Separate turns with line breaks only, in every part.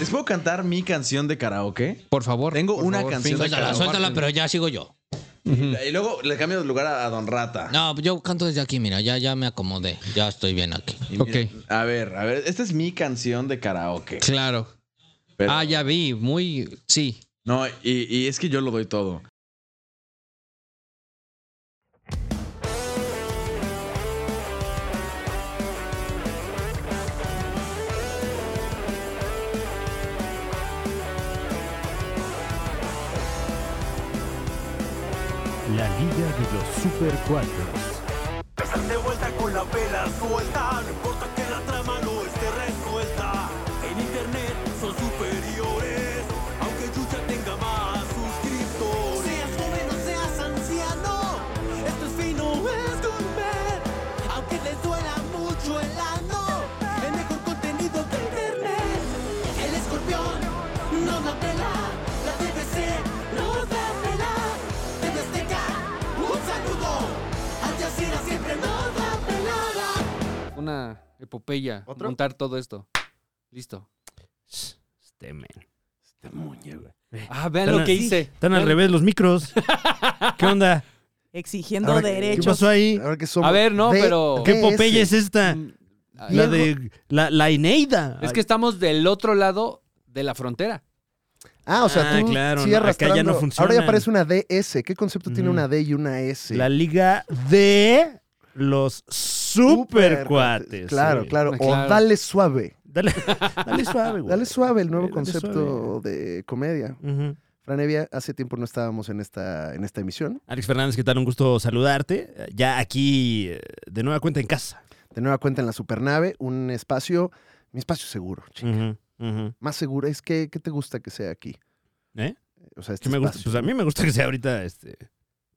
¿Les puedo cantar mi canción de karaoke?
Por favor.
Tengo
por
una
favor,
canción
fin.
de
Suéltala,
karaoke.
suéltala,
suéltala, pero ya sigo yo.
Y luego le cambio de lugar a, a Don Rata.
No, yo canto desde aquí, mira, ya, ya me acomodé. Ya estoy bien aquí.
Y mira,
ok.
A ver, a ver, esta es mi canción de karaoke.
Claro.
Pero-
Ah, ya vi. Muy. Sí.
No, y, y es que yo lo doy todo.
La Liga de los Super 4.
Están de vuelta con la vela suelta, no importa que la trama no esté resuelta. En internet son superiores, aunque Yuya tenga más suscriptores. Seas joven o seas anciano, esto es fino, es gourmet. Aunque les duela mucho el ano, el mejor contenido de internet. El escorpión no la pela, la TVC nos da pela. TV Azteca, un saludo, Al Jazeera siempre nos da pelada.
Una epopeya.
¿Otro?
Montar todo esto. Listo.
Este men.
Ah, vean
Están
lo que
así,
hice.
Están al revés los micros. ¿Qué onda?
Exigiendo
Ahora, ¿Qué
derechos.
pasó ahí?
Ahora que somos
A ver, no,
de-
pero-
¿Qué Popeye es esta?
Mm, ah,
La de la, la Eneida.
Es que estamos del otro lado de la frontera.
Ah, o sea,
Ah,
tú
claro,
sí
no, acá ya
arrastrando.
no
Ahora
funcionan.
ya parece una DS. ¿Qué concepto tiene
Ujú.
una D y una S?
La liga de los super cuates.
Claro, claro.
Ah,
O
claro.
dale suave.
Dale, dale suave, güey.
Dale suave, el nuevo
Dale
concepto de comedia.
Ujú.
Franevia, hace tiempo no estábamos en esta, en esta emisión.
Alex Fernández, ¿qué tal? Un gusto saludarte. Ya aquí, eh, de nueva cuenta en casa.
De nueva cuenta en la supernave, un espacio, mi espacio seguro, chica.
Ujú, ujú.
Más seguro es que, ¿qué te gusta que sea aquí?
¿Eh?
O sea, este
Que me gusta-
espacio.
pues a mí me gusta que sea ahorita este,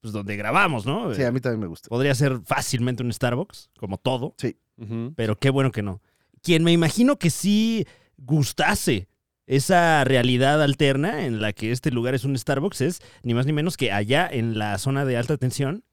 pues donde grabamos, ¿no?
Sí, a mí también me gusta.
Podría ser fácilmente un Starbucks, como todo,
Ujú.
pero qué bueno que no. Quien me imagino que sí gustase esa realidad alterna en la que este lugar es un Starbucks es ni más ni menos que allá en la zona de alta tensión.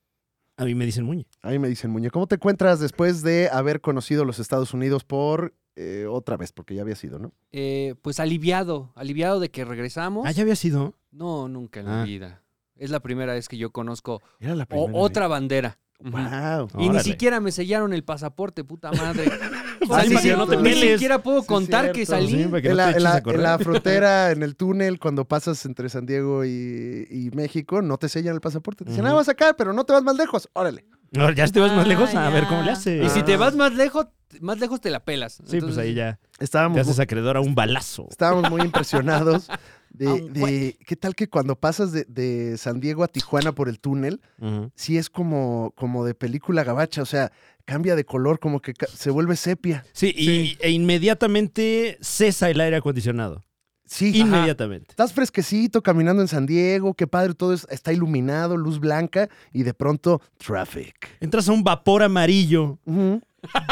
A mí me dicen Muñe.
A mí me dicen, Muñe, ¿cómo te encuentras después de haber conocido los Estados Unidos por eh, otra vez? Porque ya había sido, ¿no?
Eh, pues aliviado, aliviado de que regresamos.
¿Oh?
Ah, ya había sido.
No, nunca en la
Ah.
vida. Es la primera vez que yo conozco
Era la
o- otra bandera. Ujú.
Wow.
Y ni
Órale.
siquiera me sellaron el pasaporte, puta madre.
Ah, sí,
Ni siquiera-
cierto.
no te- ni siquiera puedo
Sí,
contar que
cierto.
salí.
Sí, para que
En
no
la,
te
en la-
eches a correr.
en la frontera, en el túnel, cuando pasas entre San Diego y, y México, no te sellan el pasaporte. Te dicen,
Ujú.
ah, vas acá, pero no te vas más lejos. Órale.
No, ya te vas más
Ah,
lejos. A
ya.
ver cómo le hace.
Y si te vas más lejos, más lejos te la pelas.
Sí, pues
Entonces,
ahí ya. Te
Estábamos,
haces acreedor a un balazo.
estábamos muy impresionados de,
A un
de-
cuate.
qué tal que cuando pasas de, de San Diego a Tijuana por el túnel,
Ujú.
sí es como, como de película gabacha, o sea, cambia de color, como que ca- se vuelve sepia.
Sí, y- e inmediatamente cesa el aire acondicionado.
Sí.
Inmediatamente.
Estás fresquecito caminando en San Diego, qué padre, todo es- está iluminado, luz blanca y de pronto, traffic.
Entras a un vapor amarillo,
Ujú.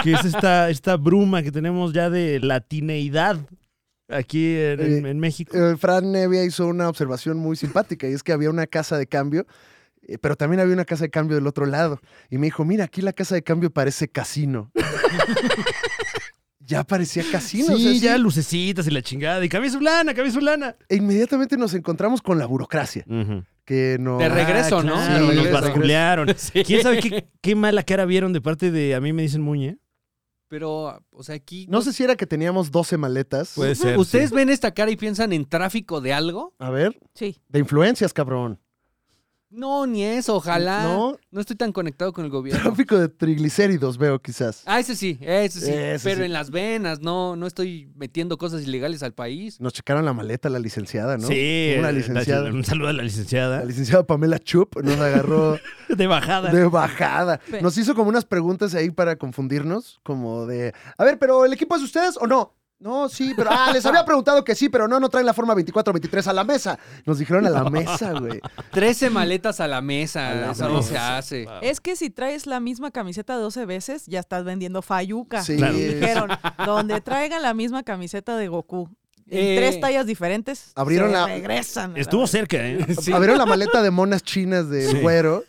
que es esta, esta bruma que tenemos ya de latineidad aquí en, en- en México.
Eh, Fran Nevia hizo una observación muy simpática y es que había una casa de cambio, eh, pero también había una casa de cambio del otro lado. Y me dijo, mira, aquí la casa de cambio parece casino. ya parecía
Sí,
casino. o sea, sí.
ya lucecitas y la chingada. Y cabeza lana, cabeza lana.
E inmediatamente nos encontramos con la burocracia, que no...
De regreso, ¿no?
sí,
Claro,
De
nos
regreso.
basculearon.
Sí.
¿Quién sabe qué, qué mala cara vieron de parte de a mí me dicen Muñe?
Pero, o sea, aquí.
No sé si era que teníamos 12 maletas.
Pues.
Puede ser.
¿Ustedes ven esta cara y piensan en tráfico de algo?
A ver,
Sí.
de influencias, cabrón.
No, ni eso, ojalá. No,
No.
estoy tan conectado con el gobierno.
Tráfico de triglicéridos veo quizás.
Ah, ese sí, ese sí.
Ese
pero
sí.
en las venas, no, no estoy metiendo cosas ilegales al país.
Nos checaron la maleta la licenciada, ¿no?
Sí,
Una
la-
licenciada.
un saludo a la licenciada.
La licenciada Pamela Chup nos agarró
De bajada.
de bajada.
Pe-
Nos hizo como unas preguntas ahí para confundirnos, como de, a ver, pero ¿el equipo es de ustedes o no? No, sí, pero ah, les había preguntado que sí, pero no, no traen la forma 24-23 a la mesa. Nos dijeron a la mesa, güey.
Trece maletas a la mesa,
A la
eso no se
mesa.
hace.
Es que si traes la misma camiseta 12 veces, ya estás vendiendo fayuca.
Sí,
Claro.
es-
Dijeron, donde traigan la misma camiseta de Goku en
Eh.
tres tallas diferentes,
Abrieron
se
la-
regresan. a la-
Estuvo cerca, ¿eh?
Sí.
abrieron la maleta de monas chinas de
Sí.
güero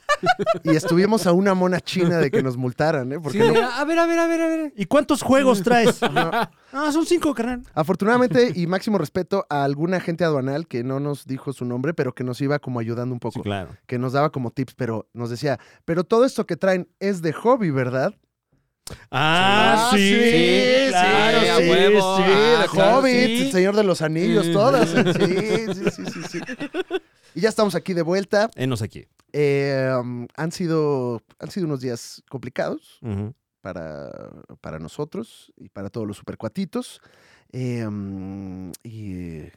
y estuvimos a una mona china de que nos multaran, ¿eh? Porque
Sí,
no-
a ver, a ver, a ver, a ver.
¿Y cuántos juegos traes?
no,
Ah, son cinco, carnal.
Afortunadamente y máximo respeto a alguna gente aduanal que no nos dijo su nombre, pero que nos iba como ayudando un poco,
claro.
que nos daba como tips, pero nos decía, pero todo esto que traen es de hobby, ¿verdad?
Ah, sí.
sí, sí,
claro,
sí,
a huevo.
sí.
Ah,
de
claro,
Hobbit,
sí.
el Señor de los Anillos,
Sí.
todas. Sí, sí, sí, sí, sí. Y ya estamos aquí de vuelta.
Enos aquí.
Eh, um, han, sido, han sido unos días complicados
Ujú.
para, para nosotros y para todos los supercuatitos. Eh, mm, y eh,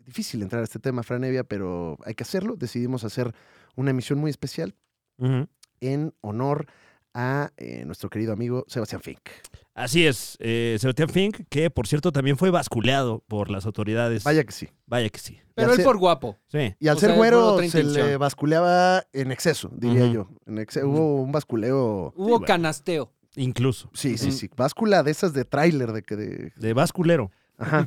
difícil entrar a este tema, Franevia, pero hay que hacerlo. Decidimos hacer una emisión muy especial
Ujú.
en honor a eh, nuestro querido amigo Sebastián Fink.
Así es, eh, Sebastián Fink, que por cierto también fue basculado por las autoridades.
Vaya que sí.
Vaya que sí.
Pero
Ya
él
sé.
por guapo.
Sí.
Y al
O
ser
sea, por
güero
otra
se le
intención.
basculeaba en exceso, diría
Ujú.
yo. En exce- Hubo un basculeo.
Hubo
bueno.
canasteo.
Incluso.
Sí, sí,
Ujú.
sí. Báscula de esas de tráiler, de que de.
De basculero.
Ajá.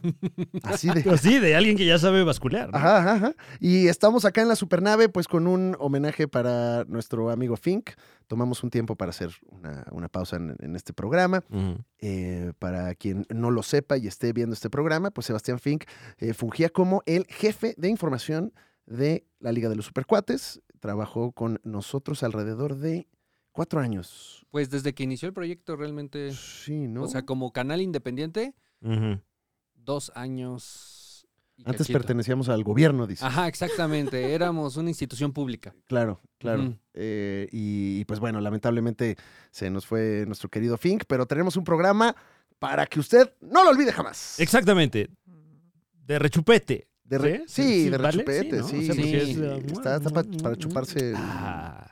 Así de.
Pero sí, de alguien que ya sabe bascular. ¿no?
Ajá, ajá, ajá. Y estamos acá en la supernave, pues con un homenaje para nuestro amigo Fink. Tomamos un tiempo para hacer una, una pausa en, en este programa.
Ujú.
Eh, para quien no lo sepa y esté viendo este programa, pues Sebastián Fink eh, fungía como el jefe de información de la Liga de los Supercuates. Trabajó con nosotros alrededor de cuatro años.
Pues desde que inició el proyecto realmente.
Sí, ¿no?
O sea, como canal independiente,
Ujú.
dos años. y
Antes
cachito.
pertenecíamos al gobierno, dice.
Ah.
Ajá, exactamente. Éramos una institución pública.
Claro, claro.
Ujú.
Eh, y, y, pues bueno, lamentablemente se nos fue nuestro querido Fink, pero tenemos un programa para que usted no lo olvide jamás.
Exactamente. De rechupete.
De re-
¿Sí? Sí,
de
vale, sí,
rechupete,
¿no?
sí.
O sea,
sí,
porque es,
sí.
eh,
Está, está pa- para chuparse. el-
Ah.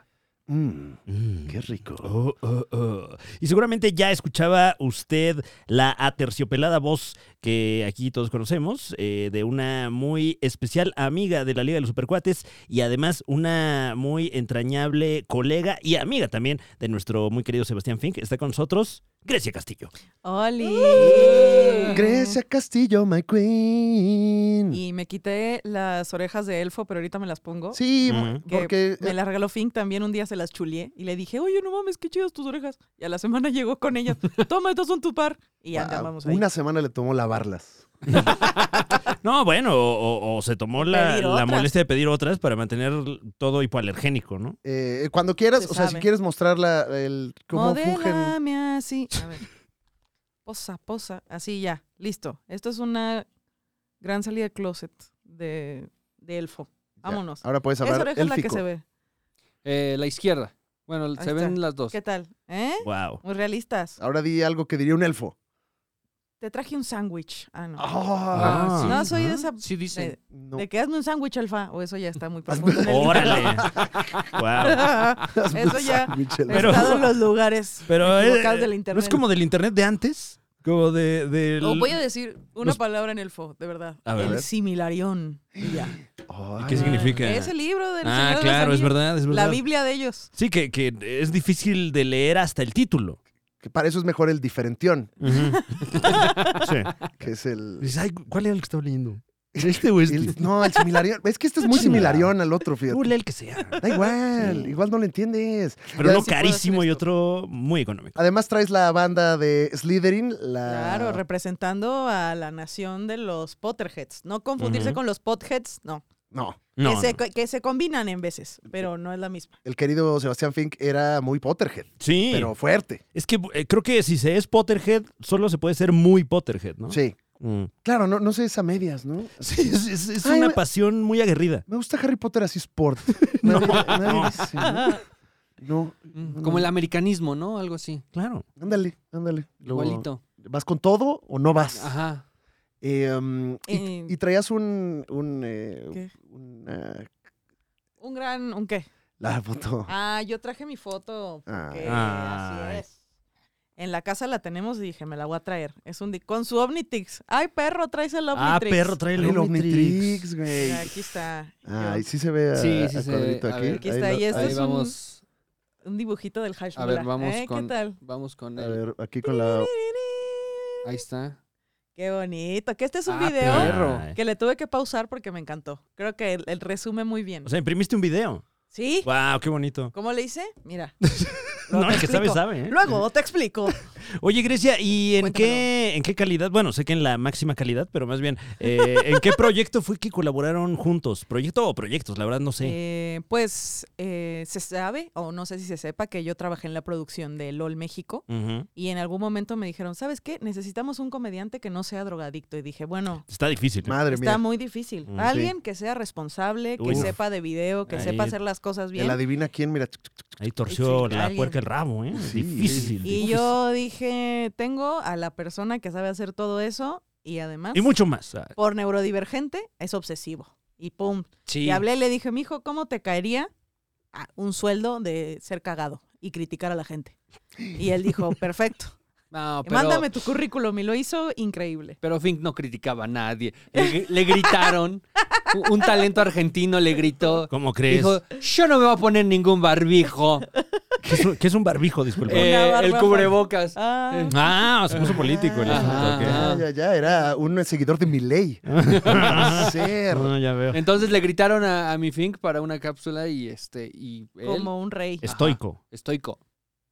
Mm,
Mm.
qué rico.
Oh, oh, oh. Y seguramente ya escuchaba usted la aterciopelada voz que aquí todos conocemos, eh, de una muy especial amiga de la Liga de los Supercuates y además una muy entrañable colega y amiga también de nuestro muy querido Sebastián Fink. Está con nosotros Grecia Castillo.
¡Oli!
¡Uh! Grecia Castillo, my queen.
Y me quité las orejas de elfo, pero ahorita me las pongo.
Sí,
Ujú.
Que
porque eh,
Me las regaló Fink también un día, se las chulié y le dije, oye, no mames, qué chidas tus orejas. Y a la semana llegó con ellas. Toma, estas son tu par. Y
wow,
andábamos ahí.
ah, una semana le tomó lavarlas.
No, bueno, o, o- o se tomó la,
Ah. Pedir
la
otras.
molestia de pedir otras para mantener todo hipoalergénico, ¿no?
Eh, cuando quieras,
Se
o sea, si
sabe.
quieres mostrar la, el, cómo fungen.
Modélame así. A ver. Posa, posa. Así ya. Listo. Esto es una gran salida de closet de, de elfo.
Ya,
Vámonos.
Ahora puedes
Esa
hablar.
oreja es la que
élfico.
se ve.
Eh, la izquierda. Bueno, se
está.
ven las dos.
¿Qué tal? ¿Eh?
Wow.
Muy realistas.
Ahora di algo que diría un elfo.
Te traje un sándwich. Ah, no.
Oh.
Ah,
Ah,
no, soy de
Ah,
esa...
Sí, dicen.
De,
no.
de que hazme un sándwich, alfa. O eso ya está muy profundo. en el-
Órale. wow.
eso ya...
Michel.
He
Pero-
estado en los lugares
Pero eh,
equivocados del
no
internet.
es como del internet de antes, como de del-
O voy a decir una
los-
palabra en elfo, de verdad.
A ver.
El similarión. Y ya.
Ay.
¿Qué significa?
Es el libro del Señor
Ah,
de los
claro, es
Anillos.
verdad, es verdad.
La Biblia de ellos.
Sí, que, que es difícil de leer hasta el título.
Que para eso es mejor el diferentión,
sí.
que es el.
Dices, ay, ¿cuál era el que estaba leyendo? ¿Este o este?
el- no, el similarión. Es que este es muy similarión al otro,
Tú
fíjate.
lee el que sea.
Da igual, igual no lo entiendes.
sí
Ya,
Pero uno
puedo hacer
carísimo y
esto. Ah,
otro muy económico.
Además, traes la banda de Slytherin, la.
Ah.
Claro, representando a la nación de los Potterheads. No confundirse
Ujú.
con los Potheads, no.
No,
No,
que, Se,
no.
co- que se combinan en veces, pero no es la misma.
el querido Sebastián Fink era muy Potterhead,
Sí,
pero fuerte.
es que eh, creo que si se es Potterhead, solo se puede ser muy Potterhead, ¿no?
Sí.
Mm.
Claro, no, no sé, es a medias, ¿no?
Sí, es, es- es
Ay,
una
me-
pasión muy aguerrida.
Me gusta Harry Potter así sport. Nadie- nadie dice, no. No,
Mm, Como el americanismo, ¿no? Algo así.
Claro.
ándale, ándale. Luego,
Igualito.
¿Vas con todo o no vas?
Ajá.
Eh, um, y-
Eh,
y, traías un. un, eh,
¿Qué?
una-
Un gran, ¿un qué?
la foto.
Ah, yo traje mi foto. porque
Ay.
Ah.
así es. En la casa la tenemos y dije, me la voy a traer. Es un di- con su Omnitrix. Ay, perro, traes el Omnitrix.
Ah, perro, trae el
El
Omnitrix.
Omnitrix, güey.
Mira, Aquí está. Yo-
Ay, sí se ve a,
Sí, sí
a
se
cuadrito
ve. A
aquí.
ver,
aquí está,
lo-
y este
Ahí
es un-
vamos.
Un dibujito del hash Eh,
A ver, vamos
¿Qué
con.
tal?
Vamos con
A
él.
ver, aquí con la...
Ahí está.
Qué bonito. Que este es un
Ah,
video
perro.
Ay.
que le tuve que pausar porque me encantó. Creo que él, él resume muy bien.
O sea, imprimiste un video.
¿Sí?
¡Wow! ¡Qué bonito!
¿Cómo le hice? Mira.
No,
te
el que sabe,
explico.
sabe. ¿eh?
Luego te explico.
Oye, Grecia, ¿y en
Cuéntamelo.
qué, en qué calidad? Bueno, sé que en la máxima calidad, pero más bien, eh, ¿en qué proyecto fue que colaboraron juntos? ¿Proyecto o proyectos? La verdad no sé.
Eh, pues eh, se sabe, o no sé si se sepa, que yo trabajé en la producción de LOL México
Ujú.
y en algún momento me dijeron, ¿sabes qué? Necesitamos un comediante que no sea drogadicto. Y dije, bueno,
Está difícil. ¿eh?
Madre
está
mía.
muy difícil.
Mm, sí.
Alguien que sea responsable, que
Uf.
sepa de video, que
Ahí.
sepa hacer las cosas bien.
El adivina quién, mira. tuc, tuc, tuc.
Ahí torció
Sí,
la
alguien.
puerca el rabo, ¿eh?
Sí.
difícil.
Y
difícil.
yo dije, tengo a la persona que sabe hacer todo eso y además,
Y mucho más. Ah,
por neurodivergente, es obsesivo. Y pum.
Sí.
Y hablé, le dije, mijo, ¿cómo te caería a un sueldo de ser cagado y criticar a la gente? Y él dijo, perfecto.
No, pero,
Mándame tu currículum. Y lo hizo increíble.
pero Fink no criticaba a nadie. Le, gr- le gritaron. Un- Un talento argentino le gritó.
¿Cómo crees?
Dijo, yo no me voy a poner ningún barbijo.
¿Qué, es un, qué es un barbijo? Disculpa.
Eh,
Una barba
el cubrebocas.
Ah,
ah, se puso político el
Ajá.
asunto.
Ah.
Ah, ya, ya, era un seguidor de Miley.
ok.
Ser.
No, ya veo.
Entonces le gritaron a, a mi Fink para una cápsula y este, y él,
como un rey.
Estoico.
estoico.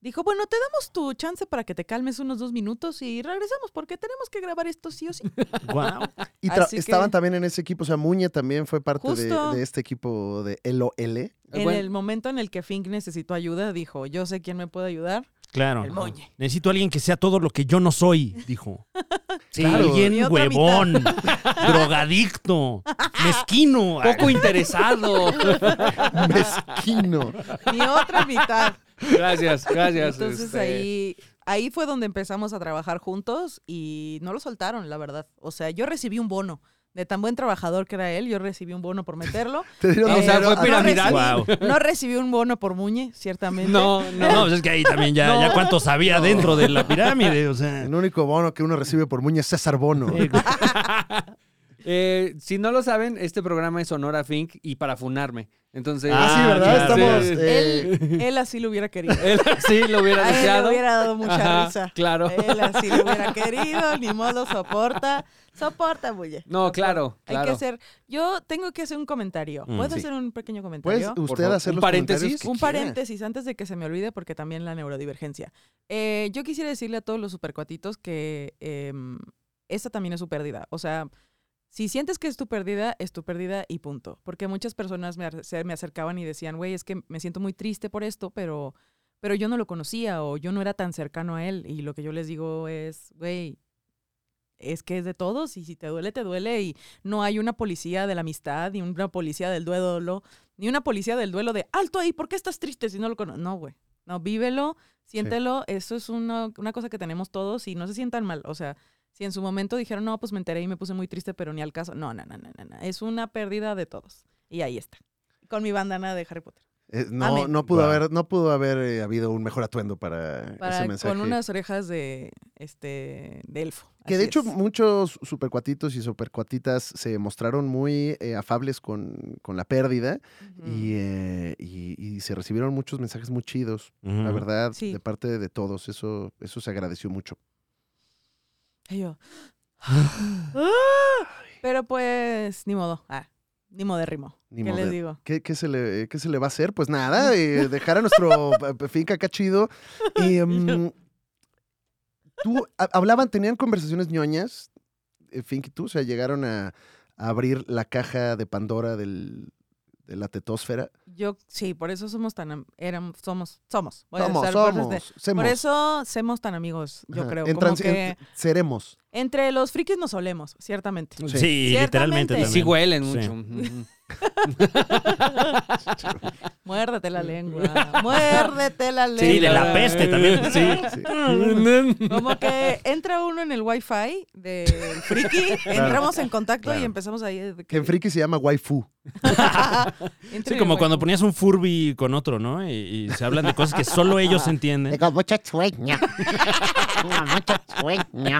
Dijo, bueno, te damos tu chance para que te calmes unos dos minutos y regresamos porque tenemos que grabar esto sí o sí.
Wow.
Y tra-
Así que-
estaban también en ese equipo. O sea, Muñe también fue parte de,
Justo.
de este equipo de LOL.
En
Bueno.
el momento en el que Fink necesitó ayuda, dijo, yo sé quién me puede ayudar.
Claro.
El moñe.
Necesito a alguien que sea todo lo que yo no soy, dijo.
Sí.
Mi
Alguien
otra
huevón, drogadicto, mezquino.
Poco interesado.
Mezquino.
Mi otra mitad.
gracias, gracias.
Entonces
este,
ahí, ahí fue donde empezamos a trabajar juntos y no lo soltaron, la verdad. O sea, yo recibí un bono. De tan buen trabajador que era él, yo recibí un bono por meterlo.
Te dieron
Ah, o sea,
dinero
fue
a-
piramidal. Piramidal.
Wow.
No recibí un bono por Muñe, ciertamente.
No,
No,
no.
pues es que ahí también ya, ya cuánto sabía dentro de la pirámide, o sea.
El único bono que uno recibe por Muñe es César Bono.
Eh, si no lo saben, este programa es honor a Fink y para funarme. Entonces.
Ah,
sí, ¿verdad?
claro.
Estamos.
Sí, sí.
eh,
Él, él así lo hubiera querido.
Él sí lo hubiera
A Ah, él
deseado.
le hubiera dado mucha
Ajá,
risa.
Claro.
Él así lo hubiera querido, ni modo, soporta. Soporta, Muñe.
No, claro,
Hay que
claro.
hacer. Yo tengo que hacer un comentario.
Mm,
¿Puedo
sí.
hacer un pequeño
Puede
comentario?
usted
favor.
hacer
¿Un
los
paréntesis?
comentarios que
un
quiera.
paréntesis antes de que se me olvide, porque también la neurodivergencia. Eh, yo quisiera decirle a todos los supercuatitos que em, esta también es su pérdida. O sea, si sientes que es tu pérdida, es tu pérdida y punto. Porque muchas personas me, ar- se me acercaban y decían, güey, es que me siento muy triste por esto, pero, pero yo no lo conocía o yo no era tan cercano a él. Y lo que yo les digo es, güey, es que es de todos y si te duele, te duele y no hay una policía de la amistad ni una policía del duelo, ni una policía del duelo de alto ahí, ¿por qué estás triste si no lo conoces? No, güey. No, vívelo, siéntelo. Eso es una, una cosa que tenemos todos y no se sientan mal. O sea, si en su momento dijeron, no, pues me enteré y me puse muy triste, pero ni al caso. No, no, no, no, no. no. Es una pérdida de todos. Y ahí está. Con mi bandana de Harry Potter.
Eh, no,
Amén.
no pudo
Wow.
haber, no pudo haber eh, habido un mejor atuendo para,
Para-
ese mensaje.
con unas orejas de, este, de elfo.
Que de
Así
hecho
es.
muchos supercuatitos y supercuatitas se mostraron muy eh, afables con, con la pérdida
Ujú.
y, eh, y- y se recibieron muchos mensajes muy chidos, la verdad,
Sí.
de parte de todos. Eso, eso se agradeció mucho.
Y yo, "Ah". Pero pues, ni modo. Ah, ni modérrimo.
Ni
¿Qué les
moder-
digo?
¿Qué, qué se le, qué se le va a hacer? Pues nada, eh, dejar a nuestro pa- pa- finca acá chido. Eh, mm, tú, ha- hablaban, tenían conversaciones ñoñas, eh, Fink y tú, o sea, llegaron a, a abrir la caja de Pandora del- de la tetosfera.
Yo, sí, por eso somos tan. am- Eram, somos, somos. Voy a
Somos,
usar frases
somos,
de-
semos.
por eso somos tan amigos, yo
Ajá.
creo.
En
como
trans- en-
que
seremos.
entre los frikis nos solemos, ciertamente.
Sí,
Ciertamente.
literalmente.
Y
también.
sí huelen
Sí.
mucho.
Muérdete la lengua. muérdete la lengua.
Sí, de la peste también. Sí.
Como que entra uno en el wifi del friki, entramos en contacto y empezamos ahí. de
Que en friki se llama waifu.
Entra
Sí,
en
como
el
cuando
waifu.
ponías un Furby con otro, ¿no? Y, y se hablan de cosas que solo ellos entienden.
Tengo mucho sueño. Tengo mucho sueño.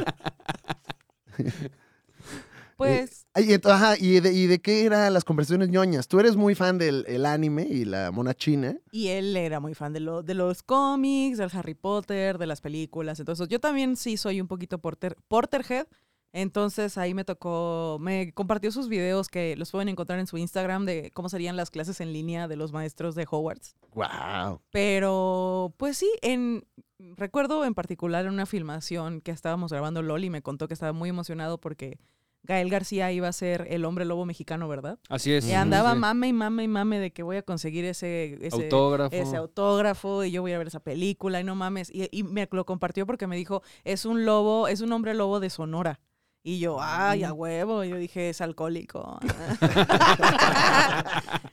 Pues.
Ay, ento- ajá, ¿y de, y de qué eran las conversaciones ñoñas? Tú eres muy fan del el anime y la mona china.
Y él era muy fan de, lo- de los cómics, del Harry Potter, de las películas. Entonces, yo también sí soy un poquito porter, Porterhead. Entonces ahí me tocó, me compartió sus videos que los pueden encontrar en su Instagram de cómo serían las clases en línea de los maestros de Hogwarts.
¡Wow!
Pero, pues sí, en recuerdo en particular en una filmación que estábamos grabando Loli, me contó que estaba muy emocionado porque Gael García iba a ser el hombre lobo mexicano, ¿verdad?
Así es.
Y andaba
Sí.
mame y mame y mame de que voy a conseguir ese, ese,
Autógrafo.
ese autógrafo y yo voy a ver esa película y no mames. Y, y me lo compartió porque me dijo, es un lobo, es un hombre lobo de Sonora. Y yo, ay,
Mm.
a huevo. Yo dije, es alcohólico.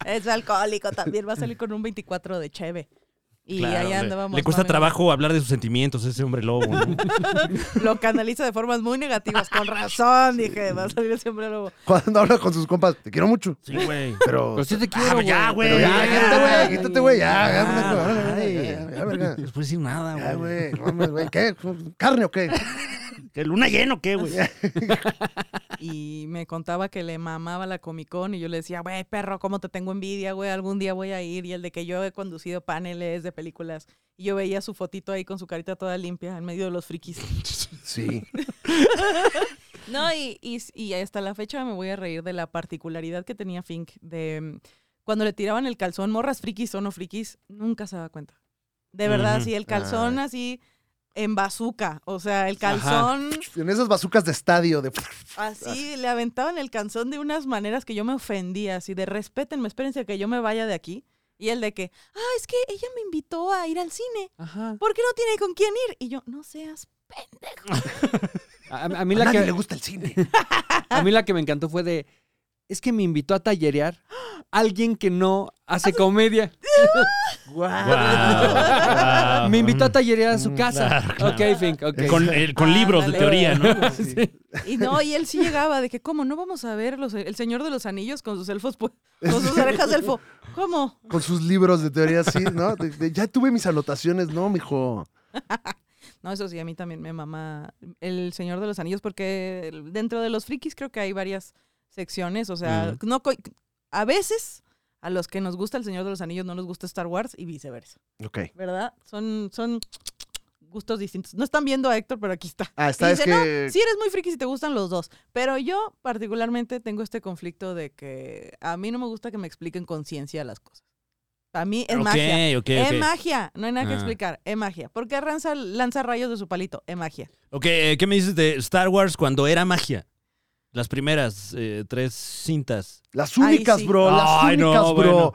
es alcohólico, también va a salir con un 24 de cheve. Y
Claro,
ahí
le-
andábamos.
Le cuesta
mame,
trabajo hablar de sus sentimientos ese hombre lobo. ¿no?
mame. Lo canaliza de formas muy negativas, con razón. Dije, va a salir ese hombre lobo.
Cuando habla con sus compas, te quiero mucho.
sí, güey.
Pero.
Pero sí te
Ah,
quiero,
ya, güey.
Pero ya,
ya,
quítate,
ya.
güey, quítate, güey, ya, ya,
Ah,
una cosa,
madre.
ya, ya, ya, verga.
No les puedes decir nada,
Ya,
güey.
güey, no mames, güey, ¿qué? ¿Carne o qué?
¿Que ¿Luna llena o qué, güey?
Y me contaba que le mamaba la Comic Con y yo le decía, güey, perro, ¿cómo te tengo envidia, güey? Algún día voy a ir. Y el de que yo he conducido paneles de películas. Y yo veía su fotito ahí con su carita toda limpia en medio de los frikis.
Sí.
No, y, y, y hasta la fecha me voy a reír de la particularidad que tenía Fink de mm, cuando le tiraban el calzón, morras frikis o no frikis, nunca se daba cuenta. De verdad,
Ujú.
sí, el calzón así en bazuca. O sea, el
Ajá.
calzón
En esas bazucas de estadio, de.
así, le aventaban el calzón de unas maneras que yo me ofendía, así de respétenme, espérense que yo me vaya de aquí. Y el de que, ah, es que ella me invitó a ir al cine.
Ajá.
¿Por qué no tiene con quién ir? Y yo, no seas pendejo.
A, a mí
A
la
nadie le
que,
gusta el cine.
a mí la que me encantó fue de. Es que me invitó a tallerear alguien que no hace comedia.
Guau, guau.
me invitó a tallerear a su
Mm,
casa. Ok, Fink, ok.
Con, el-
Ah,
con libros de
Ándale.
teoría, ¿no?
Y no, y él sí llegaba de que, ¿cómo no vamos a ver los- el Señor de los Anillos con sus elfos, pu- con sus orejas de elfo? ¿Cómo?
Con sus libros de teoría, sí, ¿no? De- de- ya tuve mis anotaciones, ¿no, mijo?
No, eso sí, a mí también me mama el Señor de los Anillos, porque el- dentro de los frikis creo que hay varias secciones, o sea, no co- a veces a los que nos gusta el Señor de los Anillos no nos gusta Star Wars y viceversa,
Ok.
¿verdad? Son, son gustos distintos. No están viendo a Héctor, pero aquí está.
Ah,
Y
está, es
dice, no,
que.
Sí eres muy friki si te gustan los dos, pero yo particularmente tengo este conflicto de que a mí no me gusta que me expliquen con ciencia las cosas. Para mí es magia.
Ok, ok,
Es
ok.
magia, no hay nada que
Ah.
explicar, es magia. ¿Por qué lanza, lanza rayos de su palito? Es magia.
Ok, eh, ¿qué me dices de Star Wars cuando era magia? Las primeras eh, tres cintas.
Las
Ay,
únicas,
sí.
bro, las
Ay, no,
únicas, bro.
bueno.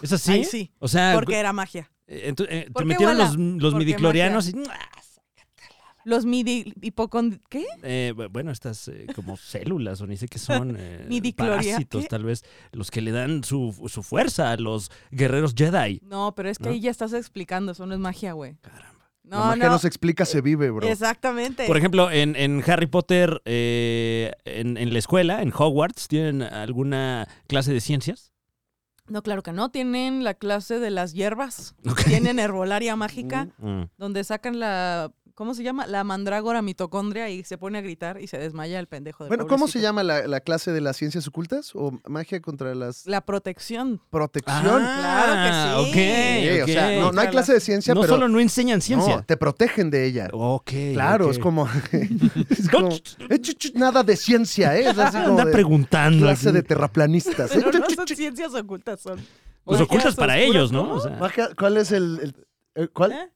¿Es así?
Ahí sí,
O sea,
porque era magia.
eh, entu- eh,
¿Por qué
te metieron
huela?
los, Ah, los
Porque
midiclorianos y...
Los midi hipocond- ¿qué?
Eh, bu- bueno, estas eh, como células, o ni sé qué son, eh,
Midicloria-
parásitos
¿qué?
tal vez, los que le dan su, su fuerza a los guerreros Jedi.
No, pero es que ahí ya estás explicando, eso no es magia, güey. Caramba.
La
No,
magia
no.
no se explica, se vive, bro.
Exactamente.
Por ejemplo, en, en Harry Potter, eh, en, en la escuela, en Hogwarts, ¿tienen alguna clase de ciencias?
No, claro que no. Tienen la clase de las hierbas,
Ok.
tienen herbolaria mágica.
Mm.
donde sacan la ¿cómo se llama? La mandrágora mitocondria y se pone a gritar y se desmaya el pendejo de
Bueno, ¿cómo se llama la, la clase de las ciencias ocultas? ¿O magia contra las
La protección.
protección?
claro que sí.
Sí,
Ah, Ok,
o
ok.
sea, no, no hay clase de ciencia,
No
pero
solo no enseñan
no,
ciencia.
te protegen de ella.
Ok.
Claro,
ok.
es como, es como, eh, chu, chu, nada de ciencia, ¿eh? Es así como
Anda
de
preguntando.
clase
aquí.
de terraplanistas. ¿eh?
Pero
Chu,
no
chu,
son
chu.
ciencias ocultas, son.
Pues ocultas para
Magias
ellos,
oscuras,
¿no? O sea,
Magia- ¿Cuál es el, el- el- cuál?
¿Eh?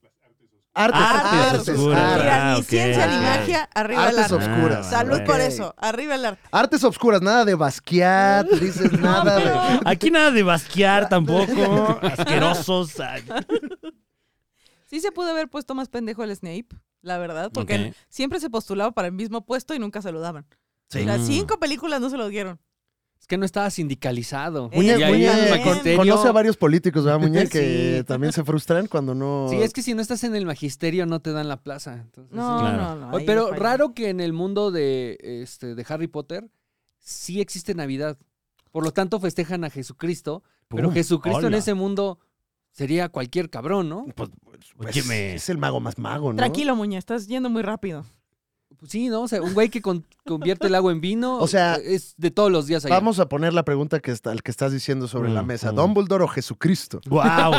Artes,
Artes
artes, artes.
oscuras. Ah,
Mira, ni
ok,
ciencia ni
ok.
magia, arriba el
Artes
arte.
oscuras.
Ah,
Salud
bueno.
por
Ok.
eso, arriba el arte.
Artes oscuras, nada de Basquiat, dices nada de...
Aquí nada de basquear tampoco. Asquerosos. Ay.
Sí se pudo haber puesto más pendejo el Snape, la verdad, porque
Ok.
él siempre se postulaba para el mismo puesto y nunca se lo daban.
Sí.
Las
Mm.
cinco películas no se lo dieron.
Es que no estaba sindicalizado.
Muñe-
y ahí
Muñe-
el magisterio-
Conoce a varios políticos, ¿verdad, Muñe?
Sí.
Que también se frustran cuando no...
Sí, es que si no estás en el magisterio no te dan la plaza. Entonces,
No,
sí.
Claro.
no, no.
Oh,
Oye,
ahí
Pero
falló.
raro que en el mundo de, este, de Harry Potter sí existe Navidad. Por lo tanto, festejan a Jesucristo. Pero
Pum,
Jesucristo en
hola.
ese mundo sería cualquier cabrón, ¿no?
Pues, pues,
Óyeme.
es el mago más mago, ¿no?
Tranquilo, Muñe, estás yendo muy rápido.
Pues sí, ¿no? O sea, un güey que con- convierte el agua en vino.
O sea,
eh, es de todos los días allá.
Vamos a poner la pregunta que está, que estás diciendo sobre
Mm,
la mesa.
mm.
¿Dumbledore o Jesucristo?
¡Wow! ¡Wow!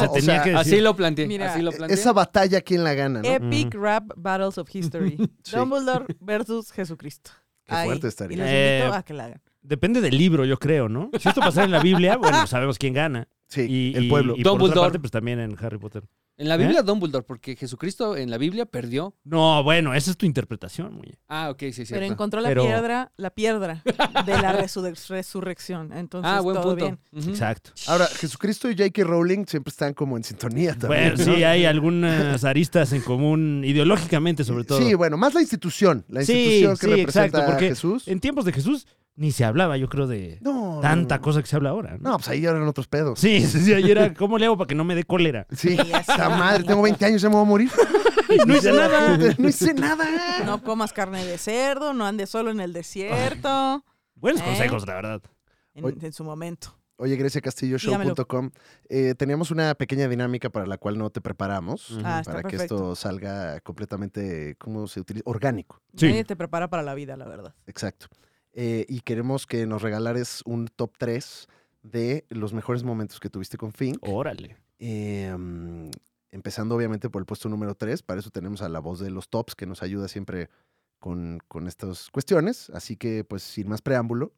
Se
o
tenía
sea,
que decir.
Así lo planteé.
Mira,
así lo
Eh,
planteé.
Esa batalla, ¿quién la gana? no?
Epic Rap Battles of History.
Sí.
Dumbledore versus Jesucristo.
Qué
Ahí.
fuerte
Y
estaría.
los
Eh,
invito a que la hagan.
Depende del libro, yo creo, ¿no? Si esto pasara en la Biblia, bueno, sabemos quién gana.
Sí,
Y,
el
y-
pueblo.
Y, por otra
Dumbledore.
parte, pues también en Harry Potter.
En la
¿Eh?
Biblia, Dumbledore, porque Jesucristo en la Biblia perdió.
No, bueno, esa es tu interpretación, muñe.
Ah, ok, sí, sí.
Pero encontró la
Pero-
piedra, la piedra de la resurrec- resurrección. Entonces,
Ah, buen
todo
punto.
bien.
Mm.
Ujú.
Exacto.
Ahora, Jesucristo y J.K. Rowling siempre están como en sintonía también.
Bueno,
¿no?
sí, hay algunas aristas en común, ideológicamente sobre todo.
Sí, bueno, más la institución. La
Sí,
institución que
sí,
representa
exacto, porque
a Jesús.
En tiempos de Jesús ni se hablaba, yo creo, de
No,
tanta
no,
cosa que se habla ahora.
No,
¿no?
No, pues ahí eran otros pedos.
Sí, sí, sí, ayer era, ¿cómo le hago para que no me dé cólera?
Sí,
Sí, así
esta
es.
madre, tengo 20 años, ya me voy a morir.
No hice nada.
No hice nada.
No comas carne de cerdo, no andes solo en el desierto.
Buenos
¿Eh?
consejos, la verdad.
Oye.
En, en su momento.
Oye, GreciaCastilloShow.com, eh, teníamos una pequeña dinámica para la cual no te preparamos,
Ah, está
para que
perfecto.
esto salga completamente, ¿cómo se utiliza? Orgánico,
Sí.
Nadie te prepara para la vida, la verdad.
exacto. Eh, y queremos que nos regalares un top 3 de los mejores momentos que tuviste con Fink.
Órale.
Eh, mm, empezando obviamente por el puesto número 3, para eso tenemos a la voz de los tops que nos ayuda siempre con, con estas cuestiones. Así que, pues, sin más preámbulo,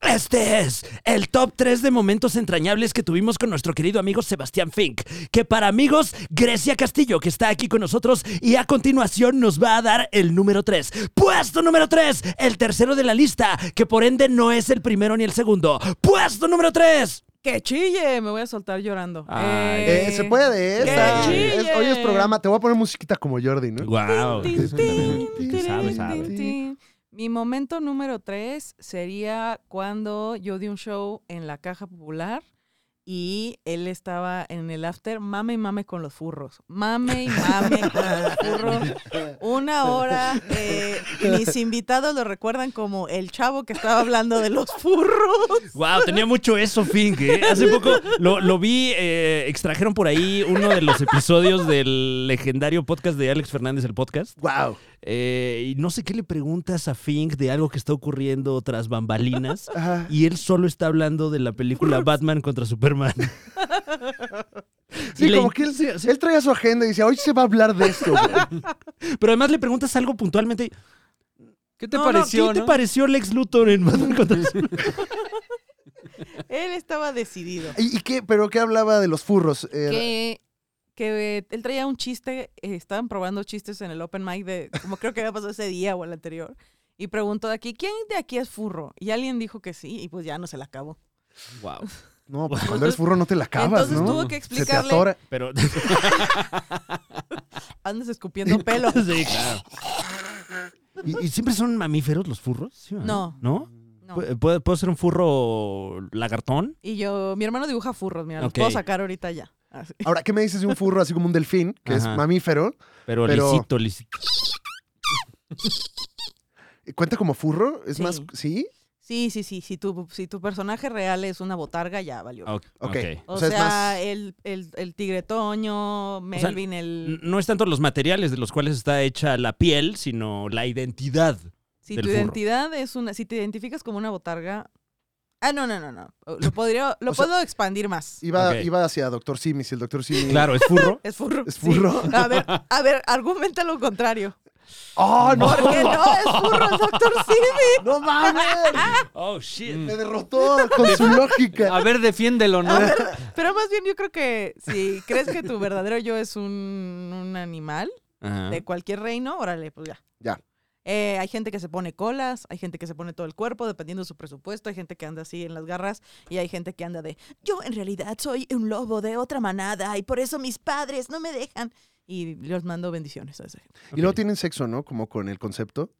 Este es el top 3 de momentos entrañables que tuvimos con nuestro querido amigo Sebastián Fink, que para amigos, Grecia Castillo, que está aquí con nosotros y a continuación nos va a dar el número 3. Puesto número 3, el tercero de la lista, que por ende no es el primero ni el segundo. Puesto número 3.
¡Que chille! Me voy a soltar llorando.
Ay.
Eh, se puede,
¡que
esta.
chille!
Es- hoy es programa. Te voy a poner musiquita como Jordi, ¿no?
Wow.
Tin, tin, tin,
Sabe,
tin,
sabe.
tin, tin. Mi momento número tres sería cuando yo di un show en la Caja Popular y él estaba en el after, mame y mame con los furros. Mame y mame con los furros. Una hora. eh, mis invitados lo recuerdan como el chavo que estaba hablando de los furros.
Wow, tenía mucho eso, Fink. ¿eh? Hace poco lo, lo vi, eh, extrajeron por ahí uno de los episodios del legendario podcast de Alex Fernández, el podcast.
Wow.
Eh, y no sé qué le preguntas a Fink de algo que está ocurriendo tras bambalinas. Y él solo está hablando de la película Batman contra Superman. Y
Sí,
le-
como que él, él traía su agenda y decía, hoy se va a hablar de esto. güey".
Pero además le preguntas algo puntualmente.
¿Qué te
"No, no,
Oh,
pareció?
¿Qué te
no?
pareció Lex Luthor en Batman contra Superman?
Él estaba decidido.
¿Y, y qué? ¿Pero qué hablaba de los furros? Eh,
que, que eh, él traía un chiste, eh, estaban probando chistes en el open mic de, como creo que había pasado ese día o el anterior, y preguntó de aquí, ¿quién de aquí es furro? Y alguien dijo que sí, y pues ya no se la acabó.
Wow.
No, pues cuando eres furro no te la acabas,
Entonces
¿no?
tuvo que
se te
explicarle,
atora.
Pero.
andas escupiendo pelo.
Sí, claro. ¿Y, y siempre son mamíferos los furros? Sí, ¿verdad?
No.
¿No?
No.
¿Pu- eh, ¿Puedo, puedo ser un furro lagartón?
Y yo, mi hermano dibuja furros, mira, los
Ok.
puedo sacar ahorita ya. Así.
Ahora, ¿qué me dices de un furro así como un delfín, que es
Ajá.
mamífero?
Pero,
Pero-
lisito, lisito.
¿Cuenta como furro? ¿Es
Sí.
más? ¿Sí?
Sí, sí, sí, si tu, si tu personaje real es una botarga, ya valió.
Ok.
Ok.
O,
O
sea,
sea, es más-
el, el, el tigre Toño,
sea,
Melvin,
N-
el...
No es tanto los materiales de los cuales está hecha la piel, sino la identidad.
Si
del
tu
furro.
identidad es una, si te identificas como una botarga, ah no no no no, O- lo podría, lo
O sea-
puedo expandir más.
Iba,
Ok.
iba hacia Doctor Simi, si el Doctor Simi...
Claro, es furro.
Es furro.
¿Es
sí.
furro?
A ver, a ver, argumenta lo contrario.
¡Oh, no!
Porque no es furro el doctor Simi.
¡No mames!
Oh, shit.
Mm.
Me derrotó con su lógica.
A ver, defiéndelo,
Ah,
¿no?
Pero más bien yo creo que si crees que tu verdadero yo es un, un animal
Ajá.
de cualquier reino, órale, pues ya.
Ya.
Eh, hay gente que se pone colas, hay gente que se pone todo el cuerpo, dependiendo de su presupuesto, hay gente que anda así en las garras y hay gente que anda de, yo en realidad soy un lobo de otra manada y por eso mis padres no me dejan. Y les mando bendiciones a esa gente.
Y luego tienen sexo, ¿no? Como con el concepto.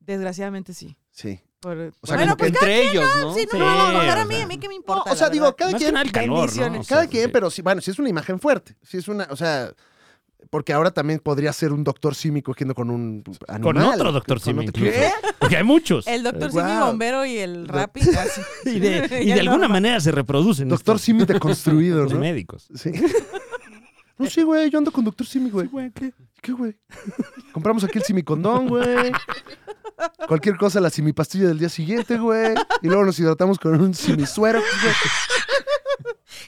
Desgraciadamente sí.
Sí.
Por-
O sea,
bueno,
como que
pues
Entre ellos, ¿no?
cada- sí, no, no,
Sí,
no, no,
o
a mí,
sea.
a mí qué me importa.
No, o sea,
la
digo,
verdad.
cada
Más que
quien,
nada el calor, ¿no? O sea,
cada quien,
sí.
pero sí, bueno, si es una imagen fuerte, si es una, o sea, porque ahora también podría ser un doctor símico cogiendo con un
Con
animal.
otro Doctor
Con
Simi.
otro-
incluso. Porque hay muchos.
El doctor
Wow.
Simi bombero y el
Do-
Rappi. así.
y de, y
Ya
de
no.
alguna manera se reproducen.
Doctor
estos-
Simi deconstruido,
Los
¿no?
médicos.
Sí. No, sí, güey, yo ando conductor Simi, güey.
¿qué?
¿Qué, güey? Compramos aquí el simicondón, güey. Cualquier cosa, la simipastilla del día siguiente, güey. Y luego nos hidratamos con un simisuero, güey.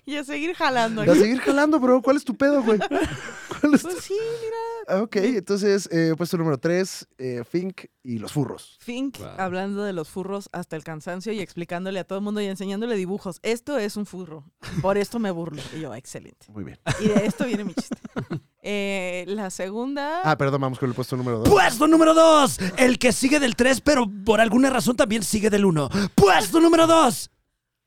Y a seguir jalando.
A seguir jalando, bro. ¿Cuál es tu pedo, güey? ¿Cuál es tu-
Pues sí, mira.
Ah, Ok, entonces, eh, puesto número 3, Fink y los furros.
Fink hablando de los furros hasta el cansancio y explicándole a todo el mundo y enseñándole dibujos. Esto es un furro. Por esto me burlo. Y yo, excelente.
Muy bien.
Y de esto viene mi chiste. Eh, la segunda.
Ah, perdón, vamos con el puesto número
Pues,
2.
Puesto número 2. El que sigue del 3, pero por alguna razón también sigue del 1. Puesto número 2.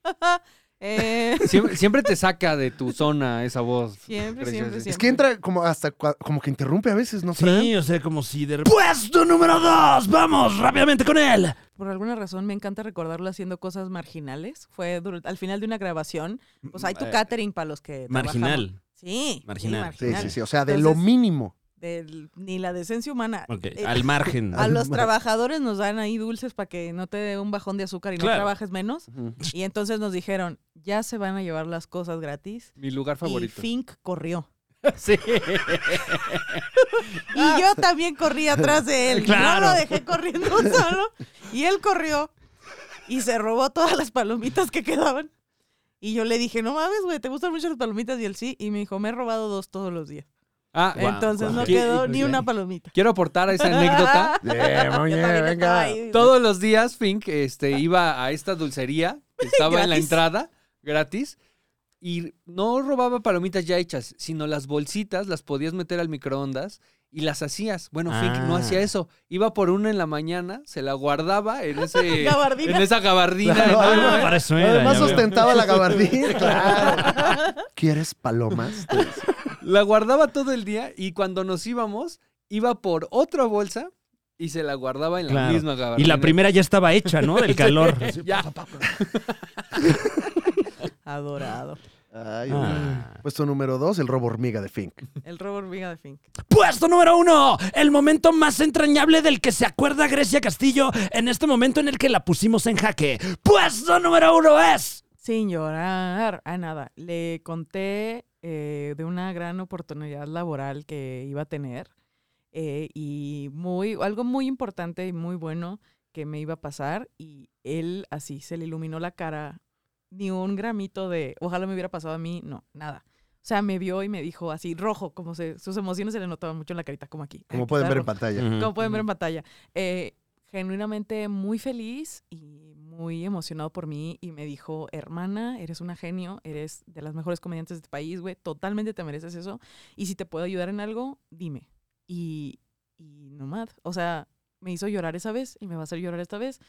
eh,
Siempre, siempre te saca de tu zona esa voz.
Siempre,
Preciosa.
siempre, siempre.
Es que entra como hasta cua- como que interrumpe a veces, ¿no, Fran?
Sí, o sea, como si de Puesto número 2. Vamos rápidamente con él.
por alguna razón me encanta recordarlo haciendo cosas marginales. Fue dur- al final de una grabación. Pues hay tu
Eh,
catering para los que. trabajamos.
Marginal.
Sí, sí,
Marginal.
Sí,
marginal.
sí, sí. O sea, de lo
Entonces-
mínimo.
Del- ni la decencia humana.
Ok,
Eh,
al margen.
A los
Alma.
trabajadores nos dan ahí dulces para que no te dé un bajón de azúcar y
Claro.
no trabajes menos. Y entonces nos dijeron, ya se van a llevar las cosas gratis.
Mi lugar favorito.
Y Fink corrió.
Sí.
Y yo también corrí atrás de él.
Claro.
No lo dejé corriendo solo. Y él corrió y se robó todas las palomitas que quedaban. Y yo le dije, no mames, güey, ¿te gustan mucho las palomitas? Y él sí. Y me dijo, me he robado dos todos los días.
Ah,
Guau,
entonces
guau.
no
Qué-
quedó ni
ok.
una palomita. Ah,
quiero aportar a esa anécdota.
Bien,
Eh,
muy
Yo
bien,
también estaba
venga.
ahí.
Todos los días Fink este,
Ah.
iba a esta dulcería que estaba en la
Gratis.
entrada, gratis, y no robaba palomitas ya hechas, sino las bolsitas las podías meter al microondas y las hacías. Bueno, Fink no
Ah.
hacía eso. Iba por una en la mañana, se la guardaba en, ese,
Gabardina.
en esa gabardina.
Claro,
enorme.
además-
Para eso era,
Además
ya veo.
ostentaba la gabardina, claro. ¿Quieres palomas?
La guardaba todo el día y cuando nos íbamos, iba por otra bolsa y se la guardaba en la
Claro.
misma
Y
gabardina.
la primera ya estaba hecha, ¿no? Del calor.
Ya.
Adorado.
Ay,
Ah.
güey. Puesto número 2, el robo hormiga de Fink.
El robo hormiga de Fink.
Puesto número uno, el momento más entrañable del que se acuerda Grecia Castillo en este momento en el que la pusimos en jaque. Puesto número uno es.
Sin llorar. Ah, nada. Le conté eh, de una gran oportunidad laboral que iba a tener eh, y muy, algo muy importante y muy bueno que me iba a pasar y él así se le iluminó la cara, ni un gramito de, ojalá me hubiera pasado a mí, no, nada. O sea, me vio y me dijo así, rojo, como se, sus emociones se le notaban mucho en la carita, como aquí.
Como
aquí
pueden
está
ver en
rojo.
pantalla.
Como pueden ver en pantalla. Eh, genuinamente muy feliz y muy emocionado por mí. Y me dijo, hermana, eres una genio, eres de las mejores comediantes de este país, güey. Totalmente te mereces eso. Y si te puedo ayudar en algo, dime. Y, y nomás, o sea, me hizo llorar esa vez y me va a hacer llorar esta vez.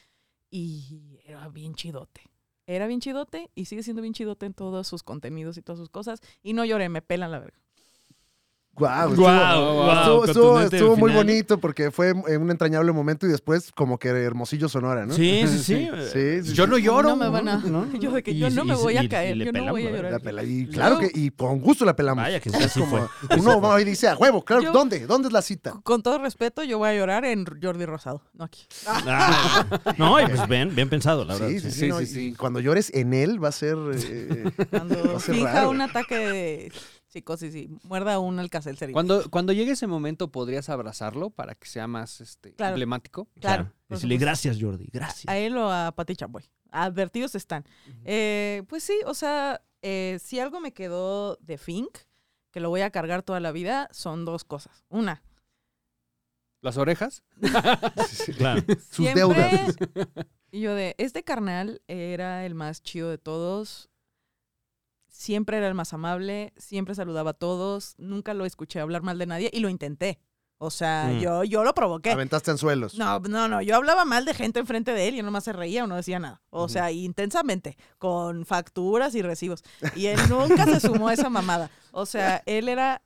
Y era bien chidote. Era bien chidote y sigue siendo bien chidote en todos sus contenidos y todas sus cosas. Y no lloré, me pelan la verga.
Guau, estuvo-
Guau, guau,
estuvo, estuvo,
contundente
estuvo
el
muy
final.
bonito porque fue eh, un entrañable momento y después como que Hermosillo Sonora, ¿no?
Sí, sí, sí.
Sí, sí,
Yo
sí.
no lloro.
No me van a- Yo de que yo
Y-
no
y-
me voy a
y-
caer,
y le
yo no voy a
pelamos,
llorar.
La pela- y
Yo-
claro que, y con gusto la pelamos.
Vaya que sí, así
Como
fue.
uno va y dice, a huevo, claro,
Yo-
¿dónde? ¿Dónde es la cita?
Con todo respeto, yo voy a llorar en Jordi Rosado, no aquí.
Ah, no, y pues bien, bien pensado, la verdad.
Sí, sí, sí.
sí.
no,
sí,
y-
sí.
y Cuando llores en él va a ser... eh,
Cuando
Va a ser
finja
raro.
un ataque de psicosis y muerda un alcacel cerebral.
Cuando, cuando llegue ese momento, ¿podrías abrazarlo para que sea más este,
Claro.
emblemático?
Claro. por
Decirle
supuesto.
gracias, Jordi, gracias.
A él o a Pati Chapoy. Advertidos están. Eh, pues sí, o sea, eh, si algo me quedó de Fink, que lo voy a cargar toda la vida, son dos cosas. Una,
¿Las orejas?
Claro.
Sus
Siempre-
deudas.
Y yo de, este carnal era el más chido de todos. Siempre era el más amable, siempre saludaba a todos, nunca lo escuché hablar mal de nadie y lo intenté. O sea,
Mm.
yo, yo lo provoqué.
Aventaste anzuelos.
No, no, no, yo hablaba mal de gente enfrente de él y él nomás se reía o no decía nada. O sea, intensamente, con facturas y recibos. Y él nunca se sumó a esa mamada. O sea, él era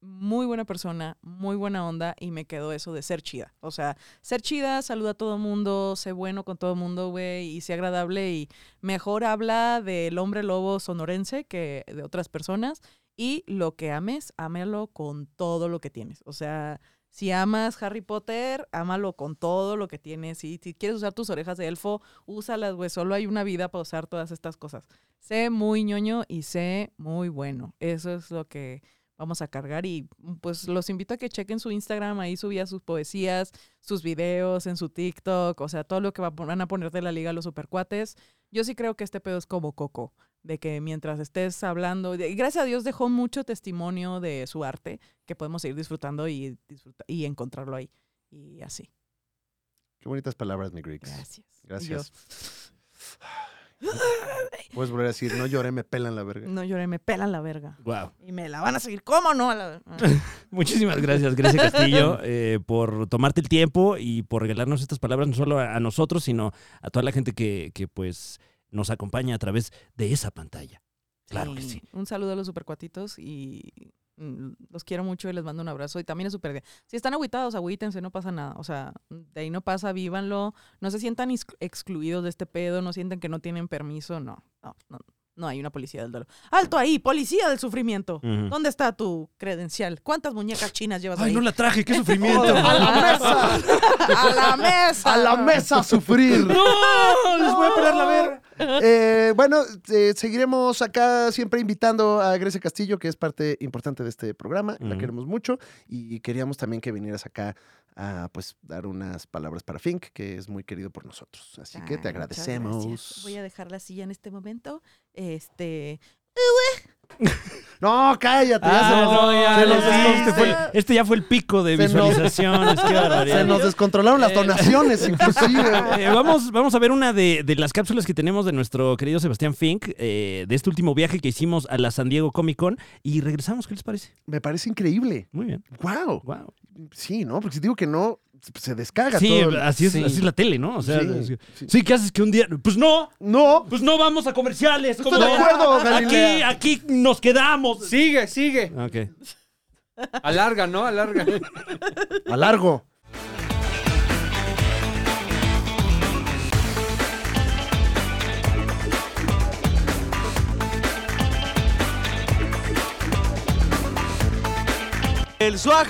muy buena persona, muy buena onda y me quedó eso de ser chida. O sea, ser chida, saluda a todo mundo, sé bueno con todo mundo, güey, y sé agradable y mejor habla del hombre lobo sonorense que de otras personas. Y lo que ames, ámelo con todo lo que tienes. O sea, si amas Harry Potter, ámalo con todo lo que tienes. Y si quieres usar tus orejas de elfo, úsalas, güey. Solo hay una vida para usar todas estas cosas. Sé muy ñoño y sé muy bueno. Eso es lo que vamos a cargar y pues los invito a que chequen su Instagram, ahí subía sus poesías, sus videos en su TikTok, o sea, todo lo que va- van a poner de la liga los supercuates. Yo sí creo que este pedo es como coco, de que mientras estés hablando, de- y gracias a Dios dejó mucho testimonio de su arte que podemos seguir disfrutando y, disfruta- y encontrarlo ahí. Y así.
Qué bonitas palabras, mi Griggs.
Gracias. Y
Gracias. Puedes volver a decir, no lloré, me pelan la
yo,
verga.
no lloré, me pelan la verga.
Wow.
Y me la van a seguir. ¿Cómo no? A la- ah.
Muchísimas gracias, Grecia Castillo, eh, por tomarte el tiempo y por regalarnos estas palabras, no solo a, a nosotros, sino a toda la gente que, que, pues nos acompaña a través de esa pantalla. Claro que sí.
Un saludo a los supercuatitos y mm, los quiero mucho y les mando un abrazo y también es super Si están agüitados, agüítense, no pasa nada. O sea, de ahí no pasa, vívanlo. No se sientan isc- excluidos de este pedo, no sientan que no tienen permiso, no. No, no, no hay una policía del dolor. ¡Alto ahí! ¡Policía del sufrimiento!
Ujú.
¿Dónde está tu credencial? ¿Cuántas muñecas chinas llevas
Mm. Ay,
ahí?
no la traje, qué sufrimiento.
¡A la mesa! ¡A la mesa!
¡A la mesa a sufrir!
Ah. ¡No!
les voy a pelar la verga. Eh, bueno, eh, seguiremos acá siempre invitando a Grecia Castillo, que es parte importante de este programa. La
Ujú.
queremos mucho y queríamos también que vinieras acá a pues dar unas palabras para Fink, que es muy querido por nosotros. Así que te
Ay, muchas gracias.
agradecemos.
Voy a dejar la silla en este momento. Este.
No, cállate. ya se
Ah,
nos-
no, ya,
se
ya,
nos
ya,
descon-
este, fue- este ya fue el pico de
Se nos-
visualizaciones. qué barbaridad.
se nos descontrolaron las
Eh.
donaciones, inclusive.
Eh, vamos, vamos a ver una de, de las cápsulas que tenemos de nuestro querido Sebastián Fink, eh, de este último viaje que hicimos a la San Diego Comic Con y regresamos. ¿Qué les parece?
Me parece increíble.
Muy bien.
¡Wow!
Wow.
Sí, ¿no? Porque si digo que no, se descarga
Sí,
todo. el-
así es,
sí.
así es la tele, ¿no? O sea,
Sí,
es- sí,
sí.
¿qué haces que un día? Pues no,
No,
pues no vamos a comerciales.
estoy
¿cómo
de
no?
acuerdo,
Aquí,
Galilea.
aquí nos quedamos.
Sigue, sigue.
Ok.
Alarga, ¿no? Alarga.
A largo.
El swag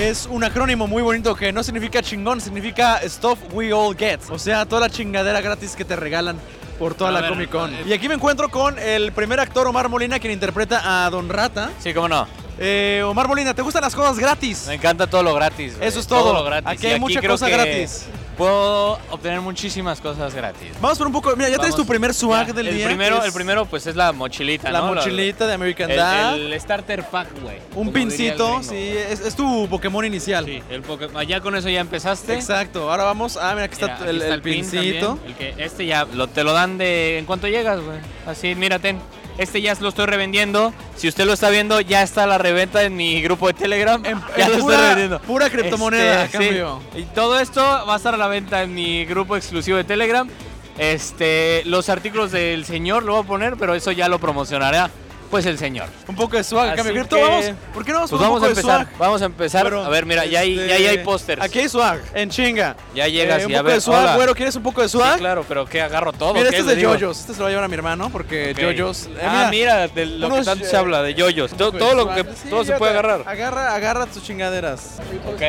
es un acrónimo muy bonito que no significa chingón, significa stuff we all get. O sea, toda la chingadera gratis que te regalan por toda la Comic Con.
eh,
Y aquí me encuentro con el primer actor Omar Molina, quien interpreta a Don Rata.
Sí, cómo no.
Eh, Omar Molina, ¿te gustan las cosas gratis?
Me encanta todo lo gratis. güey.
Eso es todo.
lo gratis.
Aquí
Y
hay mucha
creo
cosa
que
gratis.
Puedo obtener muchísimas cosas gratis.
Vamos por un poco. Mira, ya traes
Vamos.
tu primer swag
Ya,
del
el
día.
Primero,
que
el
es
primero, pues es la mochilita,
La
¿no?
mochilita de American
el,
Dad.
el starter pack, güey.
un
como diría el
pincito.
gringo.
Sí, es, es tu Pokémon inicial.
Sí, el Poké- Allá con eso ya empezaste.
Exacto. Ahora vamos. Ah, mira, aquí está,
Mira, aquí
el, el
pin
pincito.
también, el que este ya lo, te lo dan de en cuanto llegas, güey. Así, mírate. Este ya lo estoy revendiendo. Si usted lo está viendo, ya está la reventa en mi grupo de Telegram.
En- en
ya lo estoy
pura,
revendiendo.
pura criptomoneda,
Este,
a cambio.
sí. Y todo esto va a estar a la venta en mi grupo exclusivo de Telegram. Este, los artículos del señor lo voy a poner, pero eso ya lo promocionará pues el señor.
Un poco de swag,
Así
cambio cripto.
que-
Vamos, ¿por qué no vamos
Pues
por un
vamos a
poco de
empezar,
swag?
vamos a empezar.
Bueno,
a ver, mira, ya hay, ya
este,
ahí hay pósters.
Aquí hay swag, en chinga.
ya llegas
Eh, un
y a
poco
ver,
de swag,
hola.
güero, ¿quieres un poco de
Sí,
swag?
claro, pero ¿qué agarro todo?
Mira,
¿Qué
este es
les
de
digo?
yoyos. Este se lo va a llevar a mi hermano porque
Ok.
yoyos. eh,
Ah, mira, de lo
unos,
que tanto
eh,
se habla, de yoyos. To- todo lo que
Sí,
todo se
ya
puede
te-
agarrar.
Agarra, agarra tus chingaderas.
Ok,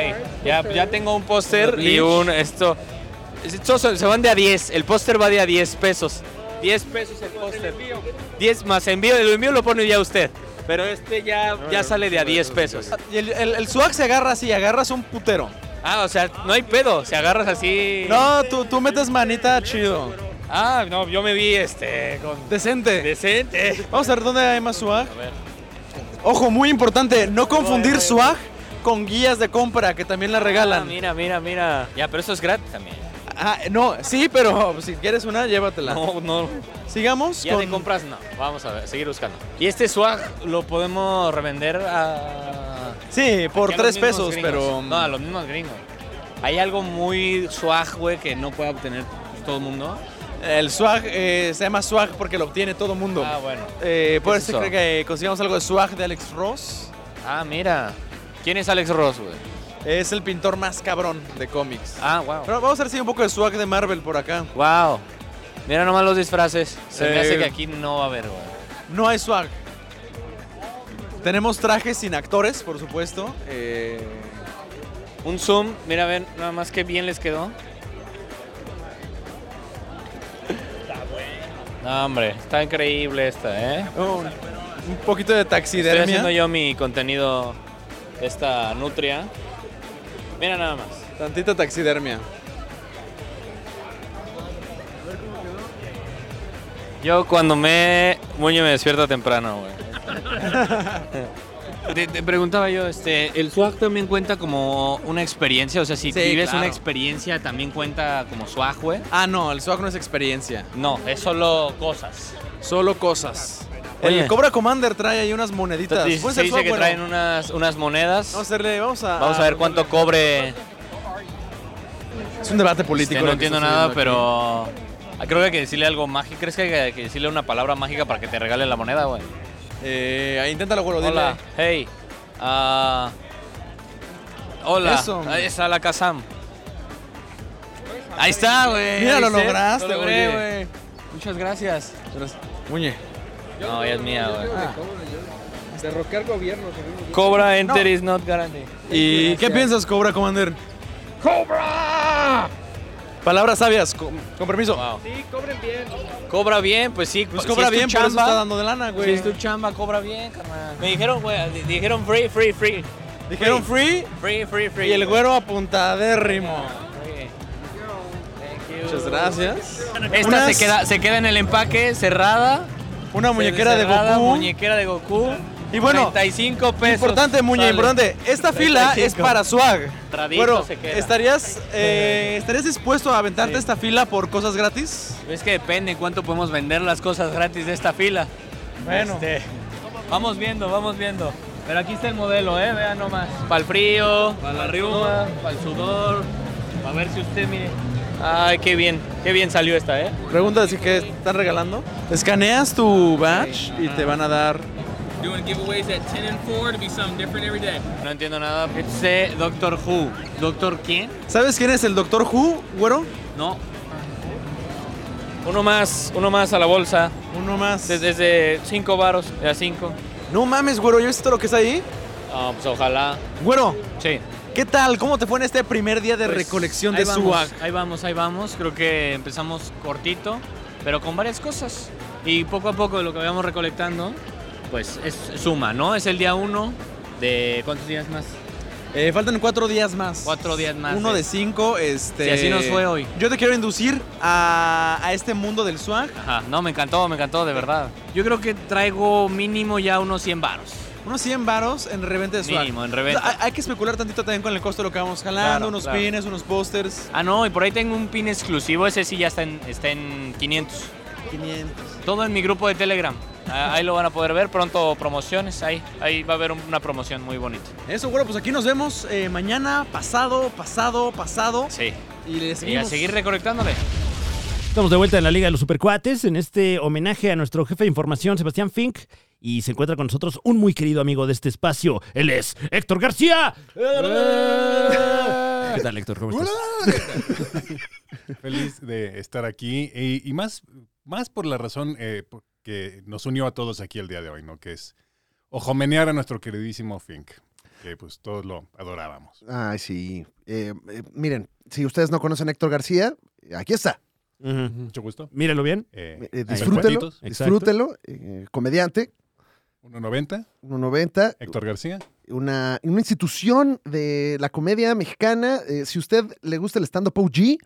ya, ya tengo un póster
Bleach.
y un esto. Estos son- se van de a 10, el póster va de a 10 pesos. 10 pesos el póster. 10 más envío, el envío lo pone ya usted. Pero este ya, ya sale de a 10 pesos.
Y el, el- el swag se agarra así, agarras un putero.
Ah, o sea, no hay pedo, si agarras así.
No, tú, tú metes manita chido.
Ah, no, yo me vi este con
Decente.
decente.
Vamos a ver dónde hay más swag. Ojo, muy importante, no confundir swag con guías de compra que también la
Ah,
regalan.
mira, mira, mira. Ya, pero eso es gratis también.
Ah, no, sí, pero si quieres una, llévatela.
No, no.
Sigamos
Ya
con
de compras no. Vamos a ver, seguir buscando. Y este swag lo podemos revender a.
Sí, por
a los
tres
mismos
pesos,
gringos.
pero um, mm.
No, a los mismos gringos. Hay algo muy swag, güey, que no puede obtener todo el mundo.
el swag eh, se llama swag porque lo obtiene todo mundo.
Ah, bueno.
Eh, por
¿qué es
eso
eso?
creo que consigamos algo de swag de Alex Ross.
Ah, mira. ¿Quién es Alex Ross, güey?
Es el pintor más cabrón de cómics.
Ah, wow.
Pero vamos a ver si hay un poco de swag de Marvel por acá.
Wow. Mira nomás los disfraces. Se
Eh.
me hace que aquí no va a haber, güey.
No hay swag. Tenemos trajes sin actores, por supuesto. Eh,
Un zoom, mira, ven, nada más que bien les quedó. No, hombre, está increíble esta, ¿eh?
un- oh, un poquito de
Estoy haciendo
taxidermia.
yo mi contenido, esta nutria. Mira nada más.
Tantita taxidermia.
Yo cuando me muño me despierto temprano, güey. Te, te preguntaba yo, este, ¿el swag también cuenta como una experiencia? O sea, si
Sí,
vives
claro.
una experiencia, ¿también cuenta como swag, güey?
Ah, no, el swag no es experiencia.
No, es solo cosas.
Solo cosas.
Oye.
El Cobra Commander trae ahí unas moneditas.
Entonces,
Pues
se
el
dice
swag,
que
bueno,
traen unas, unas monedas.
Vamos a hacerle, vamos a.
Vamos a ver cuánto cobre.
Es un debate político.
Este, no
lo que está
entiendo nada,
sucediendo
pero ah, creo que hay que decirle algo mágico. ¿Crees que hay que decirle una palabra mágica para que te regale la moneda, güey?
aquí. Eh, inténtalo, güero, dile.
Hola, hey. ah, hola,
Eso,
Ah,
hombre.
es a la Kazam. Ahí está, güey.
Mira, lo
¿Viste?
lograste,
Lo logré,
oye.
güey. Muchas gracias.
Muñe.
No, ya es mía, güey.
Derrocar gobierno.
Cobra Enter
No.
is not guaranteed.
¿Y qué piensas, Cobra Commander? ¡Cobra! Palabras sabias, con, con permiso.
Sí, cobren bien.
Cobra bien, pues sí.
Pues
si
cobra
es tu
bien, por eso
chamba,
está dando de lana,
Si
güey.
es tu chamba, cobra bien, carnal. Me dijeron, güey, di- dijeron free, free, free.
Dijeron free
Free, free, free.
y el
güey.
güero apuntadérrimo.
Oye.
Muchas gracias.
Esta
Unas-
se, queda, se queda en el empaque cerrada.
Una muñequera de
Cerrada,
Goku.
Muñequera de Goku.
Y bueno,
35 pesos.
Importante, Muñe,
Sale.
importante. Esta fila es
35.
para swag.
Tradito
Bueno,
se queda.
¿estarías, eh, ¿estarías dispuesto a aventarte
Sí.
esta fila por cosas gratis?
Es que depende cuánto podemos vender las cosas gratis de esta fila.
Bueno.
Este, vamos viendo, vamos viendo. Pero aquí está el modelo, ¿eh? Vean nomás. Para el frío, para la riuma, para el sudor. A ver si usted mire. Ay, qué bien, qué bien salió esta, ¿eh?
Pregunta si que están regalando. Escaneas tu badge y te van a dar.
Doing giveaways at 10 and 4 to be something different every day.
No entiendo nada. Este Doctor Who. ¿Doctor quién?
¿Sabes quién es el Doctor Who, güero?
No. Uno más, uno más a la bolsa.
Uno más.
Desde 5 varos, a 5.
No mames, güero, ¿yo he visto lo que está ahí?
Ah, pues ojalá.
Güero,
Sí.
¿qué tal? ¿Cómo te fue en este primer día de
Pues,
recolección
ahí
de
vamos,
swag?
Ahí vamos, ahí vamos. Creo que empezamos cortito, pero con varias cosas. Y poco a poco de lo que vayamos recolectando, pues es suma, ¿no? Es el día uno de... ¿Cuántos días más?
Eh, faltan cuatro días más.
Cuatro días más.
Uno de
Es-
cinco, este.
Sí, así nos fue hoy.
Yo te quiero inducir a, a este mundo del swag.
Ajá. No, me encantó, me encantó, de verdad. Yo creo que traigo mínimo ya unos 100 varos.
Unos 100 varos en reventa de swag.
Mínimo, en
O sea,
reventa.
hay, hay que especular tantito también con el costo de lo que vamos jalando,
Claro,
unos
claro.
pines, unos pósters.
Ah, no, y por ahí tengo un pin exclusivo, ese sí ya está en, está en 500.
500.
Todo en mi grupo de Telegram. Ah, Ahí lo van a poder ver, pronto promociones, ahí, ahí va a haber un- una promoción muy bonita.
Eso, bueno, pues aquí nos vemos eh, mañana, pasado, pasado, pasado.
Sí.
Y le
Y a
seguimos.
seguir
Eh,
recolectándole.
Estamos de vuelta en la Liga de los Supercuates en este homenaje a nuestro jefe de información, Sebastián Fink. Y se encuentra con nosotros un muy querido amigo de este espacio. Él es Héctor García.
Eh.
¿Qué tal, Héctor? ¿Cómo estás?
Feliz de estar aquí y, y más, más por la razón eh, por- que nos unió a todos aquí el día de hoy, ¿no? Que es ojomenear a nuestro queridísimo Fink, que pues todos lo adorábamos.
Ay, sí. Eh, eh, miren, si ustedes no conocen a Héctor García, aquí está.
Mucho gusto.
Mírelo bien.
Eh,
Eh,
Supercuatitos,
disfrútelo, disfrútelo. eh, comediante,
1.90,
1.90,
Héctor García.
una, una institución de la comedia mexicana. Eh, si usted le gusta el stand-up OG,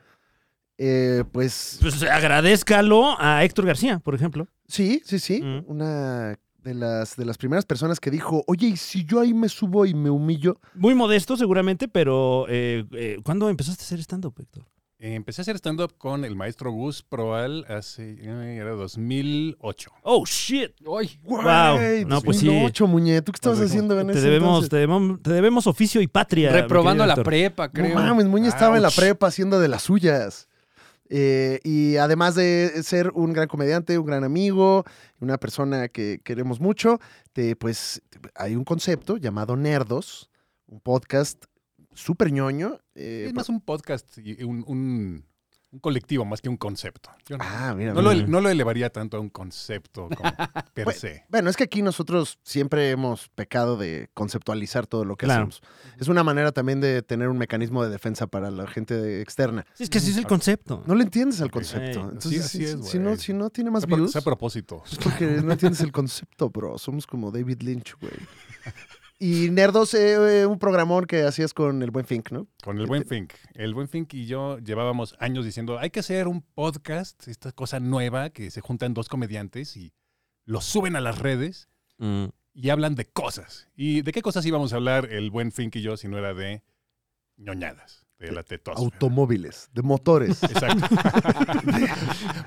eh, pues
Pues agradézcalo a Héctor García, por ejemplo.
sí, sí, sí.
Mm.
Una de las, de las primeras personas que dijo, oye, ¿y si yo ahí me subo y me humillo?
Muy modesto, seguramente, pero eh, eh, ¿cuándo empezaste a hacer stand-up, Héctor?
Eh, empecé a hacer stand-up con el maestro Gus Proal hace, eh, era 2008.
Oh, shit.
Uy,
Wow.
Güey,
No, pues sí.
2008, muñe, ¿tú qué estabas
Pues,
haciendo en
Te
ese
debemos,
entonces?
te debemos, te debemos oficio y patria. mi
reprobando
querido
la
Héctor.
prepa, creo.
No mames, Muñe estaba en la
Ouch.
prepa haciendo de las suyas. Eh, y además de ser un gran comediante, un gran amigo, una persona que queremos mucho, te- pues hay un concepto llamado Nerdos, un podcast súper ñoño. eh,
es más un podcast y un, un, un colectivo más que un concepto. Yo no,
Ah, mira,
no lo,
mira.
no lo elevaría tanto a un concepto como per
Bueno,
se.
Bueno, es que aquí nosotros siempre hemos pecado de conceptualizar todo lo que
Claro.
hacemos. Es una manera también de tener un mecanismo de defensa para la gente externa.
Sí, es que así
Mm.
es el concepto.
No le entiendes al concepto.
Ey,
Entonces,
así-
si,
así es,
si no,
güey.
si no tiene más
Sea pro-
views,
sea a propósito.
es Pues porque no entiendes el concepto, bro. Somos como David Lynch, güey. Y Nerdos, eh, eh, un programón que hacías con el Buen Fink, ¿no?
Con el buen Fink. El buen Fink y yo llevábamos años diciendo, hay que hacer un podcast, esta cosa nueva, que se juntan dos comediantes y los suben a las redes
Mm.
y hablan de cosas. ¿Y de qué cosas íbamos a hablar el buen Fink y yo si no era de ñoñadas, de la tetos?
Automóviles, de motores.
Exacto.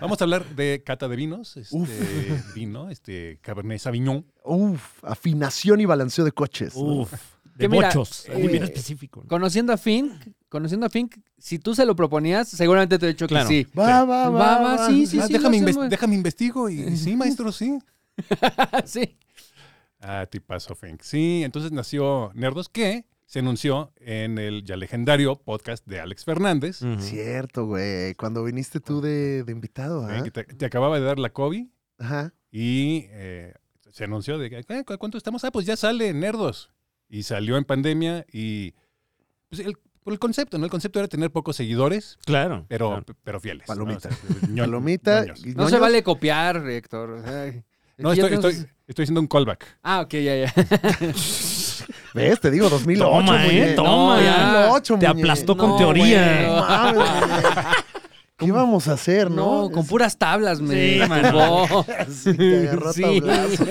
Vamos a hablar de cata de vinos, este,
Uf.
vino, este Cabernet Sauvignon.
Uf, afinación y balanceo de coches. ¿no?
Que mira, eh,
bien específico, ¿no?
Conociendo a Fink, conociendo a Fink, si tú se lo proponías, seguramente te he dicho
Claro.
que sí.
Va, va, va, va.
sí, sí,
Ah,
sí.
déjame,
lo
inves-
hacemos.
déjame investigo y sí, maestro, sí.
sí.
Ah, tipazo, Fink. Sí, entonces nació Nerdos que se anunció en el ya legendario podcast de Alex Fernández. eh,
Cierto, güey. Cuando viniste tú de, de invitado, ¿ah?
Eh, que te, te acababa de dar la COVID
Ajá.
y eh, se anunció de que, "Eh, ¿cu- ¿cuánto estamos? Ah, pues ya sale Nerdos. Y salió en pandemia y pues, el, por el concepto, ¿no? El concepto era tener pocos seguidores,
Claro.
pero,
claro.
pero fieles. ¿no?
Palomita.
O sea, ño-
Palomita.
ñoños.
y
No se
ñoños.
vale copiar, Héctor. Ay,
No,
aquí ya
estoy,
tenemos-
estoy, estoy haciendo un callback.
Ah, ok, ya, ya.
¿Ves? Te digo, 2008,
Toma,
muñe.
eh, toma.
No, ya.
2008,
Te
muñe.
aplastó con
No,
teoría.
güey.
Mames, güey. ¿Qué íbamos a hacer, no?
No, con puras tablas, me.
Sí, mano.
tumbó.
Sí, te agarró a
Sí.
tablazo.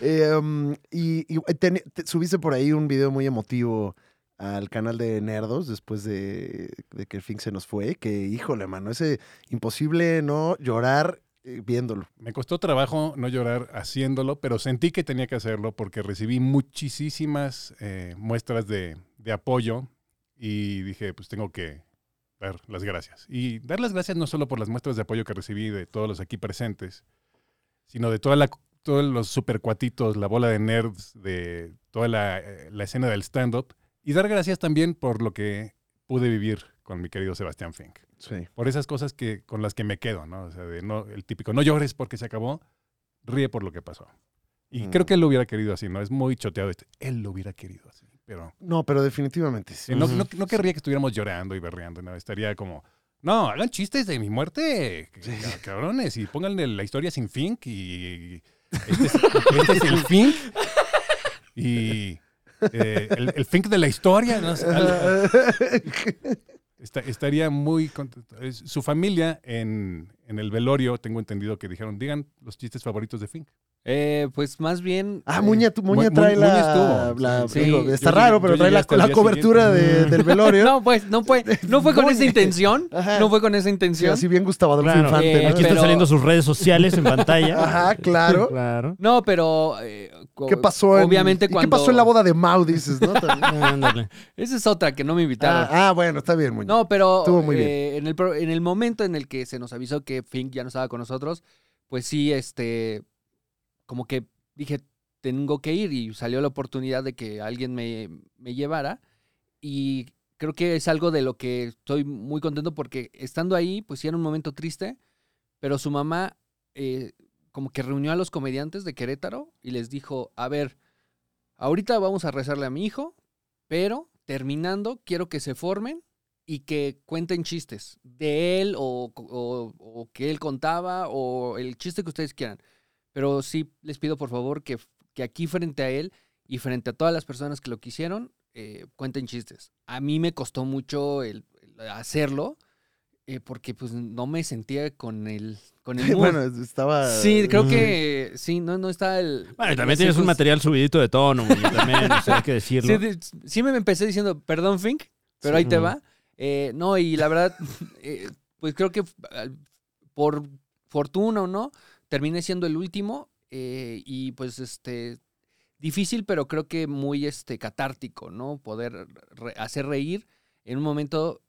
Eh, um, y y ten- te- subiste por ahí un video muy emotivo al canal de Nerdos después de, de que el Fink se nos fue. Que, híjole, mano, ese imposible no llorar eh, viéndolo.
Me costó trabajo no llorar haciéndolo, pero sentí que tenía que hacerlo porque recibí muchísimas eh, muestras de, de apoyo y dije, pues tengo que dar las gracias. Y dar las gracias no solo por las muestras de apoyo que recibí de todos los aquí presentes, sino de toda la, todos los supercuatitos, la bola de nerds, de toda la, eh, la escena del stand-up. Y dar gracias también por lo que pude vivir con mi querido Sebastián Fink
Sí.
por esas cosas que con las que me quedo, ¿no? O sea, de no el típico no llores porque se acabó, ríe por lo que pasó. Y
Mm.
creo que él lo hubiera querido así, ¿no? Es muy choteado este. Él lo hubiera querido así, pero
No, pero definitivamente
sí,
Eh,
sí.
no, no- no querría que estuviéramos llorando y berreando, ¿no? Estaría como, no, hagan chistes de mi muerte, ca- cabrones, y pónganle la historia sin fin y este es, este es el fin y eh, el, el fin de la historia, no sé, algo- Esta- estaría muy contento. Es- Su familia en, en el velorio, tengo entendido que dijeron, digan los chistes favoritos de Fink.
Eh, pues más bien.
Ah,
eh,
Muña, tu, Muña
Mu-
trae
Mu-
la,
Muña estuvo.
la-
Sí.
digo,
Yo
está
llegué-
raro, pero
yo
trae
llegué
la,
hasta el
la
día
cobertura de- del velorio.
No, pues, no fue, no fue con
Muña.
esa intención.
Ajá.
No fue con esa
Sí,
intención.
así bien Gustavo Adolfo
Claro.
Infante.
Eh,
¿no?
Aquí
pero-
están saliendo sus redes sociales en pantalla.
Ajá, claro.
Claro.
No, pero. eh, co-
¿Qué pasó en,
Obviamente
¿y
cuando.
¿Qué pasó en la boda de Mau, dices, no? También.
Ándale.
Esa es otra que no me invitaron.
ah, ah, bueno, está bien, Muñoz.
No, pero
Estuvo muy bien.
eh, En, el, pro- en el momento en el que se nos avisó que Fink ya no estaba con nosotros, pues sí, este, como que dije, tengo que ir y salió la oportunidad de que alguien me, me llevara y creo que es algo de lo que estoy muy contento porque estando ahí, pues sí era un momento triste, pero su mamá eh, como que reunió a los comediantes de Querétaro y les dijo, a ver, ahorita vamos a rezarle a mi hijo, pero terminando quiero que se formen y que cuenten chistes de él o, o- o que él contaba o el chiste que ustedes quieran. Pero sí les pido por favor que, que aquí frente a él y frente a todas las personas que lo quisieron, eh, cuenten chistes. A mí me costó mucho el, el hacerlo eh, porque pues no me sentía con el, con el mood.
bueno, estaba.
Sí, creo que sí, no, no está el.
Bueno, y
la
también tienes un
circun-
material subidito de tono, Muñe, también, o sea, hay que decirlo.
pues. Sí, de- sí me empecé diciendo, perdón, Fink, pero ahí te
Ujú.
va. Eh, no, y la verdad, eh, pues creo que al- por fortuna o no, terminé siendo el último eh, y pues este, difícil, pero creo que muy este, catártico, ¿no? Poder re- hacer reír en un momento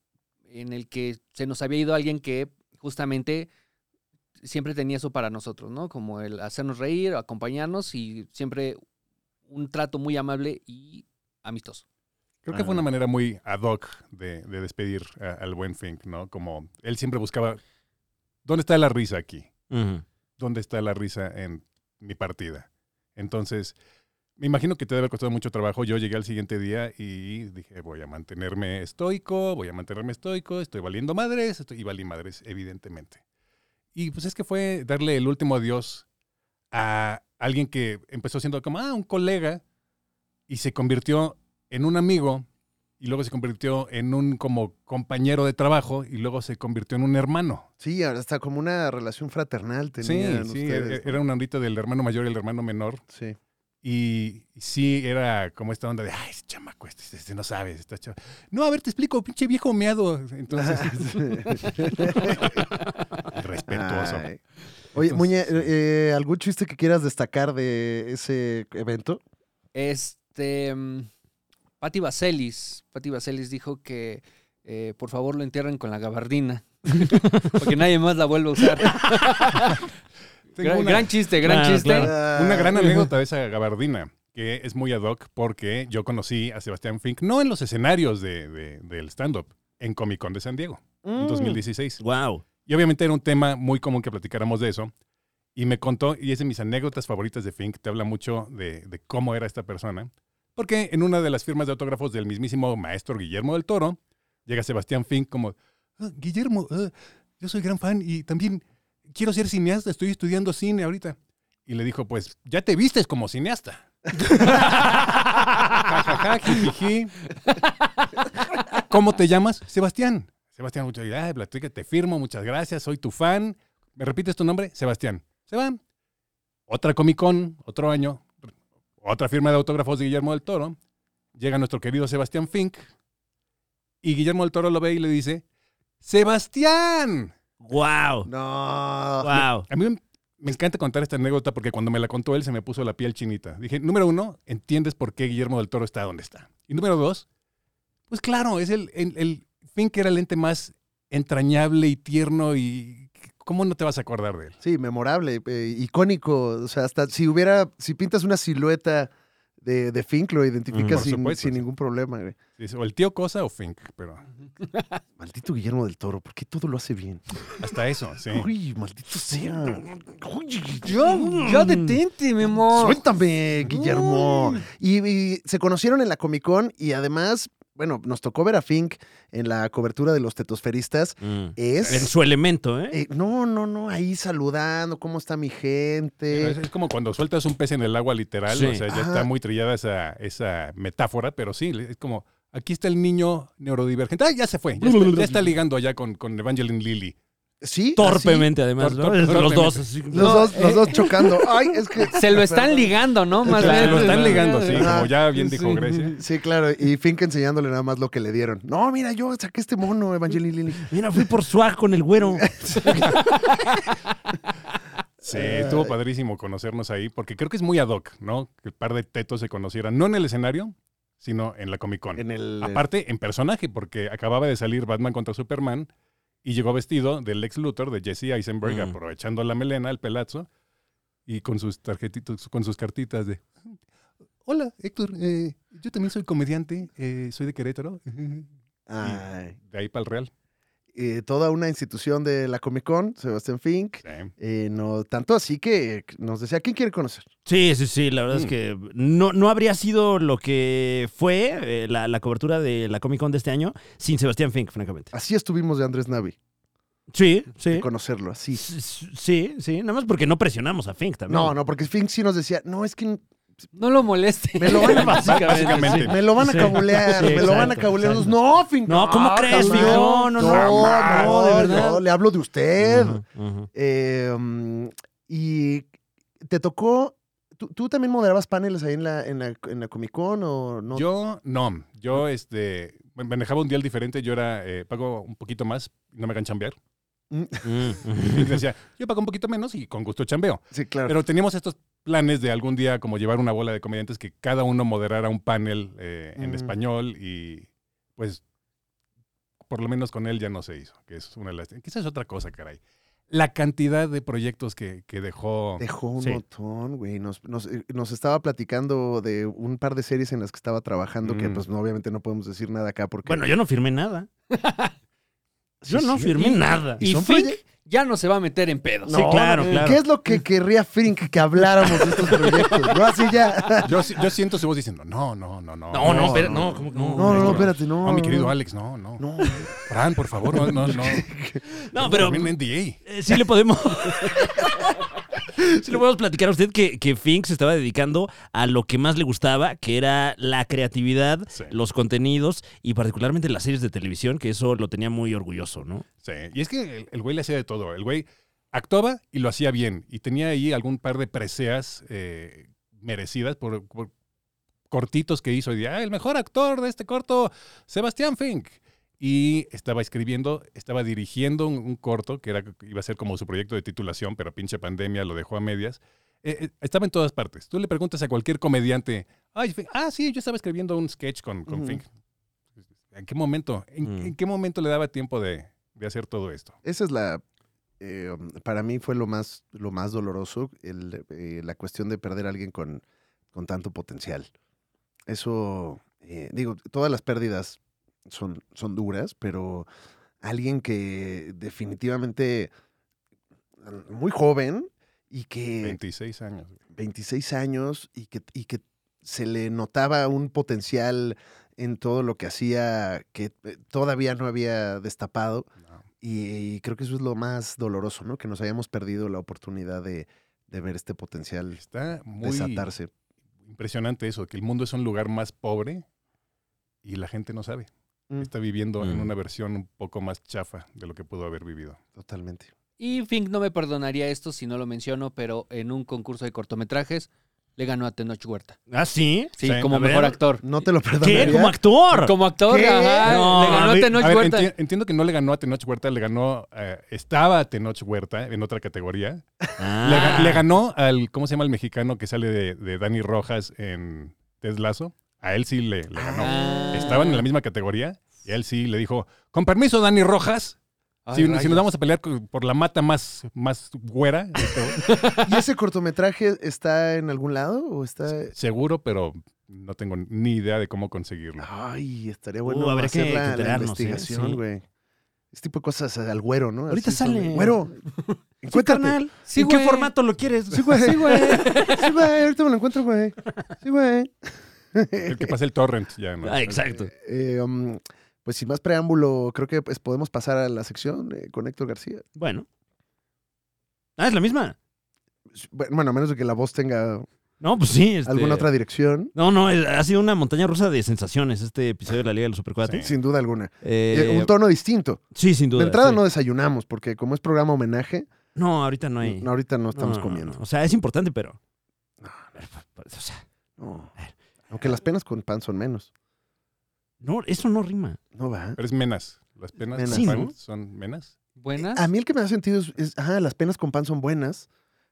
en el que se nos había ido alguien que justamente siempre tenía eso para nosotros, ¿no? Como el hacernos reír, acompañarnos y siempre un trato muy amable y amistoso.
Creo que fue una manera muy ad hoc de, de despedir a- al buen Fink, ¿no? Como él siempre buscaba, ¿dónde está la risa aquí?
Ujú.
¿Dónde está la risa en mi partida? Entonces, me imagino que te debe haber costado mucho trabajo. Yo llegué al siguiente día y dije, voy a mantenerme estoico, voy a mantenerme estoico, estoy valiendo madres, estoy- y valí madres, evidentemente. Y pues es que fue darle el último adiós a alguien que empezó siendo como, ah, un colega, y se convirtió en un amigo, y luego se convirtió en un como compañero de trabajo, y luego se convirtió en un hermano.
Sí, ahora está como una relación fraternal tenían
sí, sí,
eh,
ustedes,
era una ondita del hermano mayor y el hermano menor.
Sí.
Y sí, era como esta onda de, ay, ese chamaco, este, este, este no sabes, está chava. No, a ver, te explico, pinche viejo meado. Entonces, respetuoso.
Ay. Oye, Muñe, eh, eh, ¿algún chiste que quieras destacar de ese evento?
Este. mm, Patti Vaselis. Patti Vaselis dijo que eh, por favor lo entierren con la gabardina. Porque nadie más la vuelve a usar.
Tengo
gran,
una-
gran chiste, gran chiste.
Una
Ah,
gran anécdota de esa gabardina, que es muy ad hoc porque yo conocí a Sebastián Fink, no en los escenarios de, de- del stand-up, en Comic Con de San Diego,
Mm.
en 2016.
Wow.
Y obviamente era un tema muy común que platicáramos de eso. Y me contó, y es de mis anécdotas favoritas de Fink, te habla mucho de, de cómo era esta persona. Porque en una de las firmas de autógrafos del mismísimo maestro Guillermo del Toro, llega Sebastián Fink como, "Ah, Guillermo, ah, yo soy gran fan y también quiero ser cineasta, estoy estudiando cine ahorita. Y le dijo, pues, ya te vistes como cineasta. Ja, ja, ja, jijiji. ¿Cómo te llamas? Sebastián. Sebastián, muchas gracias, platica, te firmo, muchas gracias, soy tu fan. ¿Me repites tu nombre? Sebastián. Se va. Otra Comic Con, otro año, otra firma de autógrafos de Guillermo del Toro. Llega nuestro querido Sebastián Fink y Guillermo del Toro lo ve y le dice, ¡Sebastián!
¡Wow!
¡No!
Wow.
A mí me- me encanta contar esta anécdota porque cuando me la contó él se me puso la piel chinita. Dije, número uno, entiendes por qué Guillermo del Toro está donde está. Y número dos, pues claro, es el, el, el Fink era el ente más entrañable y tierno y ¿cómo no te vas a acordar de él?
Sí, memorable, eh, icónico. O sea, hasta si hubiera, si pintas una silueta de, de Fink, lo identificas
Por
sin,
supuesto,
sin
sí.
ningún problema, güey.
Dice, O el tío Cosa o Fink, pero
Maldito Guillermo del Toro, ¿por qué todo lo hace bien?
hasta eso, sí.
Uy, maldito sea.
Yo, yo detente, mi amor.
Suéltame, Guillermo. Y, y se conocieron en la Comic Con y además, bueno, nos tocó ver a Fink en la cobertura de los tetosferistas. Es.
En su elemento, ¿eh?
Eh, no, no, no, ahí saludando, ¿cómo está mi gente?
Es, es como cuando sueltas un pez en el agua literal,
Sí.
o sea, ya
Ajá.
está muy trillada esa, esa metáfora, pero sí, es como, aquí está el niño neurodivergente. Ah, ya se fue, ya está, ya está ligando allá con, con Evangeline Lilly.
Sí.
Torpemente, además,
Tor-
¿no?
tor-
Los
torpemente.
dos, así.
Los dos, los dos chocando. Ay, es que.
eh. Se lo están
Perdón.
ligando, ¿no? Más
Se
bien.
lo están ligando, sí,
Ajá.
como ya bien dijo
Sí.
Grecia.
Sí, claro. Y Fink enseñándole nada más lo que le dieron. No, mira, yo saqué este mono, Evangeline Lilly.
Mira, fui por swag con el güero.
Sí, estuvo padrísimo conocernos ahí, porque creo que es muy ad hoc, ¿no? Que el par de tetos se conocieran, no en el escenario, sino en la Comic Con.
En el.
Aparte, en personaje, porque acababa de salir Batman contra Superman y llegó vestido del Lex Luthor de Jesse Eisenberg,
Mm.
aprovechando la melena, el pelazo, y con sus tarjetitos, con sus cartitas de Hola, Héctor, eh, yo también soy comediante, eh, soy de Querétaro.
Ay.
De ahí para el Real.
eh, toda una institución de la Comic Con, Sebastián Fink.
Sí.
Eh, no, tanto así que eh, nos decía, ¿quién quiere conocer?
Sí, sí, sí, la verdad es
Mm.
que no, no habría sido lo que fue eh, la, la cobertura de la Comic Con de este año sin Sebastián Fink, francamente.
Así estuvimos de Andrés Navi,
Sí,
de
sí.
conocerlo, así.
S- Sí, sí, nada más porque no presionamos a Fink también.
No, no, porque Fink sí nos decía, no, es que
No lo moleste.
me lo van a,
Básicamente.
me lo van a
Sí.
cabulear,
Sí,
me lo van a
exacto,
cabulear.
exacto.
No, Fink.
No, ¿cómo crees,
jamás.
Fink? No, no, no,
No,
jamás,
no,
de verdad.
no, le hablo de usted.
Ujú, ujú.
Eh, mm, y te tocó, ¿tú, tú también moderabas paneles ahí en la, en la, en la Comic Con o no?
Yo no, yo este, man- manejaba un dial diferente, yo era, eh, pago un poquito más, no me hagan chambear. Y decía, yo pago un poquito menos y con gusto chambeo.
sí, claro.
Pero teníamos estos planes de algún día como llevar una bola de comediantes que cada uno moderara un panel eh, en
Ujú.
español y pues por lo menos con él ya no se hizo, que es una lástima. Quizás es otra cosa, caray. la cantidad de proyectos que, que dejó.
Dejó un
Sí.
montón, güey. Nos, nos- eh, nos estaba platicando de un par de series en las que estaba trabajando, que
Mm.
pues no, obviamente no podemos decir nada acá porque...
Bueno, yo no firmé nada. yo
Sí,
no
sí.
firmé
Y-
nada.
y
Y
son
Fink
proye-
ya no se va a meter en pedos.
No, eh, ¿qué es lo que querría Frink que habláramos de estos proyectos? No, así ya.
Yo, si- yo siento su voz diciendo, no, no, no, no.
No, no, espera, no, ¿cómo que no?
No, no, no, espérate, no,
No, mi
no,
querido
no.
Alex, no, no. Fran, por favor, no, no, no.
No, pero-
También NDA.
Eh, sí le podemos. sí le podemos platicar a usted que, que Fink se estaba dedicando a lo que más le gustaba, que era la creatividad, los contenidos y particularmente las series de televisión, que eso lo tenía muy orgulloso, ¿no?
Sí, y es que el, el güey le hacía de todo. El güey actuaba y lo hacía bien. Y tenía ahí algún par de preseas eh, merecidas por, por cortitos que hizo. Y de, "Ah, el mejor actor de este corto, Sebastián Fink. Y estaba escribiendo, estaba dirigiendo un, un corto que era, iba a ser como su proyecto de titulación, pero pinche pandemia lo dejó a medias. Eh, eh, estaba en todas partes. Tú le preguntas a cualquier comediante, "Ay, Fink, ah, sí, yo estaba escribiendo un sketch con, con
Ujú.
Fink. ¿En qué momento? ¿En,
Mm.
en qué momento le daba tiempo de, de hacer todo esto?
Esa es la. eh, um, para mí fue lo más, lo más doloroso, el, eh, la cuestión de perder a alguien con, con tanto potencial. Eso, eh, digo, todas las pérdidas son, son duras, pero alguien que definitivamente mm, muy joven y que...
26 años.
26 años y que, y que se le notaba un potencial en todo lo que hacía que eh, todavía no había destapado. Y, y creo que eso es lo más doloroso, ¿no? Que nos hayamos perdido la oportunidad de, de ver este potencial
Está muy
desatarse.
impresionante eso, que el mundo es un lugar más pobre y la gente no sabe. Está viviendo en
Mm.
una versión un poco más chafa de lo que pudo haber vivido.
Totalmente.
Y Fink no me perdonaría esto si no lo menciono, pero en un concurso de cortometrajes le ganó a Tenoch Huerta.
¿Ah, sí?
Sí, como mejor actor.
No te lo
perdonaría? ¿Como actor? Como actor, ajá. Le ganó a Tenoch Huerta.
enti- entiendo que no le ganó a Tenoch Huerta, le ganó. eh, estaba Tenoch Huerta en otra categoría. Le ga-
Ah.
Le, ganó al. ¿Cómo se llama el mexicano que sale de, de Dani Rojas en Teslazo? A él sí le, le ganó.
Ah.
Estaban en la misma categoría y a él sí le dijo: Con permiso, Dani Rojas.
Ay,
Si, si
rayos.
nos vamos a pelear co- por la mata más, más güera, esto,
¿Y ese cortometraje está en algún lado o está...?
seguro, pero no tengo ni idea de cómo conseguirlo.
Ah. Ay, estaría bueno
Uh, habría que-
hacer la-
que
la,
enterarnos, ¿eh?
investigación,
Sí.
güey. Este tipo de cosas al güero, ¿no?
Ahorita
son,
sale.
Güero, encuéntrate.
carnal.
Sí,
¿En qué
güey.
formato lo quieres?
Sí, güey. Sí, güey. Sí, güey. Ahorita me lo encuentro, güey. Sí, güey.
El que pasa el torrent ya, ¿no?
Ah, exacto.
Eh, um, pues sin más preámbulo, creo que pues, podemos pasar a la sección eh, con Héctor García.
Bueno. Ah, es la misma.
Bueno, a menos de que la voz tenga
No, pues sí. este-
alguna otra dirección.
No, no, es- ha sido una montaña rusa de sensaciones este episodio de la Liga de los Supercuates.
Sin duda alguna.
Eh,
Eh, un tono distinto.
Sí, sin duda.
de entrada
sí.
no desayunamos, porque como es programa homenaje,
No, ahorita no hay.
no, ahorita no estamos
no, no,
comiendo.
no. O sea, es importante, pero. pues,
No. Aunque las penas con pan son menos.
No, eso no rima.
No va.
Pero es menas. Las penas
Menas.
de
Sí,
pan
¿no?
son menas.
¿Buenas?
A mí el que me da sentido es, es, ajá, las penas con pan son buenas,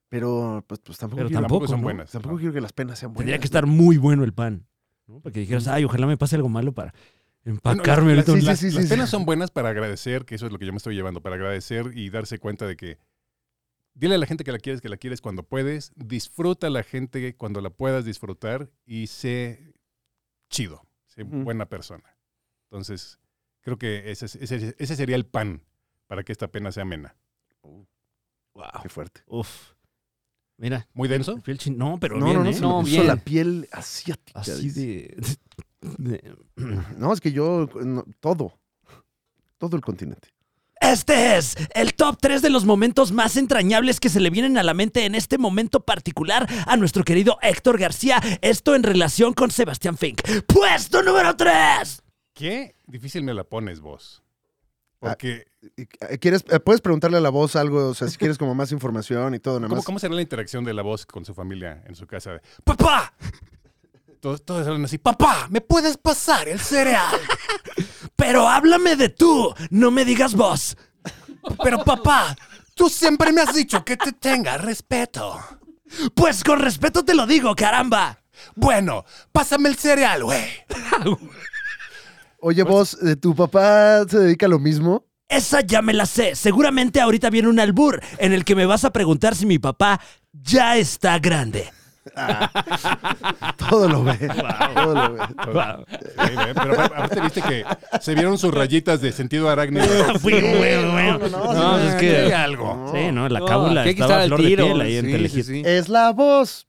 pero pues, pues tampoco,
Pero
quiero-
tampoco son
¿no?
buenas,
Tampoco quiero que las penas sean buenas.
Tendría que estar muy bueno el pan. ¿no? Para que dijeras, ay, ojalá me pase algo malo para empacarme
Bueno, las-
ahorita. un-
las, las penas son buenas para agradecer, que eso es lo que yo me estoy llevando, para agradecer y darse cuenta de que dile a la gente que la quieres, que la quieres cuando puedes, disfruta a la gente cuando la puedas disfrutar y sé chido, sé buena persona. Entonces, creo que ese, es- ese- ese sería el pan para que esta pena sea amena.
Qué fuerte.
Uf. Mira.
¿Muy denso?
Piel chin- No, pero
no,
bien,
no, no,
¿eh?
se me puso la piel asiática.
Así
dice.
de... de-
No, es que yo, no, todo, todo el continente.
Este es el top 3 de los momentos más entrañables que se le vienen a la mente en este momento particular a nuestro querido Héctor García. Esto en relación con Sebastián Fink. Puesto número 3.
Qué difícil me la pones vos. Porque,
Eh, ¿Quieres, eh, puedes preguntarle a la voz algo, o sea, si quieres como más información y todo, nada
¿cómo,
más.
¿cómo será la interacción de la voz con su familia en su casa?
¡Papá!
Todos, todos hablan así, ¡papá! ¿Me puedes pasar el cereal?
Pero háblame de tú, no me digas vos.
Pero papá, tú siempre me has dicho que te tenga respeto.
Pues con respeto te lo digo, caramba.
Bueno, pásame el cereal, güey.
Oye, vos, eh, ¿tu papá se dedica a lo mismo?
Esa ya me la sé. Seguramente ahorita viene un albur en el que me vas a preguntar si mi papá ya está grande.
Todo lo ve. Todo lo ve.
Wow.
Sí, güey, pero aparte viste que se vieron sus rayitas de sentido arácnido.
Fui, güey, güey. No, es que- Sí, no, la cábula estaba a flor de piel ahí en Telehit.
Es la voz.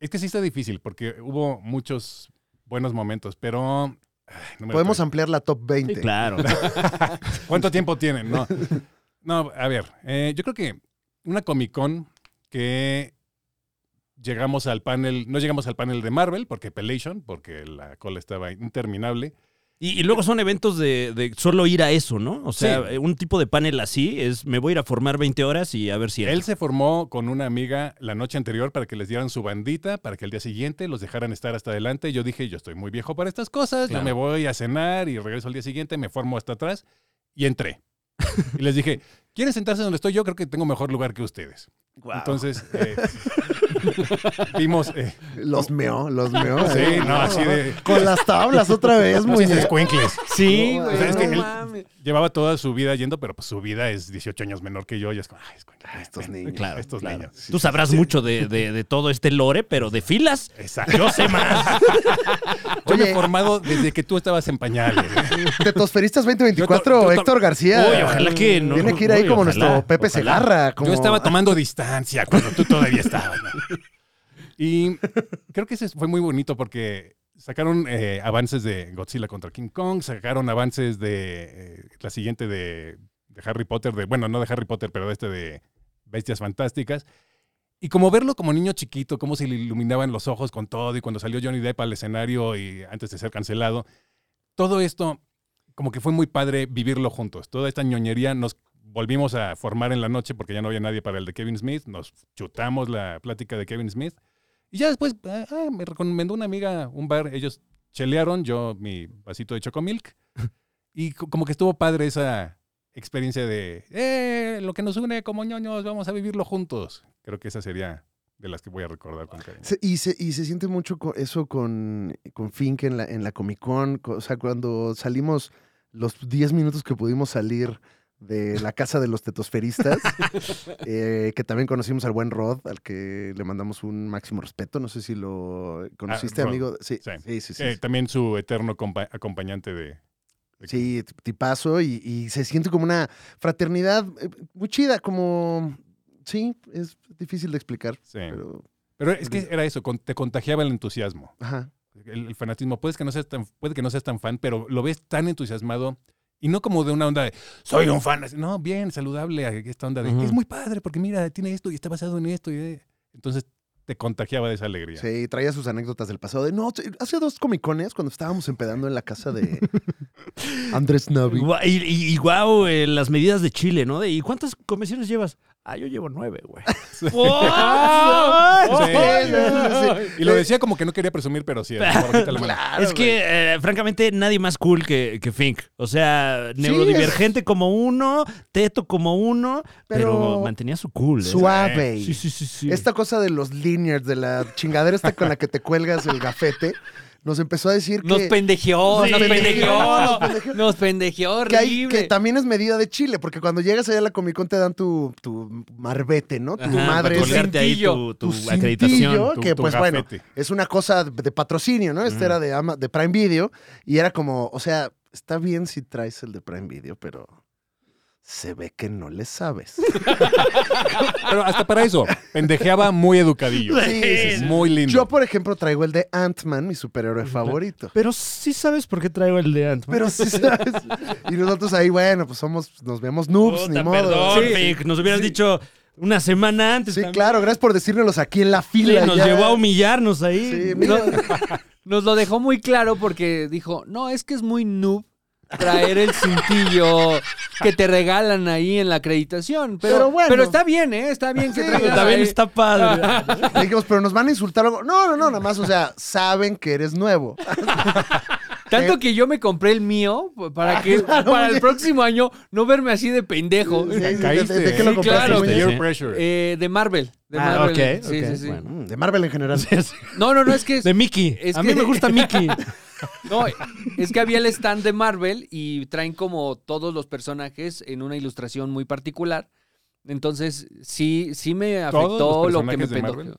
Es que sí está difícil porque hubo muchos buenos momentos, pero... ay,
pues.
no me lo
Podemos
creo.
ampliar la top 20.
¿Cuánto tiempo tienen? No, no a ver, eh, yo creo que una Comic Con que llegamos al panel, no llegamos al panel de Marvel, porque Pelation, porque la cola estaba interminable.
Y, y luego son eventos de, de solo ir a eso, ¿no? O sea, un tipo de panel así es, me voy a ir a formar 20 horas y a ver si...
Él se formó con una amiga la noche anterior para que les dieran su bandita, para que al día siguiente los dejaran estar hasta adelante. Yo dije, yo estoy muy viejo para estas cosas,
Claro.
yo me voy a cenar y regreso al día siguiente, me formo hasta atrás y entré. y les dije, ¿quieren sentarse donde estoy? Yo creo que tengo mejor lugar que ustedes. Entonces, eh, vimos... eh,
Los meó, los meó.
Sí, no, así de...
Con las tablas otra vez,
No
muy
seas escuincles.
Sí,
O
güey.
sea, es que
no
él
mames.
llevaba toda su vida yendo, pero pues su vida es 18 años menor que yo y es como, ay, escuincle,
Ah,
estos
ven,
niños.
Claro, estos niños.
Tú sabrás mucho de, de- de todo este lore, pero de filas.
Exacto.
Yo sé más.
Yo me he formado desde que tú estabas en pañales.
Te tosferistas 2024, Héctor García.
Uy, ojalá que no.
Tiene que ir ahí
Uy,
como
ojalá,
nuestro Pepe
ojalá.
Segarra. Como...
Yo estaba tomando distancia cuando tú todavía estabas. Y creo que ese fue muy bonito porque sacaron eh, avances de Godzilla contra King Kong, sacaron avances de eh, la siguiente de, de Harry Potter, de, bueno, no de Harry Potter, pero de este de Bestias Fantásticas. Y como verlo como niño chiquito, cómo se le iluminaban los ojos con todo, y cuando salió Johnny Depp al escenario y antes de ser cancelado, todo esto como que fue muy padre vivirlo juntos. Toda esta ñoñería nos volvimos a formar en la noche porque ya no había nadie para el de Kevin Smith. Nos chutamos la plática de Kevin Smith. Y ya después ah, ah, me recomendó una amiga un bar. Ellos chelearon, yo mi vasito de chocomilk. Y co- como que estuvo padre esa experiencia de eh, lo que nos une como ñoños, vamos a vivirlo juntos. Creo que esa sería de las que voy a recordar con cariño.
Se- y, se, y se siente mucho co- eso con, con Fink en la, en la Comic Con. co- O sea, cuando salimos los 10 minutos que pudimos salir de la casa de los tetosferistas, eh, que también conocimos al buen Rod, al que le mandamos un máximo respeto. No sé si lo conociste,
Ah, Rod.
amigo. Sí, sí, sí. sí,
Eh, También su eterno compa- acompañante de...
Sí, tipazo y, y se siente como una fraternidad eh, muy chida, como... Sí, es difícil de explicar,
Sí.
pero...
Pero es que era eso, con- te contagiaba el entusiasmo.
Ajá.
El, el fanatismo. Puedes que no seas tan, puede que no seas tan fan, pero lo ves tan entusiasmado y no como de una onda de soy un fan. así, No, bien, saludable, esta onda de
Ujú.
es muy padre porque mira, tiene esto y está basado en esto. Y, eh". entonces te contagiaba de esa alegría.
Sí, traía sus anécdotas del pasado. De, no, t- hace dos comicones cuando estábamos empedando en la casa de Andrés Navi.
Gua- Y, y, wow, las medidas de Chile, ¿no? De, ¿Y cuántas comisiones llevas? Ah, yo llevo nueve, güey. ¡Wow!
Sí. Y lo decía como que no quería presumir, pero sí. era por bajita la mano.
es que, eh, francamente, nadie más cool que, que Fink. O sea, neurodivergente como uno, teto como uno, pero,
Pero
mantenía su cool. ¿eh?
Suave.
Sí, sí, sí, sí.
Esta cosa de los linears, de la chingadera esta con la que te cuelgas el gafete, nos empezó a decir
Nos
que...
pendejeó, nos pendejeó. Nos pendejeó
Que, hay-
horrible.
que también es medida de Chile, porque cuando llegas allá a la Comic Con te dan tu, tu marbete, ¿no? Tu
Ajá,
madre.
para colgarte ahí tu, tu acreditación.
cintillo,
tu-
Pues, que
tu
pues bueno,
gafete. Mm.
es una cosa de patrocinio, ¿no? Este
Ujú.
era de, Ama- de Prime Video y era como, o sea, está bien si traes el de Prime Video, pero se ve que no le sabes.
Pero hasta para eso, pendejeaba muy educadillo. Muy lindo.
Yo, por ejemplo, traigo el de Ant-Man, mi superhéroe favorito.
Pero sí sabes por qué traigo el de Ant-Man.
Pero sí sabes. Y nosotros ahí, bueno, pues somos, nos vemos noobs,
Puta,
ni modo.
Perdón, Fink, nos hubieras dicho una semana antes.
Sí, claro, gracias por decírnoslos aquí en la
Sí,
fila.
nos
ya.
llevó a humillarnos ahí.
Nos lo dejó muy claro porque dijo, no, es que es muy noob traer el cintillo que te regalan ahí en la acreditación. Pero,
Pero bueno.
Pero está bien, ¿eh? Está bien que traigas ahí.
Le dijimos, pero nos van a insultar o algo. No, no, no, nada más, o sea, saben que eres nuevo.
Tanto que yo me compré el mío para que
claro,
para
oye.
el próximo año no verme así de pendejo.
Sí, sí, ¿de- Caíste, de- de qué lo
Sí,
compraste?
claro.
Peer
Sí.
pressure.
Eh, de Marvel. De
Ah,
Marvel.
ok,
Sí,
ok,
sí, sí.
mm, De Marvel en general.
No, no, no, es que...
De Mickey.
es
a mí
que-
me gusta Mickey.
No, es que había el stand de Marvel y traen como todos los personajes en una ilustración muy particular. Entonces, sí, sí me
¿Todos los
afectó lo que me
personajes de
pendojeó.
Marvel?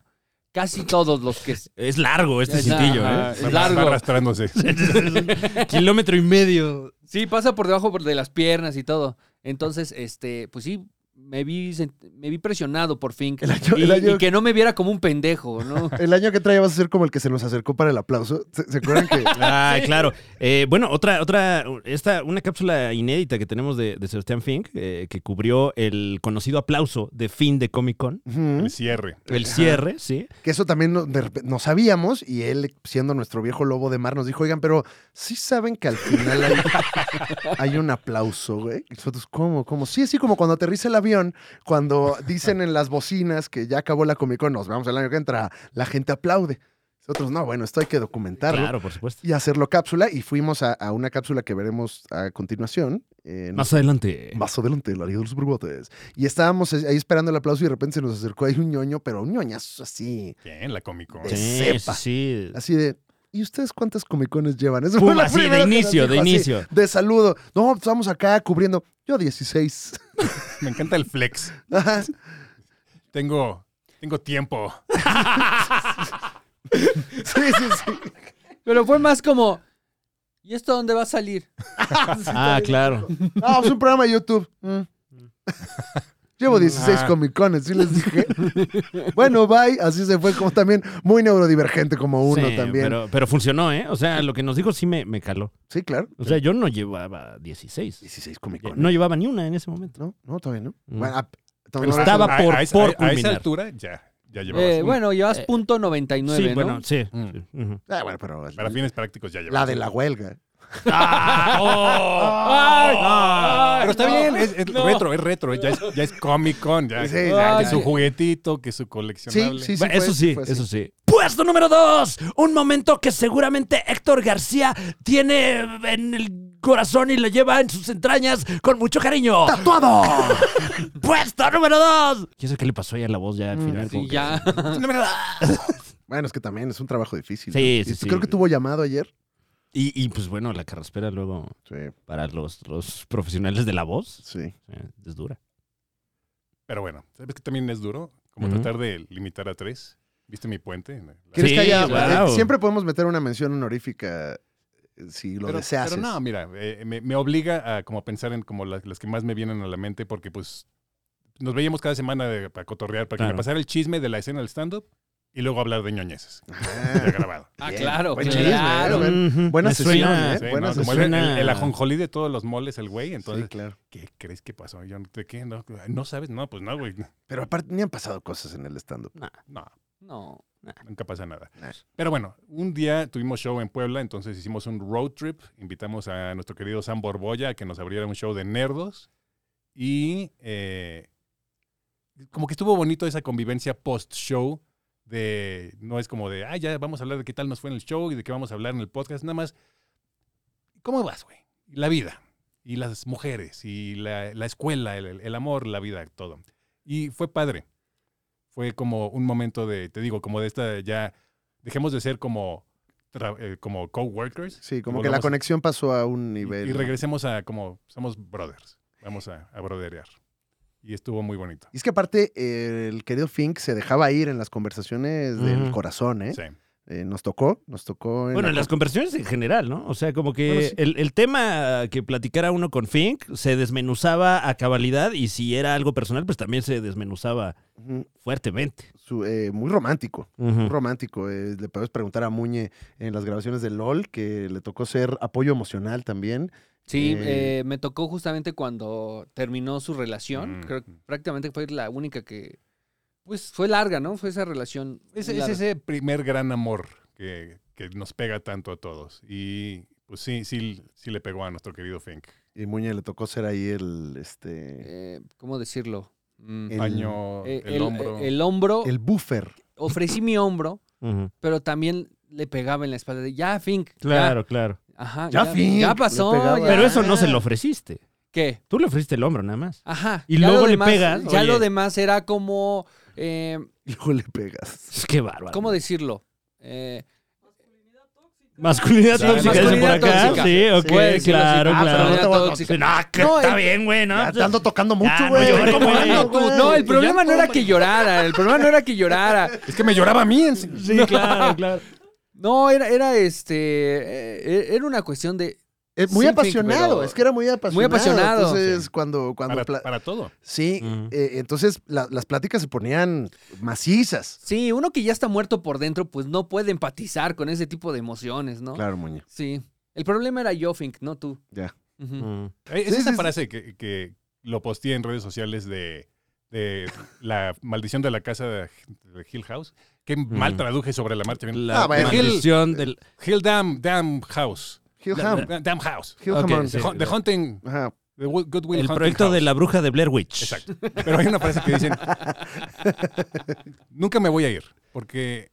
Casi todos los que...
Es largo este
Ajá,
cintillo, ¿eh?
Es largo.
arrastrándose.
Kilómetro y medio.
Sí, pasa por debajo por de las piernas y todo. Entonces, este, pues sí, me vi, sent- me vi presionado por fin. y,
el año-
y que no me viera como un pendejo, ¿no?
El año que trae vas a ser como el que se nos acercó para el aplauso. ¿Se, se acuerdan que
Ah, claro. Eh, bueno, otra, otra, esta, una cápsula inédita que tenemos de, de Sebastián Fink, eh, que cubrió el conocido aplauso de fin de Comic Con.
El
cierre.
El cierre, sí.
Que eso también no, de rep- no sabíamos y él, siendo nuestro viejo lobo de mar, nos dijo, oigan, pero sí saben que al final hay, hay un aplauso, güey. Y Nosotros, ¿cómo? ¿Cómo? Sí, así como cuando aterriza el avión, cuando dicen en las bocinas que ya acabó la Comic Con, nos vemos el año que entra, la gente aplaude. Nosotros, no, bueno, esto hay que documentarlo.
Claro, por supuesto.
Y hacerlo cápsula, y fuimos a, a una cápsula que veremos a continuación. eh, en-
Más adelante.
más adelante, la Liga de los Superbotes. Y estábamos ahí esperando el aplauso y de repente se nos acercó ahí un ñoño, pero un ñoñazo así.
Bien, la Comic Con.
De cepa.
sí.
Así de, ¿y ustedes cuántas comicones llevan? Eso
Pum,
fue lo
así, de
primero que nos
inicio, de
así,
inicio.
de saludo. No, pues vamos acá cubriendo. Yo 16.
Me encanta el flex.
Ajá.
Tengo, tengo tiempo.
Sí, sí, sí.
Pero fue más como, ¿y esto dónde va a salir?
Ah, claro.
Ah, pues un programa de YouTube. Mm. Llevo 16
Ah.
comicones, sí les dije. Bueno, bye. Así se fue, como también muy neurodivergente como uno
Sí,
también.
Pero, pero funcionó, ¿eh? O sea, lo que nos dijo sí me, me caló.
Sí, claro.
O sea, yo no llevaba 16.
16 Comic
No llevaba ni una en ese momento.
No, no, todavía no.
Mm.
Bueno, ah,
Pero estaba
a-
por-
a, esa-
por
a- a esa
culminar.
altura ya, ya llevabas.
Eh,
un-
bueno, llevas
Eh,
punto 99,
sí,
¿no?
bueno, sí. sí, ujú.
Ah, bueno, pero
Para fines prácticos ya llevabas. ¡Oh!
la de la huelga.
Pero está bien, es, es
no.
retro, es retro, ya es, ya es Comic Con, ya,
Sí,
ya,
ay.
que su juguetito, que su coleccionable.
Sí, sí, sí,
Bueno, eso
fue-
sí,
fue así.
eso sí.
Puesto número 2. Un momento que seguramente Héctor García tiene en el corazón y lo lleva en sus entrañas con mucho cariño.
¡Tatuado!
Puesto número 2.
¿Y eso qué le pasó ahí a la voz ya al final?
Sí,
Como que-
ya.
Bueno, es que también es un trabajo difícil.
Sí,
¿no?
sí,
Y
sí.
Creo que tuvo llamado ayer.
Y, y, pues bueno, la carraspera luego
Sí,
para los, los profesionales de la voz
sí.
eh, es dura.
Pero bueno, ¿sabes que también es duro? Como
Ujú.
tratar de limitar a tres. ¿Viste mi puente? La-
¿Quieres
Sí,
que haya-
wow.
eh, siempre podemos meter una mención honorífica eh, si lo
pero,
deseas.
pero no, mira, eh, me, me obliga a como a pensar en como las, las que más me vienen a la mente porque pues nos veíamos cada semana de- para cotorrear, para que
Claro.
me pasara el chisme de la escena del stand-up y luego hablar de ñoñeces. Ya grabado.
Ah,
Bien,
claro,
buen
claro.
chisme, ¿eh? Buen-
Ujú.
buena
Me
sesión,
suena-
¿eh?
Sí,
buena
¿no? Como
sesión.
el, el- el ajonjolí de todos los moles, el güey. Entonces,
Sí, claro.
¿qué crees que pasó? Yo, ¿De qué? No, ¿No sabes? No, pues no, güey.
Pero aparte, ni han pasado cosas en el stand-up.
No,
No.
nunca pasa nada.
Nah.
Pero bueno, un día tuvimos show en Puebla, entonces hicimos un road trip. Invitamos a nuestro querido Sam Borboya a que nos abriera un show de nerdos. Y eh, como que estuvo bonito esa convivencia post-show. De, no es como de, ah, ya vamos a hablar de qué tal nos fue en el show y de qué vamos a hablar en el podcast. Nada más, ¿cómo vas, güey? La vida. Y las mujeres, y la, la escuela, el- el- el amor, la vida, todo. Y fue padre. Fue como un momento de, te digo, como de esta ya, dejemos de ser como, tra- eh, como coworkers
Sí, como
Como
que la
vamos-
conexión pasó a un
y,
nivel.
y
¿no?
regresemos a como, somos brothers. Vamos a, a broderear. Y estuvo muy bonito.
Y es que aparte, eh, el querido Fink se dejaba ir en las conversaciones del
Ujú.
corazón, ¿eh?
Sí.
Eh, Nos tocó, nos tocó. en
Bueno,
la-
en las conversiones en general, ¿no? O sea, como que
Bueno, sí.
el, el tema que platicara uno con Fink se desmenuzaba a cabalidad y si era algo personal, pues también se desmenuzaba
Ujú.
fuertemente.
mm, Su- eh, muy romántico. muy
Ujú.
romántico. eh, le podemos preguntar a Muñe en las grabaciones de LOL, que le tocó ser apoyo emocional también.
Sí,
Eh,
eh, me tocó justamente cuando terminó su relación.
Mm.
Creo que prácticamente fue la única que. Pues fue larga, ¿no? Fue esa relación.
Es,
muy
es
larga.
ese primer gran amor que, que nos pega tanto a todos. Y pues sí, sí, sí le pegó a nuestro querido Fink.
Y Muñe le tocó ser ahí el, este,
Eh, ¿Cómo decirlo? Mm.
El-
Paño,
Eh,
el, hombro.
El hombro.
el buffer.
Ofrecí mi hombro,
Ujú.
pero también le pegaba en la espalda. de, Ya, Fink. ya".
Claro, claro.
Ajá.
Ya, Fink,
Ya
le
pasó.
pegaba.
ya.
Pero eso no se lo ofreciste.
¿Qué?
Tú le ofreciste el hombro nada más.
Ajá.
Y
ya lo
luego le
demás-
pegas,
Ya lo
oye.
demás era como. eh,
Hijo, le pegas.
Qué bárbaro.
¿Cómo decirlo? Eh,
Masculinidad
Sí,
tóxica, dicen por
masculinidad
acá.
tóxica.
Sí, ok,
Puede decirlo así.
claro,
Ah,
claro.
masculinidad tóxica.
No, que
No,
está
el-
bien, güey, ¿no?
Ya
pues,
te ando
tocando
mucho, güey.
Pues
No, el problema no era que llorara. El problema no era que llorara.
Es que me lloraba a mí.
Sí, claro, claro.
No, era, era este. eh, Era una cuestión de.
Eh, muy
sí,
apasionado,
pero-
es que era muy apasionado.
Muy apasionado.
Entonces, cuando, cuando
Para-
pla-
para todo.
Sí, eh, entonces la- las pláticas se ponían macizas.
Sí, uno que ya está muerto por dentro, pues no puede empatizar con ese tipo de emociones, ¿no?
Claro, Muñe.
Sí. El problema era yo, Fink, no tú.
Ya.
Ujú.
Eh, Es
Sí,
esa
sí,
frase que, que lo posteé en redes sociales de, de la maldición de la casa de, de Hill House, que mal traduje sobre la marcha. bien.
La Ah, bueno. maldición del-
Hill Dam, Dam House.
Hill
La-
Ham.
la- Dam House.
Hill Ok, Ham.
The,
sí.
hu- the Hunting. The Wo- Good Will
El
Hunting
proyecto de
House.
la bruja de Blair Witch.
Exacto. Pero hay una frase que dicen, nunca me voy a ir, porque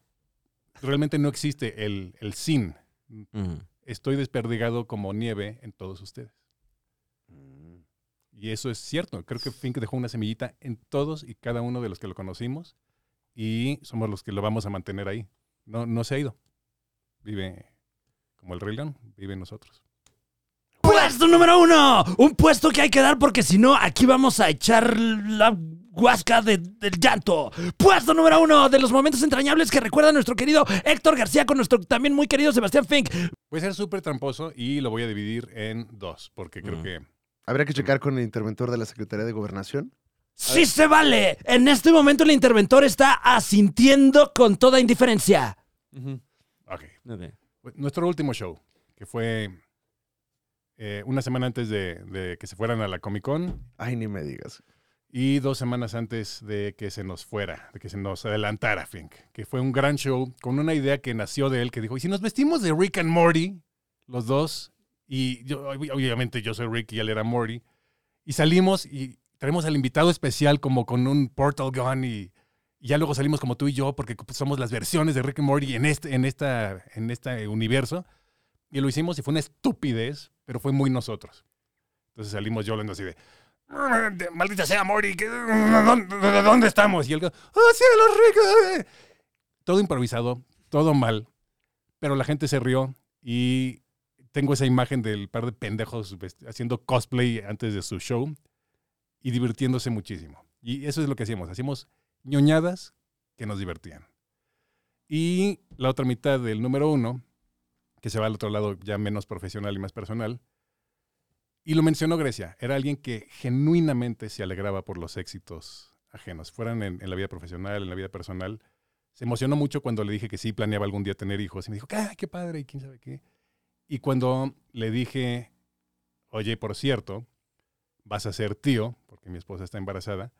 realmente no existe el, el sin. Estoy desperdigado como nieve en todos ustedes. Y eso es cierto. Creo que Fink dejó una semillita en todos y cada uno de los que lo conocimos y somos los que lo vamos a mantener ahí. No, no se ha ido. Vive como el Rey León, vive en nosotros.
Puesto número uno. Un puesto que hay que dar porque si no, aquí vamos a echar la guasca de- del llanto. Puesto número uno de los momentos entrañables que recuerda nuestro querido Héctor García con nuestro también muy querido Sebastián Fink.
Voy a ser súper tramposo y lo voy a dividir en dos, porque creo que
Habría que checar con el interventor de la Secretaría de Gobernación.
Sí se vale. En este momento el interventor está asintiendo con toda indiferencia.
Ok. Pues, Nuestro último show, que fue eh, una semana antes de, de que se fueran a la Comic Con.
Ay, ni me digas.
Y dos semanas antes de que se nos fuera, de que se nos adelantara, Fink. Que fue un gran show con una idea que nació de él, que dijo, ¿y si nos vestimos de Rick and Morty, los dos? Y yo, ob- obviamente yo soy Rick y él era Morty. Y salimos y traemos al invitado especial como con un portal gun y, y ya luego salimos como tú y yo porque somos las versiones de Rick and Morty en este, en esta, en este universo. Y lo hicimos y fue una estupidez, pero fue muy nosotros. Entonces salimos yo hablando así de, Maldita sea, Mori. ¿qué- ¿De dónde, de dónde estamos? Y él, ¡Oh, cielos ricos! Todo improvisado, todo mal. Pero la gente se rió y tengo esa imagen del par de pendejos vest- haciendo cosplay antes de su show y divirtiéndose muchísimo. Y eso es lo que hacíamos. Hacíamos ñoñadas que nos divertían. Y la otra mitad del número uno, que se va al otro lado ya menos profesional y más personal, y lo mencionó Grecia, era alguien que genuinamente se alegraba por los éxitos ajenos, fueran en, en la vida profesional, en la vida personal. Se emocionó mucho cuando le dije que sí planeaba algún día tener hijos y me dijo, ¡ay, qué padre! Y quién sabe qué. Y cuando le dije, oye, por cierto, vas a ser tío, porque mi esposa está embarazada,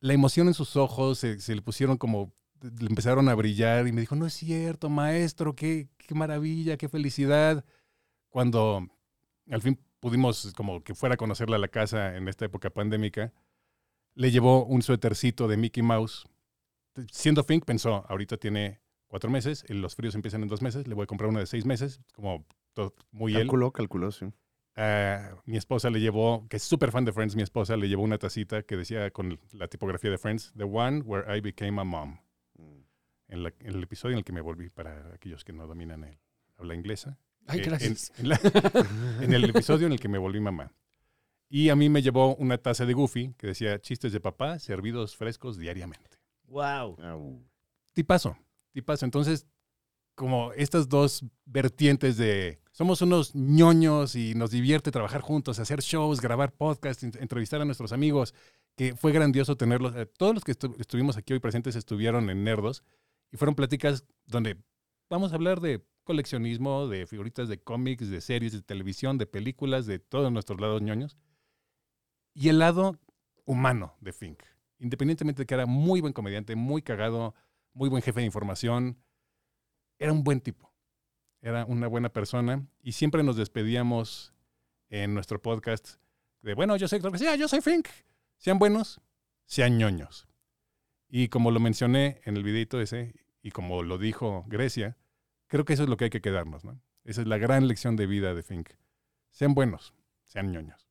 la emoción en sus ojos se, se le pusieron como, le empezaron a brillar y me dijo, no es cierto, maestro, qué, qué maravilla, qué felicidad. Cuando al fin pudimos como que fuera a conocerla a la casa en esta época pandémica, le llevó un suétercito de Mickey Mouse. Siendo Fink, pensó, ahorita tiene cuatro meses, eh, los fríos empiezan en dos meses, le voy a comprar uno de seis meses, como todo muy él.
Calculó, calculó, sí.
Ah, mi esposa le llevó, que es súper fan de Friends, mi esposa le llevó una tacita que decía con la tipografía de Friends, The One Where I Became a Mom.
Mm.
En, la- en el episodio en el que me volví, para aquellos que no dominan el habla inglesa.
Ay,
eh, en-
gracias.
En, la- en el episodio en el que me volví mamá. Y a mí me llevó una taza de Goofy que decía chistes de papá servidos frescos diariamente
Wow.
tipazo, tipazo. Entonces, como estas dos vertientes de somos unos ñoños y nos divierte trabajar juntos, hacer shows, grabar podcasts, en- entrevistar a nuestros amigos, que fue grandioso tenerlos. Eh, Todos los que estu- estuvimos aquí hoy presentes estuvieron en Nerdos y fueron pláticas donde vamos a hablar de coleccionismo, de figuritas de cómics, de series, de televisión, de películas, de todos nuestros lados ñoños. Y el lado humano de Fink. Independientemente de que era muy buen comediante, muy cagado, muy buen jefe de información, era un buen tipo. Era una buena persona y siempre nos despedíamos en nuestro podcast de, bueno, yo soy Héctor García, yo soy Fink. Sean buenos, sean ñoños. Y como lo mencioné en el videito ese y como lo dijo Grecia, creo que eso es lo que hay que quedarnos, ¿no? Esa es la gran lección de vida de Fink. Sean buenos, sean ñoños.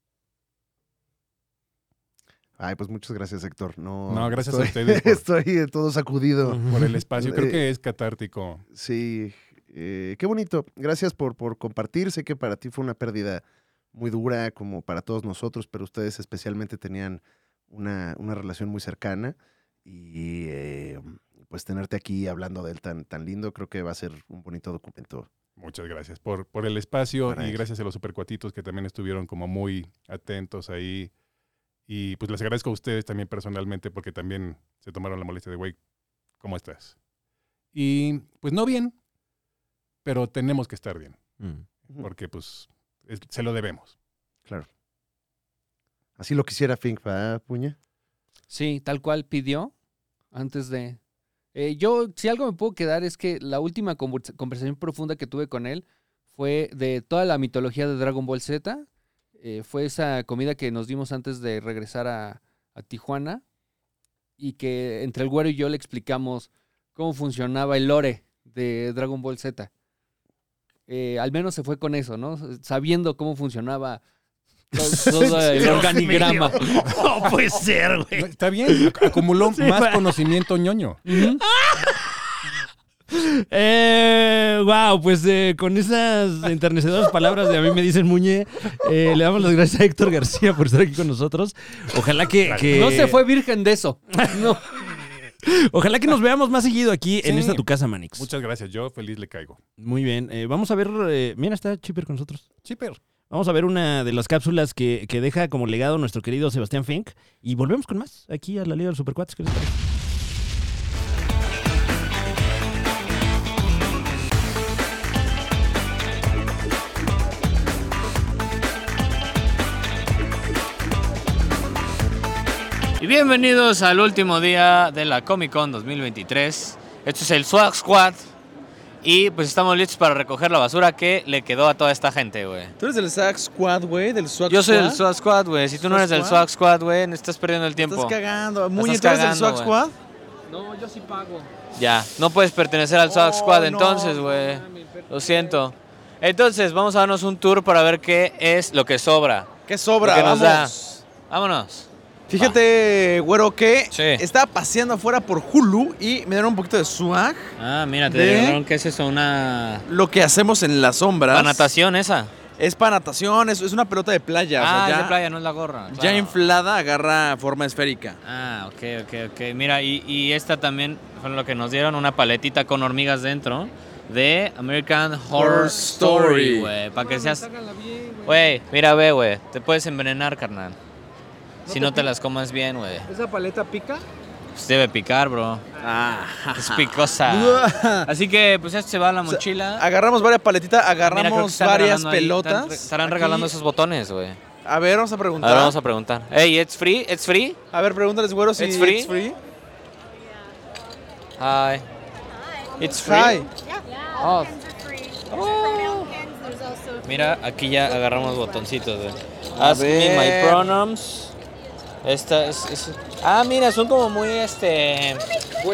Ay, pues muchas gracias, Héctor. No,
No, gracias a
estoy-
ustedes por-
estoy de todo sacudido.
por el espacio. Creo que es catártico.
Sí, Eh, qué bonito. Gracias por, por compartir. Sé que para ti fue una pérdida muy dura, como para todos nosotros, pero ustedes especialmente tenían una, una relación muy cercana. Y eh, pues tenerte aquí hablando de él tan, tan lindo, creo que va a ser un bonito documento.
Muchas gracias por, por el espacio
Para
y
eso.
gracias a los supercuatitos que también estuvieron como muy atentos ahí. Y pues les agradezco a ustedes también personalmente porque también se tomaron la molestia de, güey, ¿cómo estás? Y pues no bien, pero tenemos que estar bien. Porque pues es- se lo debemos.
Claro. Así lo quisiera Fink, ¿verdad, Puña?
Sí, tal cual pidió antes de... Eh, yo, si algo me puedo quedar es que la última convers- conversación profunda que tuve con él fue de toda la mitología de Dragon Ball Z. Eh, fue esa comida que nos dimos antes de regresar a, a Tijuana y que entre el güero y yo le explicamos cómo funcionaba el lore de Dragon Ball Z. Eh, al menos se fue con eso, ¿no? Sabiendo cómo funcionaba to- todo, el
Dios
organigrama.
mío. No, Está bien, ac- acumuló
Sí,
más
va.
conocimiento ñoño.
Eh, wow, pues eh, con esas enternecedoras palabras de a mí me dicen Muñe, eh, le damos las gracias a Héctor García por estar aquí con nosotros. Ojalá que, que-
Eh,
No se fue virgen de eso. No.
Ojalá que nos veamos más seguido aquí en
Sí.
esta tu casa, Manix.
Muchas gracias, yo feliz le caigo.
Muy bien, eh, vamos a ver. eh, mira, está Chipper con nosotros.
Chipper.
Vamos a ver una de las cápsulas que, que deja como legado nuestro querido Sebastián Fink. Y volvemos con más aquí a la Liga del Super Cuates. ¿qué les parece?
Y bienvenidos al último día de la Comic Con 2023. Esto es el Swag Squad. Y pues estamos listos para recoger la basura que le quedó a toda esta gente, güey.
Tú eres del Zack Squad, güey, del Swag
Yo soy
Squad.
del Swag Squad, güey. Si tú no
¿Swag
eres del
Squad?
Swag Squad, güey, no estás perdiendo el tiempo.
Estás cagando.
La
Muñe,
estás
¿tú eres del
cagando,
Swag
güey.
Squad?
No, yo sí pago.
Ya, no puedes pertenecer al
Oh,
Swag Squad
no,
entonces, güey. Lo siento. Entonces, vamos a darnos un tour para ver qué es lo que sobra.
¿Qué sobra?
Lo que nos
Vamos.
da. Vámonos.
Fíjate, güero, que estaba paseando afuera por Hulu y me dieron un poquito de swag.
Ah, mira,
te De- dijeron
que es eso, una...
Lo que hacemos en las sombras.
¿Para natación esa?
Es para natación, es, es una pelota de playa. o sea,
Ah, es
ya,
de playa, no es la gorra.
ya
claro.
inflada agarra forma esférica.
Ah, ok, ok, ok. Mira, y, y esta también fue lo que nos dieron, una paletita con hormigas dentro de American Horror
Horror Story.
Story, güey. Para que seas... Güey, mira, ve, güey. Te puedes envenenar, carnal. si no te las comas bien, güey.
¿Esa paleta pica?
Pues debe picar, bro.
Ah.
Es picosa. Así que, pues esto se va a la mochila.
Agarramos varias paletitas,
Mira, creo que
agarramos
están
varias
regalando ahí,
pelotas.
están- estarán
Aquí-
regalando esos botones, güey.
A ver, vamos a preguntar.
Ahora vamos a preguntar. Hey, ¿it's free? ¿It's free?
A ver, pregúntales, güero, si
It's free.
it's free.
Hi. It's
Hi.
free.
Oh. Oh.
Mira, aquí ya agarramos botoncitos, güey.
A
Ask me
ver.
my pronouns. Esta es, es- Ah, mira, son como muy, este...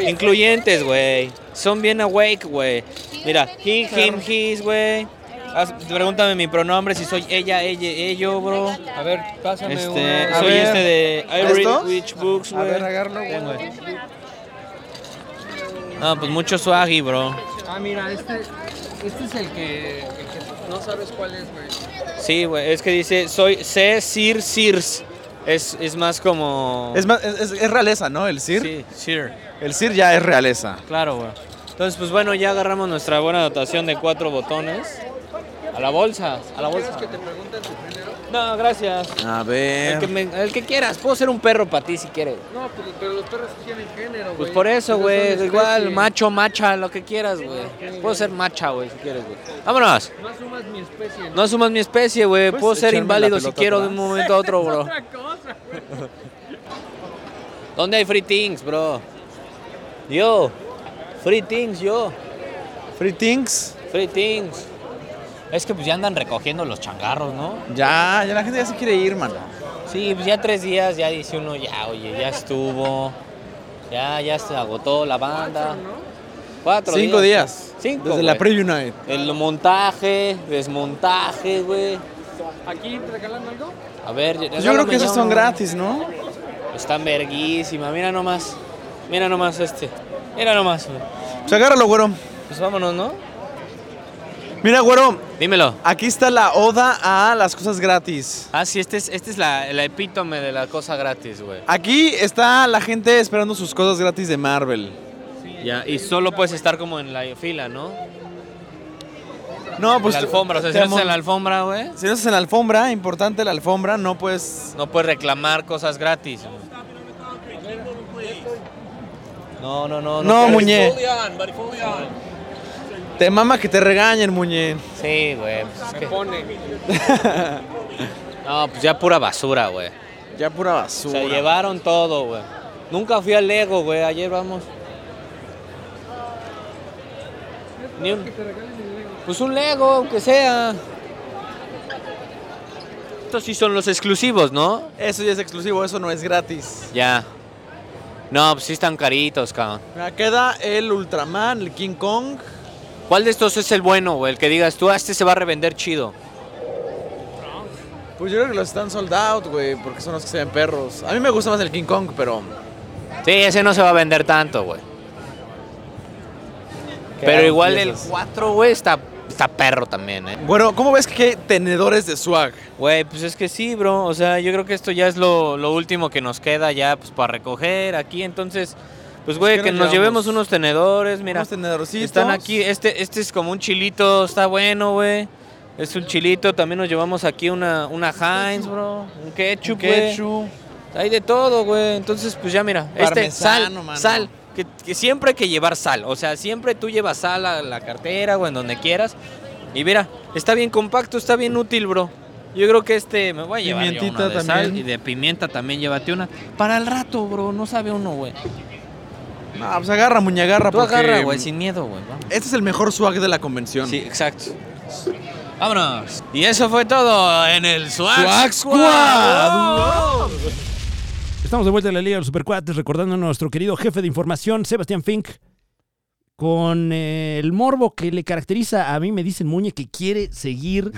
Incluyentes, güey. Son bien awake, güey. Mira, he, him, his, güey. Haz- Pregúntame mi pronombre, si soy ella, ella, ello, bro. A ver, pásame este,
una.
Soy
A ver.
este de I
¿Esto?
read which books,
A
güey.
ver, agarro, güey.
Ah, pues mucho swaggy, bro.
Ah, mira, este, este es el que, el que no sabes cuál es, güey.
Sí, güey, es que dice, soy C, Sir, Sirs. Es, es más como...
Es, más, es, es- es realeza, ¿no? El Sir.
Sí, Sir.
El Sir ya es realeza.
Claro, güey. Entonces, pues bueno, ya agarramos nuestra buena dotación de cuatro botones. A la bolsa, a la bolsa.
¿Quieres que te pregunten tu género?
No, gracias.
A
Eh.
El que,
ver.
me- el que quieras, puedo ser un perro para ti si quieres.
No, pues, pero los perros sí tienen género, güey.
Pues por eso,
Esos
güey,
son
igual,
especies.
macho, macha, lo que quieras, güey. Puedo ser macha, güey, si quieres, güey. Vámonos.
No asumas mi especie.
No asumas mi especie, güey.
Puedes
Puedo ser
echarme la
inválido si
pelota
quiero de
atrás.
un momento a otro,
Es
bro.
otra cosa, güey.
¿Dónde hay free things, bro? Yo. Free things, yo.
Free things.
Free things. Es que pues ya andan recogiendo los changarros, ¿no?
Ya, ya la gente ya se quiere ir, mano.
Sí, pues ya tres días, ya dice uno, ya, oye, ya estuvo. Ya, ya se agotó la banda. Cuatro
Cinco días.
Cinco.
Desde la
güey.
pre-United.
El montaje, desmontaje, güey.
¿Aquí te regalan algo?
A ver,
Pues Yo creo que esos son
gratis.
gratis, ¿no?
Están verguísima, mira nomás. Mira nomás este. Mira nomás. güey.
Pues agárralo, güero.
Pues vámonos, ¿no?
Mira, güero.
Dímelo.
Aquí está la oda a las cosas gratis.
Ah, sí, este es, este es la, la epítome de la cosa gratis, güey.
Aquí está la gente esperando sus cosas gratis de Marvel.
Ya, y solo puedes estar como en la fila, ¿no?
No, pues.
la alfombra, o sea, si
te
no estás
mon-
en la alfombra, güey,
Si no estás en la alfombra, importante la alfombra, no puedes.
no puedes reclamar cosas gratis. No, no, no.
No,
puedes.
Muñe. Te mama que te regañen, Muñe.
Sí, güey. pues es
Me
que-
pone.
No, pues ya pura basura, güey.
Ya pura basura.
Se llevaron todo, güey. Nunca fui al Lego, güey. Ayer vamos. Ni un- Pues un Lego, aunque sea. Estos sí son los exclusivos, ¿no?
Eso ya es exclusivo, eso no es gratis.
Ya. No, pues sí están caritos, cabrón.
Mira, queda el Ultraman, el King Kong.
¿Cuál de estos es el bueno, güey? El que digas tú, ah, este se va a revender chido.
Pues yo creo que los están sold out, güey, porque son los que se ven perros. A mí me gusta más el King Kong, pero.
Sí, ese no se va a vender tanto, güey. Pero igual el 4, güey, está, está perro también, ¿eh?
Bueno, ¿cómo ves que hay tenedores de swag?
Güey, pues es que sí, bro. O sea, yo creo que esto ya es lo, lo último que nos queda ya pues para recoger aquí. Entonces, pues güey,
¿Qué
que
nos
nos
llevamos?
llevemos unos tenedores, mira.
Unos tenedorcitos.
Están aquí, este, este es como un chilito, está bueno, güey. Es un chilito, también nos llevamos aquí una, una Heinz, bro. Un ketchup, güey.
Ketchup.
Hay de todo, güey. Entonces, pues ya mira, este sal,
Parmesano, mano.
sal. Que, que siempre hay que llevar sal. O sea, siempre tú llevas sal a la cartera o en donde quieras. Y mira, está bien compacto, está bien útil, bro. Yo creo que este me voy a llevar yo
Pimientita
una de sal
también.
y de pimienta también llévate una. Para el rato, bro. No sabe uno, güey.
No, pues agarra, muñe, agarra.
Tú
porque-
agarra, güey, sin miedo, güey. vamos.
Este es el mejor swag de la convención.
Sí, exacto. Vámonos. Y eso fue todo en el
Swag
Swag, Squad.
Estamos de vuelta en la Liga de los Supercuates, recordando a nuestro querido jefe de información, Sebastián Fink, con eh, el morbo que le caracteriza. A mí me dicen Muñe que quiere seguir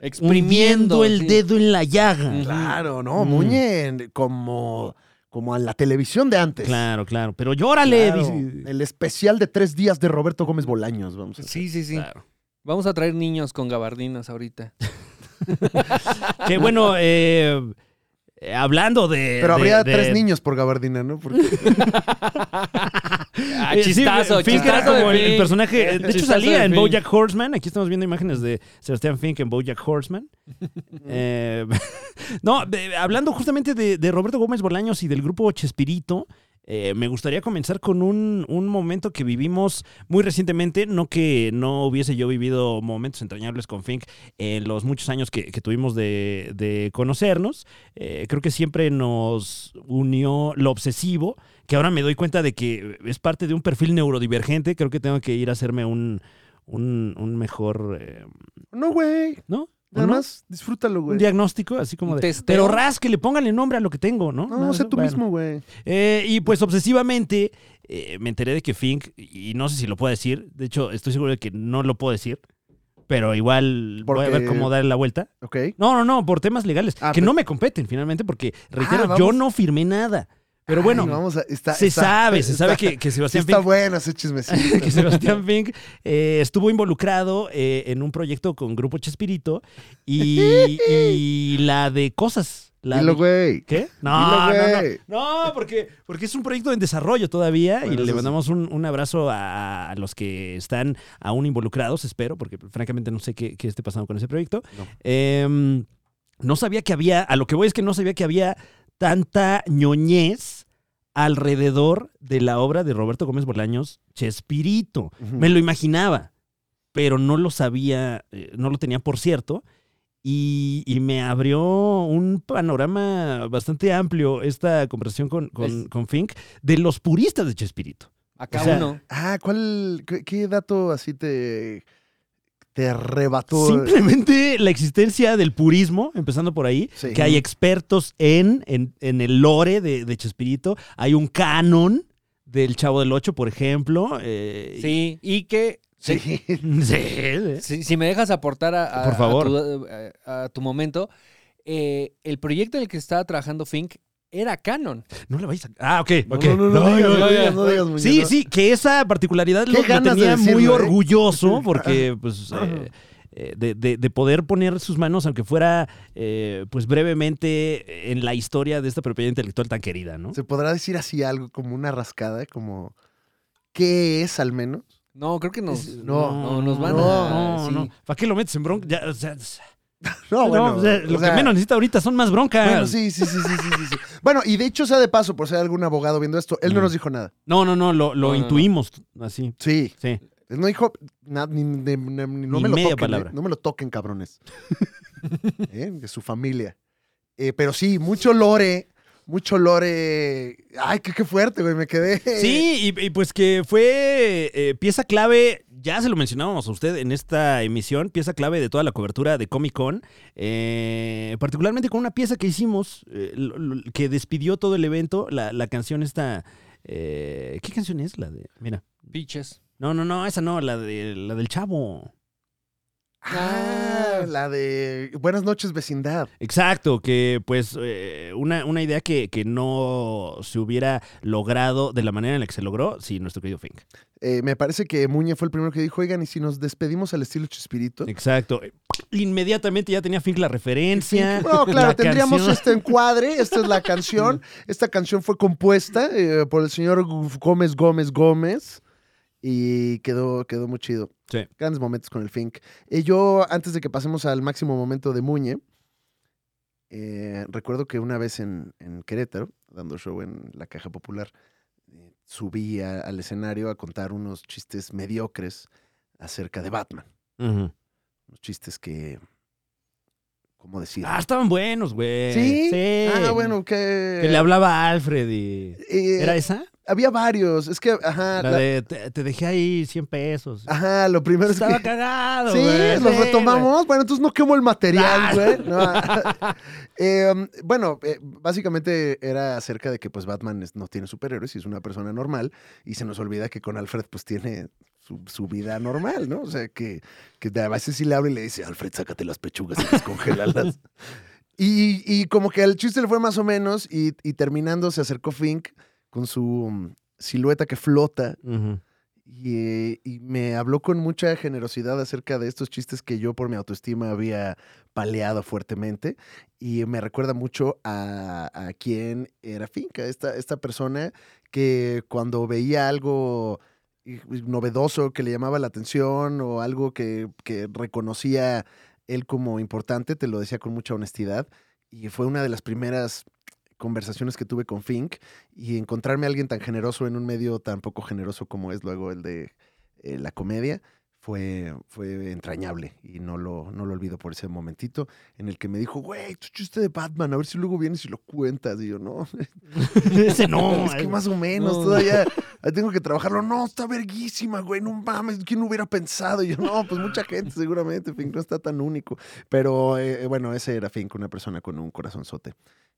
exprimiendo el
sí.
dedo en la llaga.
Claro, no,
Mm.
Muñe, como, como a la televisión de antes.
Claro, claro. Pero llórale.
Claro,
dice.
El especial de tres días de Roberto Gómez Bolaños, vamos a hacer.
Sí, sí, sí. Vamos a traer niños con gabardinas ahorita.
Que bueno, eh, eh, hablando de.
Pero
de-
habría
de-
tres niños por gabardina, ¿no? Porque
Ah,
Eh, sí,
chistazo,
Fink era
chistazo de
como el, el
Fink.
personaje. De hecho,
Chistazo
salía
de
en
Fink.
Bojack Horseman. Aquí estamos viendo imágenes de Sebastián Fink en Bojack Horseman. Eh, no, de- hablando justamente de, de Roberto Gómez Bolaños y del grupo Chespirito. eh, me gustaría comenzar con un, un momento que vivimos muy recientemente, no que no hubiese yo vivido momentos entrañables con Fink en los muchos años que, que tuvimos de, de conocernos. Eh, creo que siempre nos unió lo obsesivo, que ahora me doy cuenta de que es parte de un perfil neurodivergente. Creo que tengo que ir a hacerme un, un, un mejor. eh,
no, güey.
¿No?
Nada
¿No?
más, disfrútalo,
Un
güey.
diagnóstico, así como de.
testeo?
Pero ras, que le pónganle nombre a lo que tengo, ¿no?
No,
Nada,
sé tú
bueno.
mismo, güey.
Eh, y pues obsesivamente eh, me enteré de que Fink, y no sé si lo puedo decir, de hecho estoy seguro de que no lo puedo decir, pero igual voy a
Porque-
ver cómo darle la vuelta.
Ok.
No, no, no, por temas legales,
Ah,
que
pero- Ah,
no me competen finalmente, porque reitero,
vamos.
yo no firmé nada. Pero bueno,
Ay, vamos a- está-
se
está-
sabe, se sabe
está-
que, que
Sí
Sebastián
está
Fink-
bueno ese chismecito.
que Sebastián Fink eh, estuvo involucrado eh, en un proyecto con Grupo Chespirito y, y la de cosas. La
Dilo,
de-
güey.
¿Qué? No,
Dilo,
no, no.
güey.
No, porque, porque es un proyecto en desarrollo todavía
Bueno,
y le
eso
mandamos un, un abrazo a, a los que están aún involucrados, espero, porque francamente no sé qué, qué esté pasando con ese proyecto.
No.
Em, no sabía que había, a lo que voy es que no sabía que había tanta ñoñez alrededor de la obra de Roberto Gómez Bolaños, Chespirito.
Ujú.
Me lo imaginaba, pero no lo sabía, eh, no lo tenía por cierto. Y, y me abrió un panorama bastante amplio esta conversación con, con,
Es-
con Fink de los puristas de Chespirito.
Acá
O sea,
uno.
Ah, ¿cuál, qué, qué dato así te, te arrebató?
Simplemente la existencia del purismo, empezando por ahí,
Sí.
que hay expertos en, en, en el lore de, de Chespirito, hay un canon del Chavo del Ocho, por ejemplo. eh,
Sí, y que
Sí.
y- sí, sí.
¿Eh? si, si me dejas aportar a, a-
Por favor.
eh, a tu, a- a tu momento, eh, el proyecto en el que estaba trabajando Fink era canon.
No la vais a. Ah, ok, ok.
no, no, no digas, no digas, no digas, muñeca,
Sí,
no.
sí, que esa particularidad
Qué
lo, lo
ganas de
tenía muy
decirlo, ¿eh?
orgulloso porque, pues. eh, eh, de, de- de poder poner sus manos, aunque fuera eh, pues brevemente, en la historia de esta propiedad intelectual tan querida, ¿no?
¿Se podrá decir así algo como una rascada? Como, ¿qué es al menos?
No, creo que nos,
no,
no, nos van a...
No,
sí.
no. ¿Para qué lo metes en bronca? Ya, o sea,
No, bueno,
o sea,
o
lo
sea-
que menos necesita ahorita son más broncas.
Bueno, sí, sí, sí, sí, sí, sí, sí. Bueno, y de hecho, sea de paso, por ser algún abogado viendo esto, él
Mm.
no nos dijo nada.
No, no, no, lo, lo
No, no, no.
intuimos así.
Sí.
Sí.
Él no dijo nada, ni, ni- ni- ni- no
Ni
me lo
media
toquen,
palabra.
eh, no me lo toquen, cabrones. ¿Eh? De su familia. Eh, pero sí, mucho lore, mucho lore. Ay, qué, qué fuerte, güey, me quedé.
Sí, y, y pues que fue eh, pieza clave, ya se lo mencionábamos a usted en esta emisión, pieza clave de toda la cobertura de Comic Con, eh, particularmente con una pieza que hicimos eh, lo- lo- que despidió todo el evento, la, la canción esta... eh, ¿Qué canción es la de...? Mira.
Bitches.
No, no, no, esa no, la, de, la del chavo.
Ah, la de Buenas noches, vecindad.
Exacto, que pues eh, una, una idea que, que no se hubiera logrado de la manera en la que se logró, si nuestro querido Fink.
Eh, me parece que Muñe fue el primero que dijo, oigan, y si nos despedimos al estilo Chispirito.
Exacto. Inmediatamente ya tenía Fink la referencia.
No, claro,
la
tendríamos
canción.
este encuadre, esta es la canción. Esta canción fue compuesta eh, por el señor Gu- Gómez Gómez Gómez y quedó, quedó muy chido.
Sí.
Grandes momentos con el Fink. Eh, yo, antes de que pasemos al máximo momento de Muñe, eh, recuerdo que una vez en, en Querétaro, dando show en la Caja Popular, eh, subí a- al escenario a contar unos chistes mediocres acerca de Batman.
Ujú.
Unos chistes que... ¿Cómo decir?
Ah, estaban buenos, güey.
¿Sí? Ah, bueno, que...
Que le hablaba a Alfred y.
Eh,
¿Era esa?
Había varios. Es que, ajá.
La
la-
de te, te dejé ahí 100 pesos.
Ajá, lo primero
Estaba
es que...
cagado,
Sí,
güey.
los
Sí,
retomamos. Bueno, entonces no quemo el
Ah.
material, güey. No. Eh, bueno, eh, básicamente era acerca de que pues Batman es- no tiene superhéroes y es una persona normal y se nos olvida que con Alfred pues tiene su, su vida normal, ¿no? O sea, que, que a veces sí le habla y le dice, Alfred, sácate las pechugas y descongelalas. y, y como que el chiste le fue más o menos y, y terminando se acercó Fink con su mm, silueta que flota
Ujú.
y, eh, y me habló con mucha generosidad acerca de estos chistes que yo por mi autoestima había paleado fuertemente y me recuerda mucho a, a quien era Finca, esta, esta persona que cuando veía algo eh, novedoso que le llamaba la atención o algo que, que reconocía él como importante, te lo decía con mucha honestidad y fue una de las primeras conversaciones que tuve con Fink y encontrarme a alguien tan generoso en un medio tan poco generoso como es luego el de eh, la comedia fue, fue entrañable y no lo, no lo olvido por ese momentito en el que me dijo, güey, tu chiste de Batman, a ver si luego vienes y lo cuentas. Y yo, no.
Ese no,
Es que
ay,
más o menos
no.
todavía ahí tengo que trabajarlo. No, está verguísima, güey, no mames, ¿quién hubiera pensado? Y yo, no, pues mucha gente seguramente, Fink no está tan único. Pero eh, bueno, ese era Fink, una persona con un corazonzote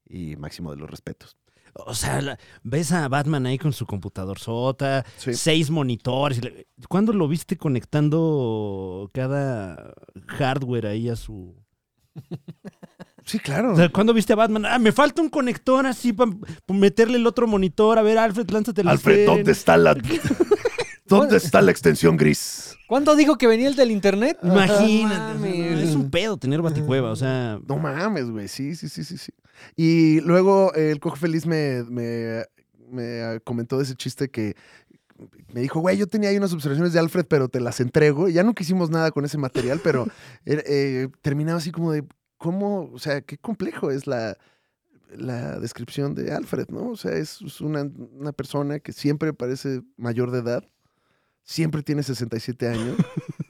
y máximo de los respetos.
O sea, la- ves a Batman ahí con su computador sota, seis monitores. y le- ¿Cuándo lo viste conectando cada hardware ahí a su.
Sí, claro.
O sea, ¿Cuándo viste a Batman? Ah, me falta un conector así para meterle el otro monitor. A ver, Alfred, lánzate la
Alfred, ¿dónde está la- ¿Dónde está la extensión gris?
¿Cuándo dijo que venía el del internet?
Imagínate.
No mames.
Ah, Es un pedo tener baticueva, o sea.
No mames, güey. Sí, sí, sí, sí, sí. Y luego eh, el cojo feliz me, me, me, eh, comentó de ese chiste que me dijo, güey, yo tenía ahí unas observaciones de Alfred, pero te las entrego. Ya nunca hicimos nada con ese material, pero era, eh, terminaba así como de, ¿cómo? O sea, qué complejo es la, la descripción de Alfred, ¿no? O sea, es, es una, una persona que siempre parece mayor de edad, siempre tiene 67 años.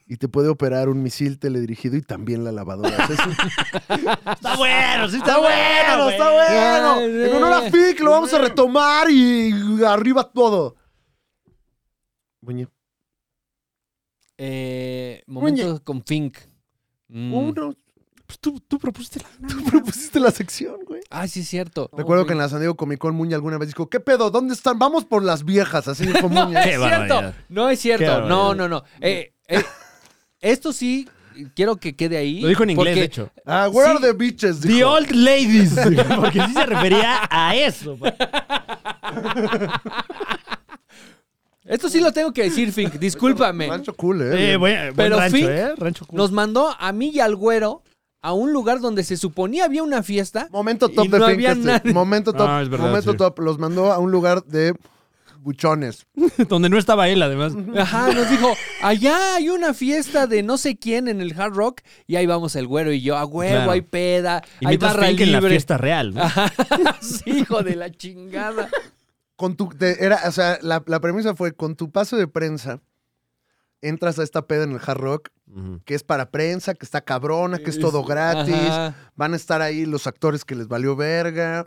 Y te puede operar un misil teledirigido y también la lavadora. O sea, es un-
Está Ah, bueno, sí,
está bueno, está bueno.
Ah,
En honor a Fic lo vamos a retomar y arriba todo.
Eh, momentos con Fink. Mm.
Uno.
Pues tú, tú propusiste la.
Tú propusiste la sección, güey.
Ah, sí, es cierto.
Oh,
Recuerdo que en la San Diego Comic Con Muñe alguna vez dijo, ¿qué pedo? ¿Dónde están? Vamos por las viejas. Así dijo
No,
Muñe.
es cierto. No es
Qué
cierto.
barbaridad.
No, no, no. Eh, eh, esto sí quiero que quede ahí.
Lo dijo en inglés,
porque-
de hecho.
Ah, where are the bitches?
The old ladies. Porque sí se refería a eso.
Esto sí lo tengo que decir, Fink. Discúlpame.
Rancho cool,
eh. Eh, buen- buen rancho, eh, rancho cool.
nos mandó a mí y al güero a un lugar donde se suponía había una fiesta.
Momento top
y
de
no había
Fincaster.
nadie.
Momento top.
Ah, es verdad,
momento
sí.
top. Los mandó a un lugar de buchones.
Donde no estaba él, además.
Ajá, nos dijo, allá hay una fiesta de no sé quién en el Hard Rock y ahí vamos el güero y yo, a huevo,
Claro.
hay peda,
Y
hay
mientras
barra
Fink
libre.
en la fiesta real. ¿no?
Ajá, sí, hijo de la chingada.
Con tu, te- era, o sea, la, la premisa fue, con tu pase de prensa, entras a esta peda en el Hard Rock, que es para prensa, que está cabrona, que es todo gratis.
Ajá.
Van a estar ahí los actores que les valió verga.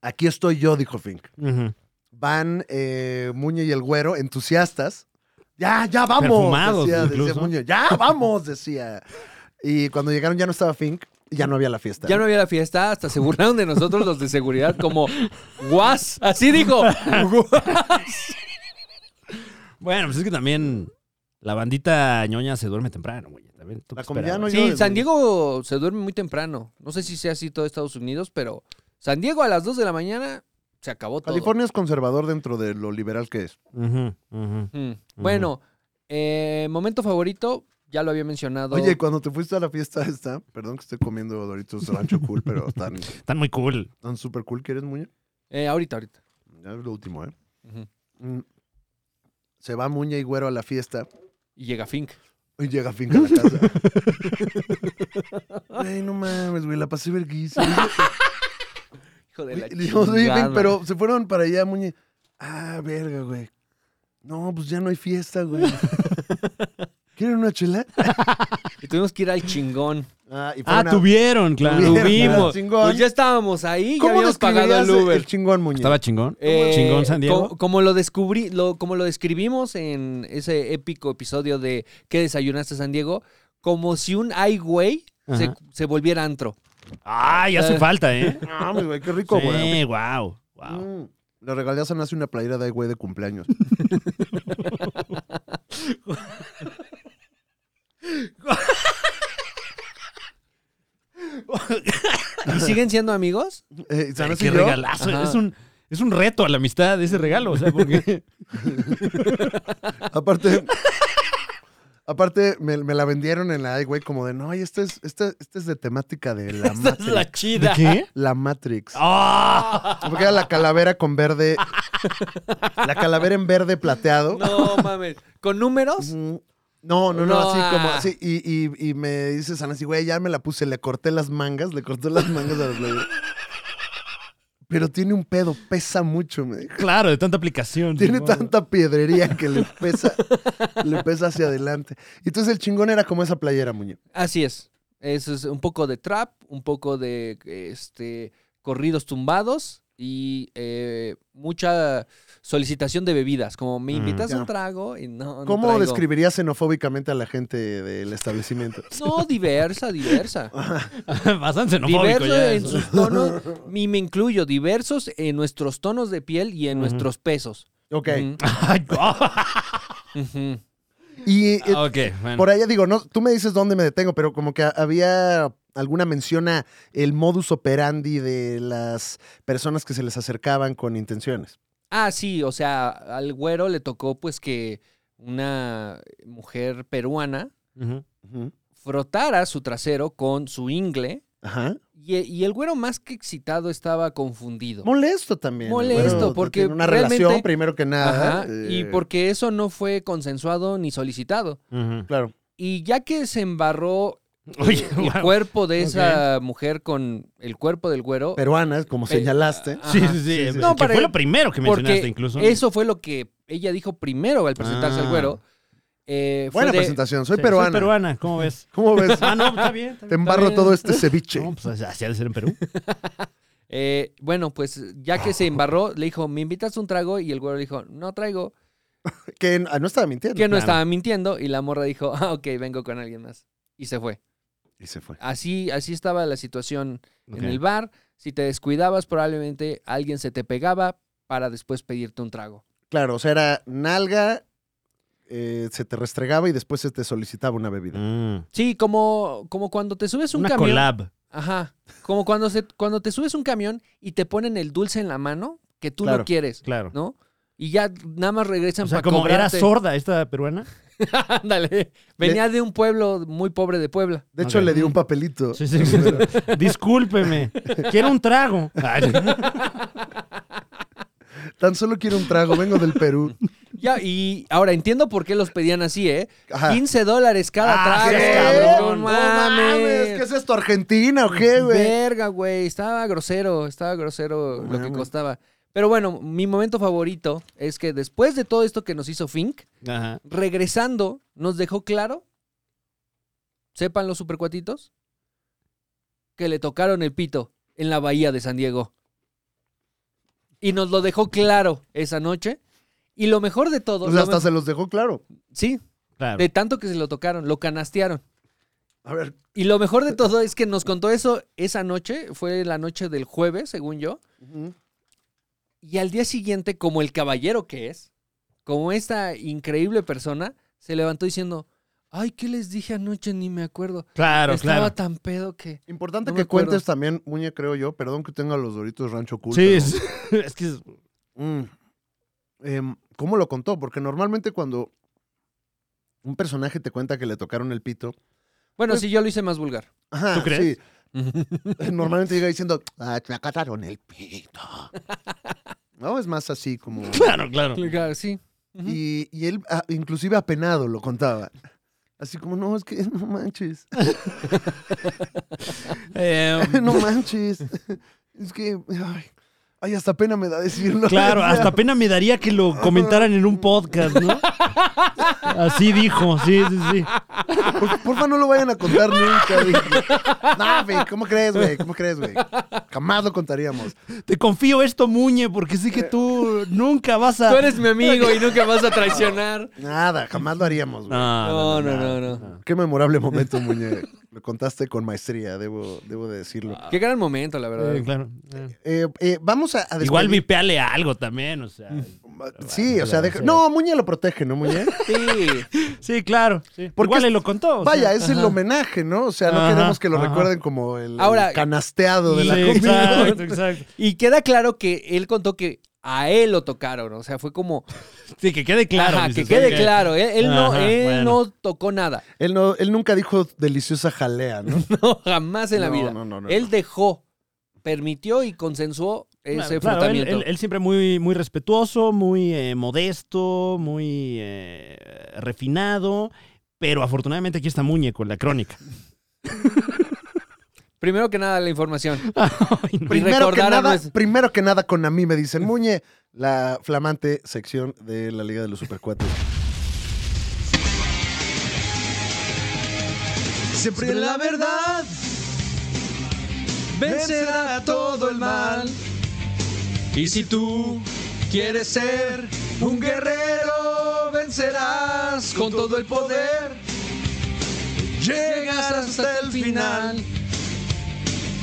Aquí estoy yo, dijo Fink.
Ujú.
Van eh, Muñe y el Güero, entusiastas. Ya, ya vamos.
Perfumados,
decía, decía
incluso.
Muñe. Ya vamos, decía. Y cuando llegaron ya no estaba Fink y ya no había la fiesta.
Ya no había la fiesta, hasta se burlaron de nosotros los de seguridad como, guas, así dijo. "Guas".
Bueno, pues es que también la bandita ñoña se duerme temprano, güey. También, ¿tú qué esperabas?
sí, San Diego se duerme muy temprano. No sé si sea así todo Estados Unidos, pero San Diego a las 2 de la mañana se acabó todo.
California es conservador dentro de lo liberal que es.
Ujú, ujú.
Mm. Bueno, eh, momento favorito, ya lo había mencionado.
Oye, cuando te fuiste a la fiesta esta, perdón que estoy comiendo Doritos Rancho Cool, pero están,
Están muy cool.
están súper cool. ¿Quieres, Muñe?
Eh, ahorita, ahorita.
Ya es lo último, ¿eh? Mm. Se va Muñe y Güero a la fiesta
Y llega Fink.
y llega Finca a la casa. Ay, no mames, güey, la pasé verguísima.
Hijo de
Oye,
la
le dijimos, "Oye, Fink,
chingada.
pero se fueron para allá, Muñe. Ah, verga, güey. No, pues ya no hay fiesta, güey. ¿Quieren una chela?
Y tuvimos que ir al chingón.
Ah, y
Ah, tuvieron, claro. Tuvimos.
Chingón.
Pues ya estábamos ahí, ya
¿Cómo
habíamos pagado
describirías
el Uber.
el chingón, Muñe?
Estaba chingón.
Eh,
chingón San Diego.
co- Como lo descubrí, lo- como lo describimos en ese épico episodio de ¿Qué desayunaste San Diego? Como si un highway se,
Ajá.
se volviera antro.
Ah, ya hace
Eh.
falta, ¿eh?
Ah, güey, qué rico, güey.
Sí, wow. wow.
Mm. Le regalé a San Hace una playera de güey de cumpleaños.
¿Y siguen siendo amigos?
Eh, San Hace
Qué
y yo,
regalazo.
Ajá.
Es un, es un reto a la amistad ese regalo. O sea, porque
Aparte, aparte me, me la vendieron en la güey como de, no, y este es, este, este es de temática de la
Esta es
Matrix.
la chida.
¿Qué?
La Matrix.
¡Ah!
Porque era la calavera con verde. la calavera en verde plateado.
No mames. ¿Con números?
Ujú. No, no, no,
No,
así como
ah.
así. Y, y- y me dice San así, güey, ya me la puse, le corté las mangas, le corté las mangas a la playera. Pero tiene un pedo, pesa mucho, me dijo.
Claro, de tanta aplicación.
Tiene
supongo.
tanta piedrería que le pesa, le pesa hacia adelante. Y Entonces el chingón era como esa playera, Muñe.
Así es. Eso es un poco de trap, un poco de este corridos tumbados y eh, mucha solicitación de bebidas. Como me invitas
Ya.
un trago y no. no
¿Cómo
traigo.
describirías xenofóbicamente a la gente del establecimiento?
No, diversa, diversa.
Bastante xenofóbico
Diversos
ya.
en
eso.
sus tonos, y me incluyo, diversos en nuestros tonos de piel y en nuestros pesos.
Ok.
Ujú,
Ay, ah,
ujú.
Y eh,
Ah,
ok, bueno.
por allá digo, no, tú me dices dónde me detengo, pero como que había alguna mención a el modus operandi de las personas que se les acercaban con intenciones.
Ah, sí, o sea, al güero le tocó pues que una mujer peruana
Ujú.
Ujú.
frotara su trasero con su ingle
Ajá.
y, y el güero más que excitado estaba confundido.
Molesto también.
Molesto,
Bueno,
porque
tiene una
realmente-
relación primero que nada.
Ajá,
eh,
y porque eso no fue consensuado ni solicitado.
Ujú.
claro.
Y ya que se embarró eh,
Oye,
el
wow.
cuerpo de esa mujer con el cuerpo del güero,
Peruanas, como
Pe-
señalaste.
Ajá.
Sí, sí, sí.
sí. No,
que
para-
fue lo primero que mencionaste
porque
incluso.
eso fue lo que ella dijo primero al presentarse
Ah.
al güero. Eh, fue
Buena
de-
presentación, soy
Sí,
peruana.
Soy peruana, ¿cómo ves?
¿Cómo ves?
Ah, no, está bien. está
Te
bien.
embarro
bien.
todo este ceviche.
No, pues así ha de ser en Perú.
eh, bueno, pues ya que se embarró, le dijo, ¿me invitas un trago? Y el güero le dijo, no traigo,
Que n- ah, no estaba mintiendo.
que no
Claro.
estaba mintiendo. Y la morra dijo, ah, ok, vengo con alguien más. Y se fue.
Y se fue.
Así, así estaba la situación
Ok.
en el bar. Si te descuidabas, probablemente alguien se te pegaba para después pedirte un trago.
Claro, o sea, era nalga, eh, se te restregaba y después se te solicitaba una bebida.
Mm.
Sí, como, como cuando te subes un
Una
camión.
collab.
Ajá. Como cuando, se, cuando te subes un camión y te ponen el dulce en la mano que tú
Claro,
no quieres.
claro.
¿No? Y ya nada más regresan
O sea,
para
como era
cobrarte.
sorda esta peruana.
Ándale. Venía de un pueblo muy pobre de Puebla.
De hecho, le di un papelito.
Sí, sí. Discúlpeme. Quiero un trago.
Tan solo quiero un trago, vengo del Perú.
Ya, y ahora entiendo por qué los pedían así, ¿eh? 15 dólares cada
Ah,
trago,
¿qué?
cabrón.
No
No mames.
mames, ¿qué es esto, Argentina o qué, güey?
Verga, güey. Estaba grosero, estaba grosero lo que costaba. Pero bueno, mi momento favorito es que después de todo esto que nos hizo Fink,
Ajá.
regresando, nos dejó claro, sepan los supercuatitos, que le tocaron el pito en la bahía de San Diego. Y nos lo dejó claro esa noche. Y lo mejor de todo...
O sea,
lo
hasta
me-
se los dejó claro.
Sí,
Claro.
de tanto que se lo tocaron, lo canastearon. Y lo mejor de todo es que nos contó eso esa noche, fue la noche del jueves, según yo. Y al día siguiente, como el caballero que es, como esta increíble persona, se levantó diciendo, ay, ¿qué les dije anoche? Ni me acuerdo.
Claro,
Estaba
claro.
tan pedo que...
Importante
no me
que
acuerdo".
cuentes también, Muñe, creo yo. Perdón que tenga los doritos rancho cool.
Sí,
pero-
es, es que es-
Mm. Em, ¿Cómo lo contó? Porque normalmente cuando un personaje te cuenta que le tocaron el pito.
Bueno,
pues,
sí, yo lo hice más vulgar.
ajá, sí. normalmente llega diciendo, "Ah, me agarraron el pito. No, es más así como.
Claro, claro.
Claro, sí.
Y, y él, ah, inclusive apenado, lo contaba. Así como, no, es que no manches.
Eh, Ah,
no manches. Es que, ay, ay, hasta pena me da decirlo.
Claro,
O sea,
hasta pena me daría que lo comentaran en un podcast, ¿no? Así dijo, sí, sí, sí.
Por, porfa, no lo vayan a contar nunca, dije. Nah, güey, ¿cómo crees, güey? ¿Cómo crees, güey? Jamás lo contaríamos.
Te confío esto, Muñe, porque sé que tú nunca vas a...
Tú eres mi amigo y nunca vas a traicionar.
Nada, jamás lo haríamos, güey.
No,
no, no, no.
Qué memorable momento, Muñe. Lo contaste con maestría, debo, debo de decirlo.
Qué gran momento, la verdad.
Sí, claro.
Eh, eh, vamos a, a despedir-
Igual vipeale algo también, o sea.
Sí, o sea, deja-
sí.
No, Muñe lo protege, ¿no, Muñe?
Sí.
Sí, claro.
Porque
Igual
es-
le lo contó. o
Vaya,
sea.
es el
Ajá.
homenaje, ¿no? O sea, no
Ajá,
queremos que lo
ajá.
recuerden como el, el
Ahora-
canasteado de la
Sí,
comida.
Exacto, exacto.
Y queda claro que él contó que a él lo tocaron, o sea, fue como...
Sí, que quede claro.
Ajá, que
dices,
quede
ok.
claro, él, él no,
Ajá,
él
bueno.
no tocó nada,
Él, no, él nunca dijo deliciosa jalea, ¿no?
no, jamás en la
No,
vida.
no, no, no,
él dejó, permitió y consensuó ese
Claro, él,
frotamiento.
él- él siempre muy, muy respetuoso, muy eh, modesto, muy eh, refinado. Pero afortunadamente aquí está Muñe con la crónica.
Primero que nada, la información. Y
Primero que,
recordar a
nada,
nuestro-
primero que nada, con a mí me dicen Muñe, la flamante sección de la Liga de los Supercuates.
Siempre la verdad vencerá a todo el mal. Y si tú quieres ser un guerrero, vencerás con todo el poder. Llegas hasta el final.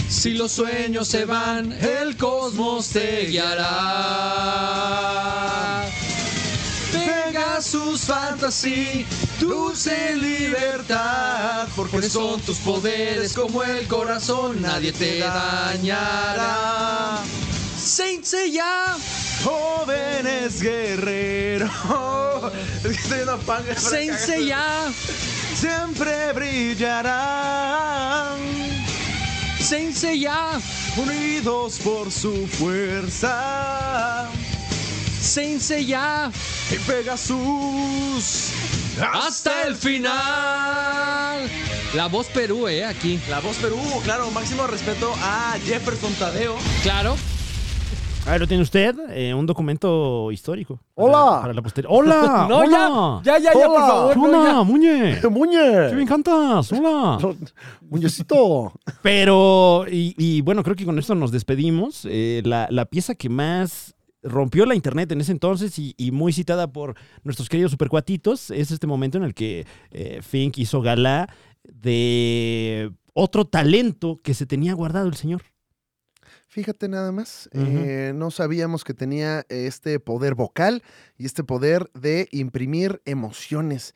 Si los sueños se van, el cosmos te guiará. Venga sus fantasía, dulce libertad, porque son tus poderes como el corazón, nadie te dañará. Saint Seiya, jóvenes guerreros. Es que estoy viendo panga. Saint Seiya, siempre brillarán. Saint Seiya, unidos por su fuerza. Saint Seiya y Pegasus hasta el final.
La voz Perú, eh, aquí.
La voz Perú, claro, máximo respeto a Jefferson Tadeo.
Claro.
Ahí lo tiene usted, eh, un documento histórico.
¡Hola!
Para la posteridad. ¡Hola!
No,
¡Hola!
ya, ya, ya, ya, por
¡Hola!
favor,
¿Qué
no,
onda,
ya.
Muñe?
¡Muñe!
¡Qué me encantas! ¡Hola!
¡Muñecito!
Pero, y, y bueno, creo que con esto nos despedimos. Eh, la, la pieza que más rompió la internet en ese entonces y, y muy citada por nuestros queridos supercuatitos es este momento en el que eh, Fink hizo gala de otro talento que se tenía guardado el señor.
Fíjate nada más, eh, no sabíamos que tenía este poder vocal y este poder de imprimir emociones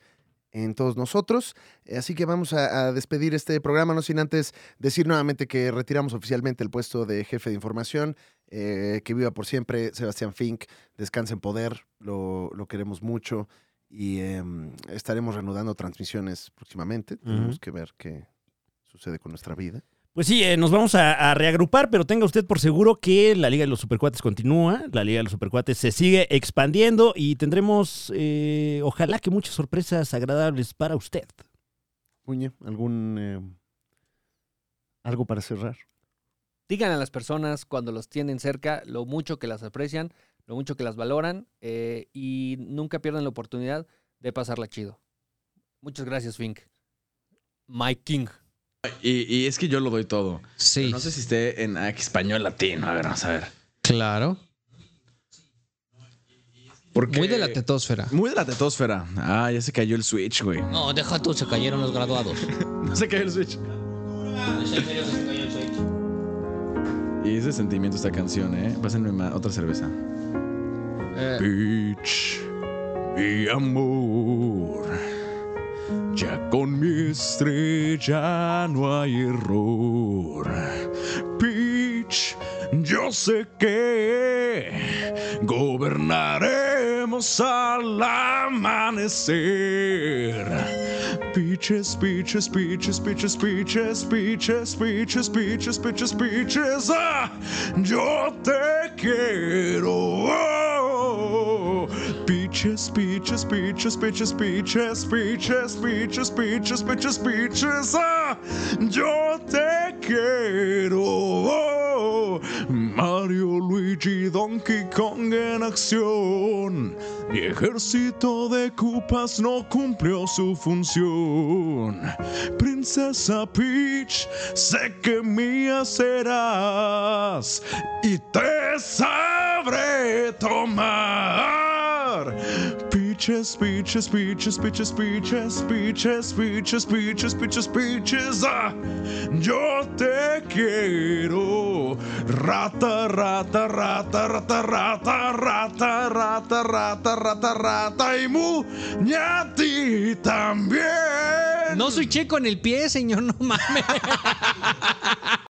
en todos nosotros. Así que vamos a, a despedir este programa, no sin antes decir nuevamente que retiramos oficialmente el puesto de jefe de información. eh, que viva por siempre Sebastián Fink, descanse en poder, lo, lo queremos mucho y em, estaremos reanudando transmisiones próximamente. Tenemos
Ujú.
que ver qué sucede con nuestra vida.
Pues sí, eh, nos vamos a, a reagrupar, pero tenga usted por seguro que la Liga de los Supercuates continúa, la Liga de los Supercuates se sigue expandiendo y tendremos, eh, ojalá que muchas sorpresas agradables para usted.
Puñe, algún eh, algo para cerrar.
Digan a las personas cuando los tienen cerca lo mucho que las aprecian, lo mucho que las valoran eh, y nunca pierdan la oportunidad de pasarla chido. Muchas gracias, Fink. Mike King.
Y, y es que yo lo doy todo. Sí. no sé si esté en ah, español latino. A ver, vamos a ver.
Claro.
Muy de la tetósfera. Muy de la tetósfera. Ah, ya se cayó el Switch, güey.
No, deja tú, se cayeron los graduados.
No se cayó el Switch. Y es de sentimiento esta canción, ¿eh? Pásenme ma- otra cerveza. Bitch, mi amor. Ya con mi estrella no hay error. Peach, yo sé que gobernaremos al amanecer. Peaches, peaches, peaches, peaches, peaches, peaches, peaches, peaches, peaches, peaches. Ah, yo te quiero. Oh, Peaches, peaches, peaches, peaches, peaches, peaches, peaches, peaches, peaches, peaches. Ah, yo te quiero. Oh, Mario, Luigi, Donkey Kong en acción. Y ejército de cupas no cumplió su función. Princesa Peach, sé que mía serás. Y te sabré tomar. Peaches, peaches, peaches, peaches, peaches, peaches, peaches, peaches, peaches, peaches. Ah, yo te quiero. Rata, rata, rata, rata, rata, rata, rata, rata, rata, rata y mu. Y a ti también.
No soy checo en el pie, señor, no mames.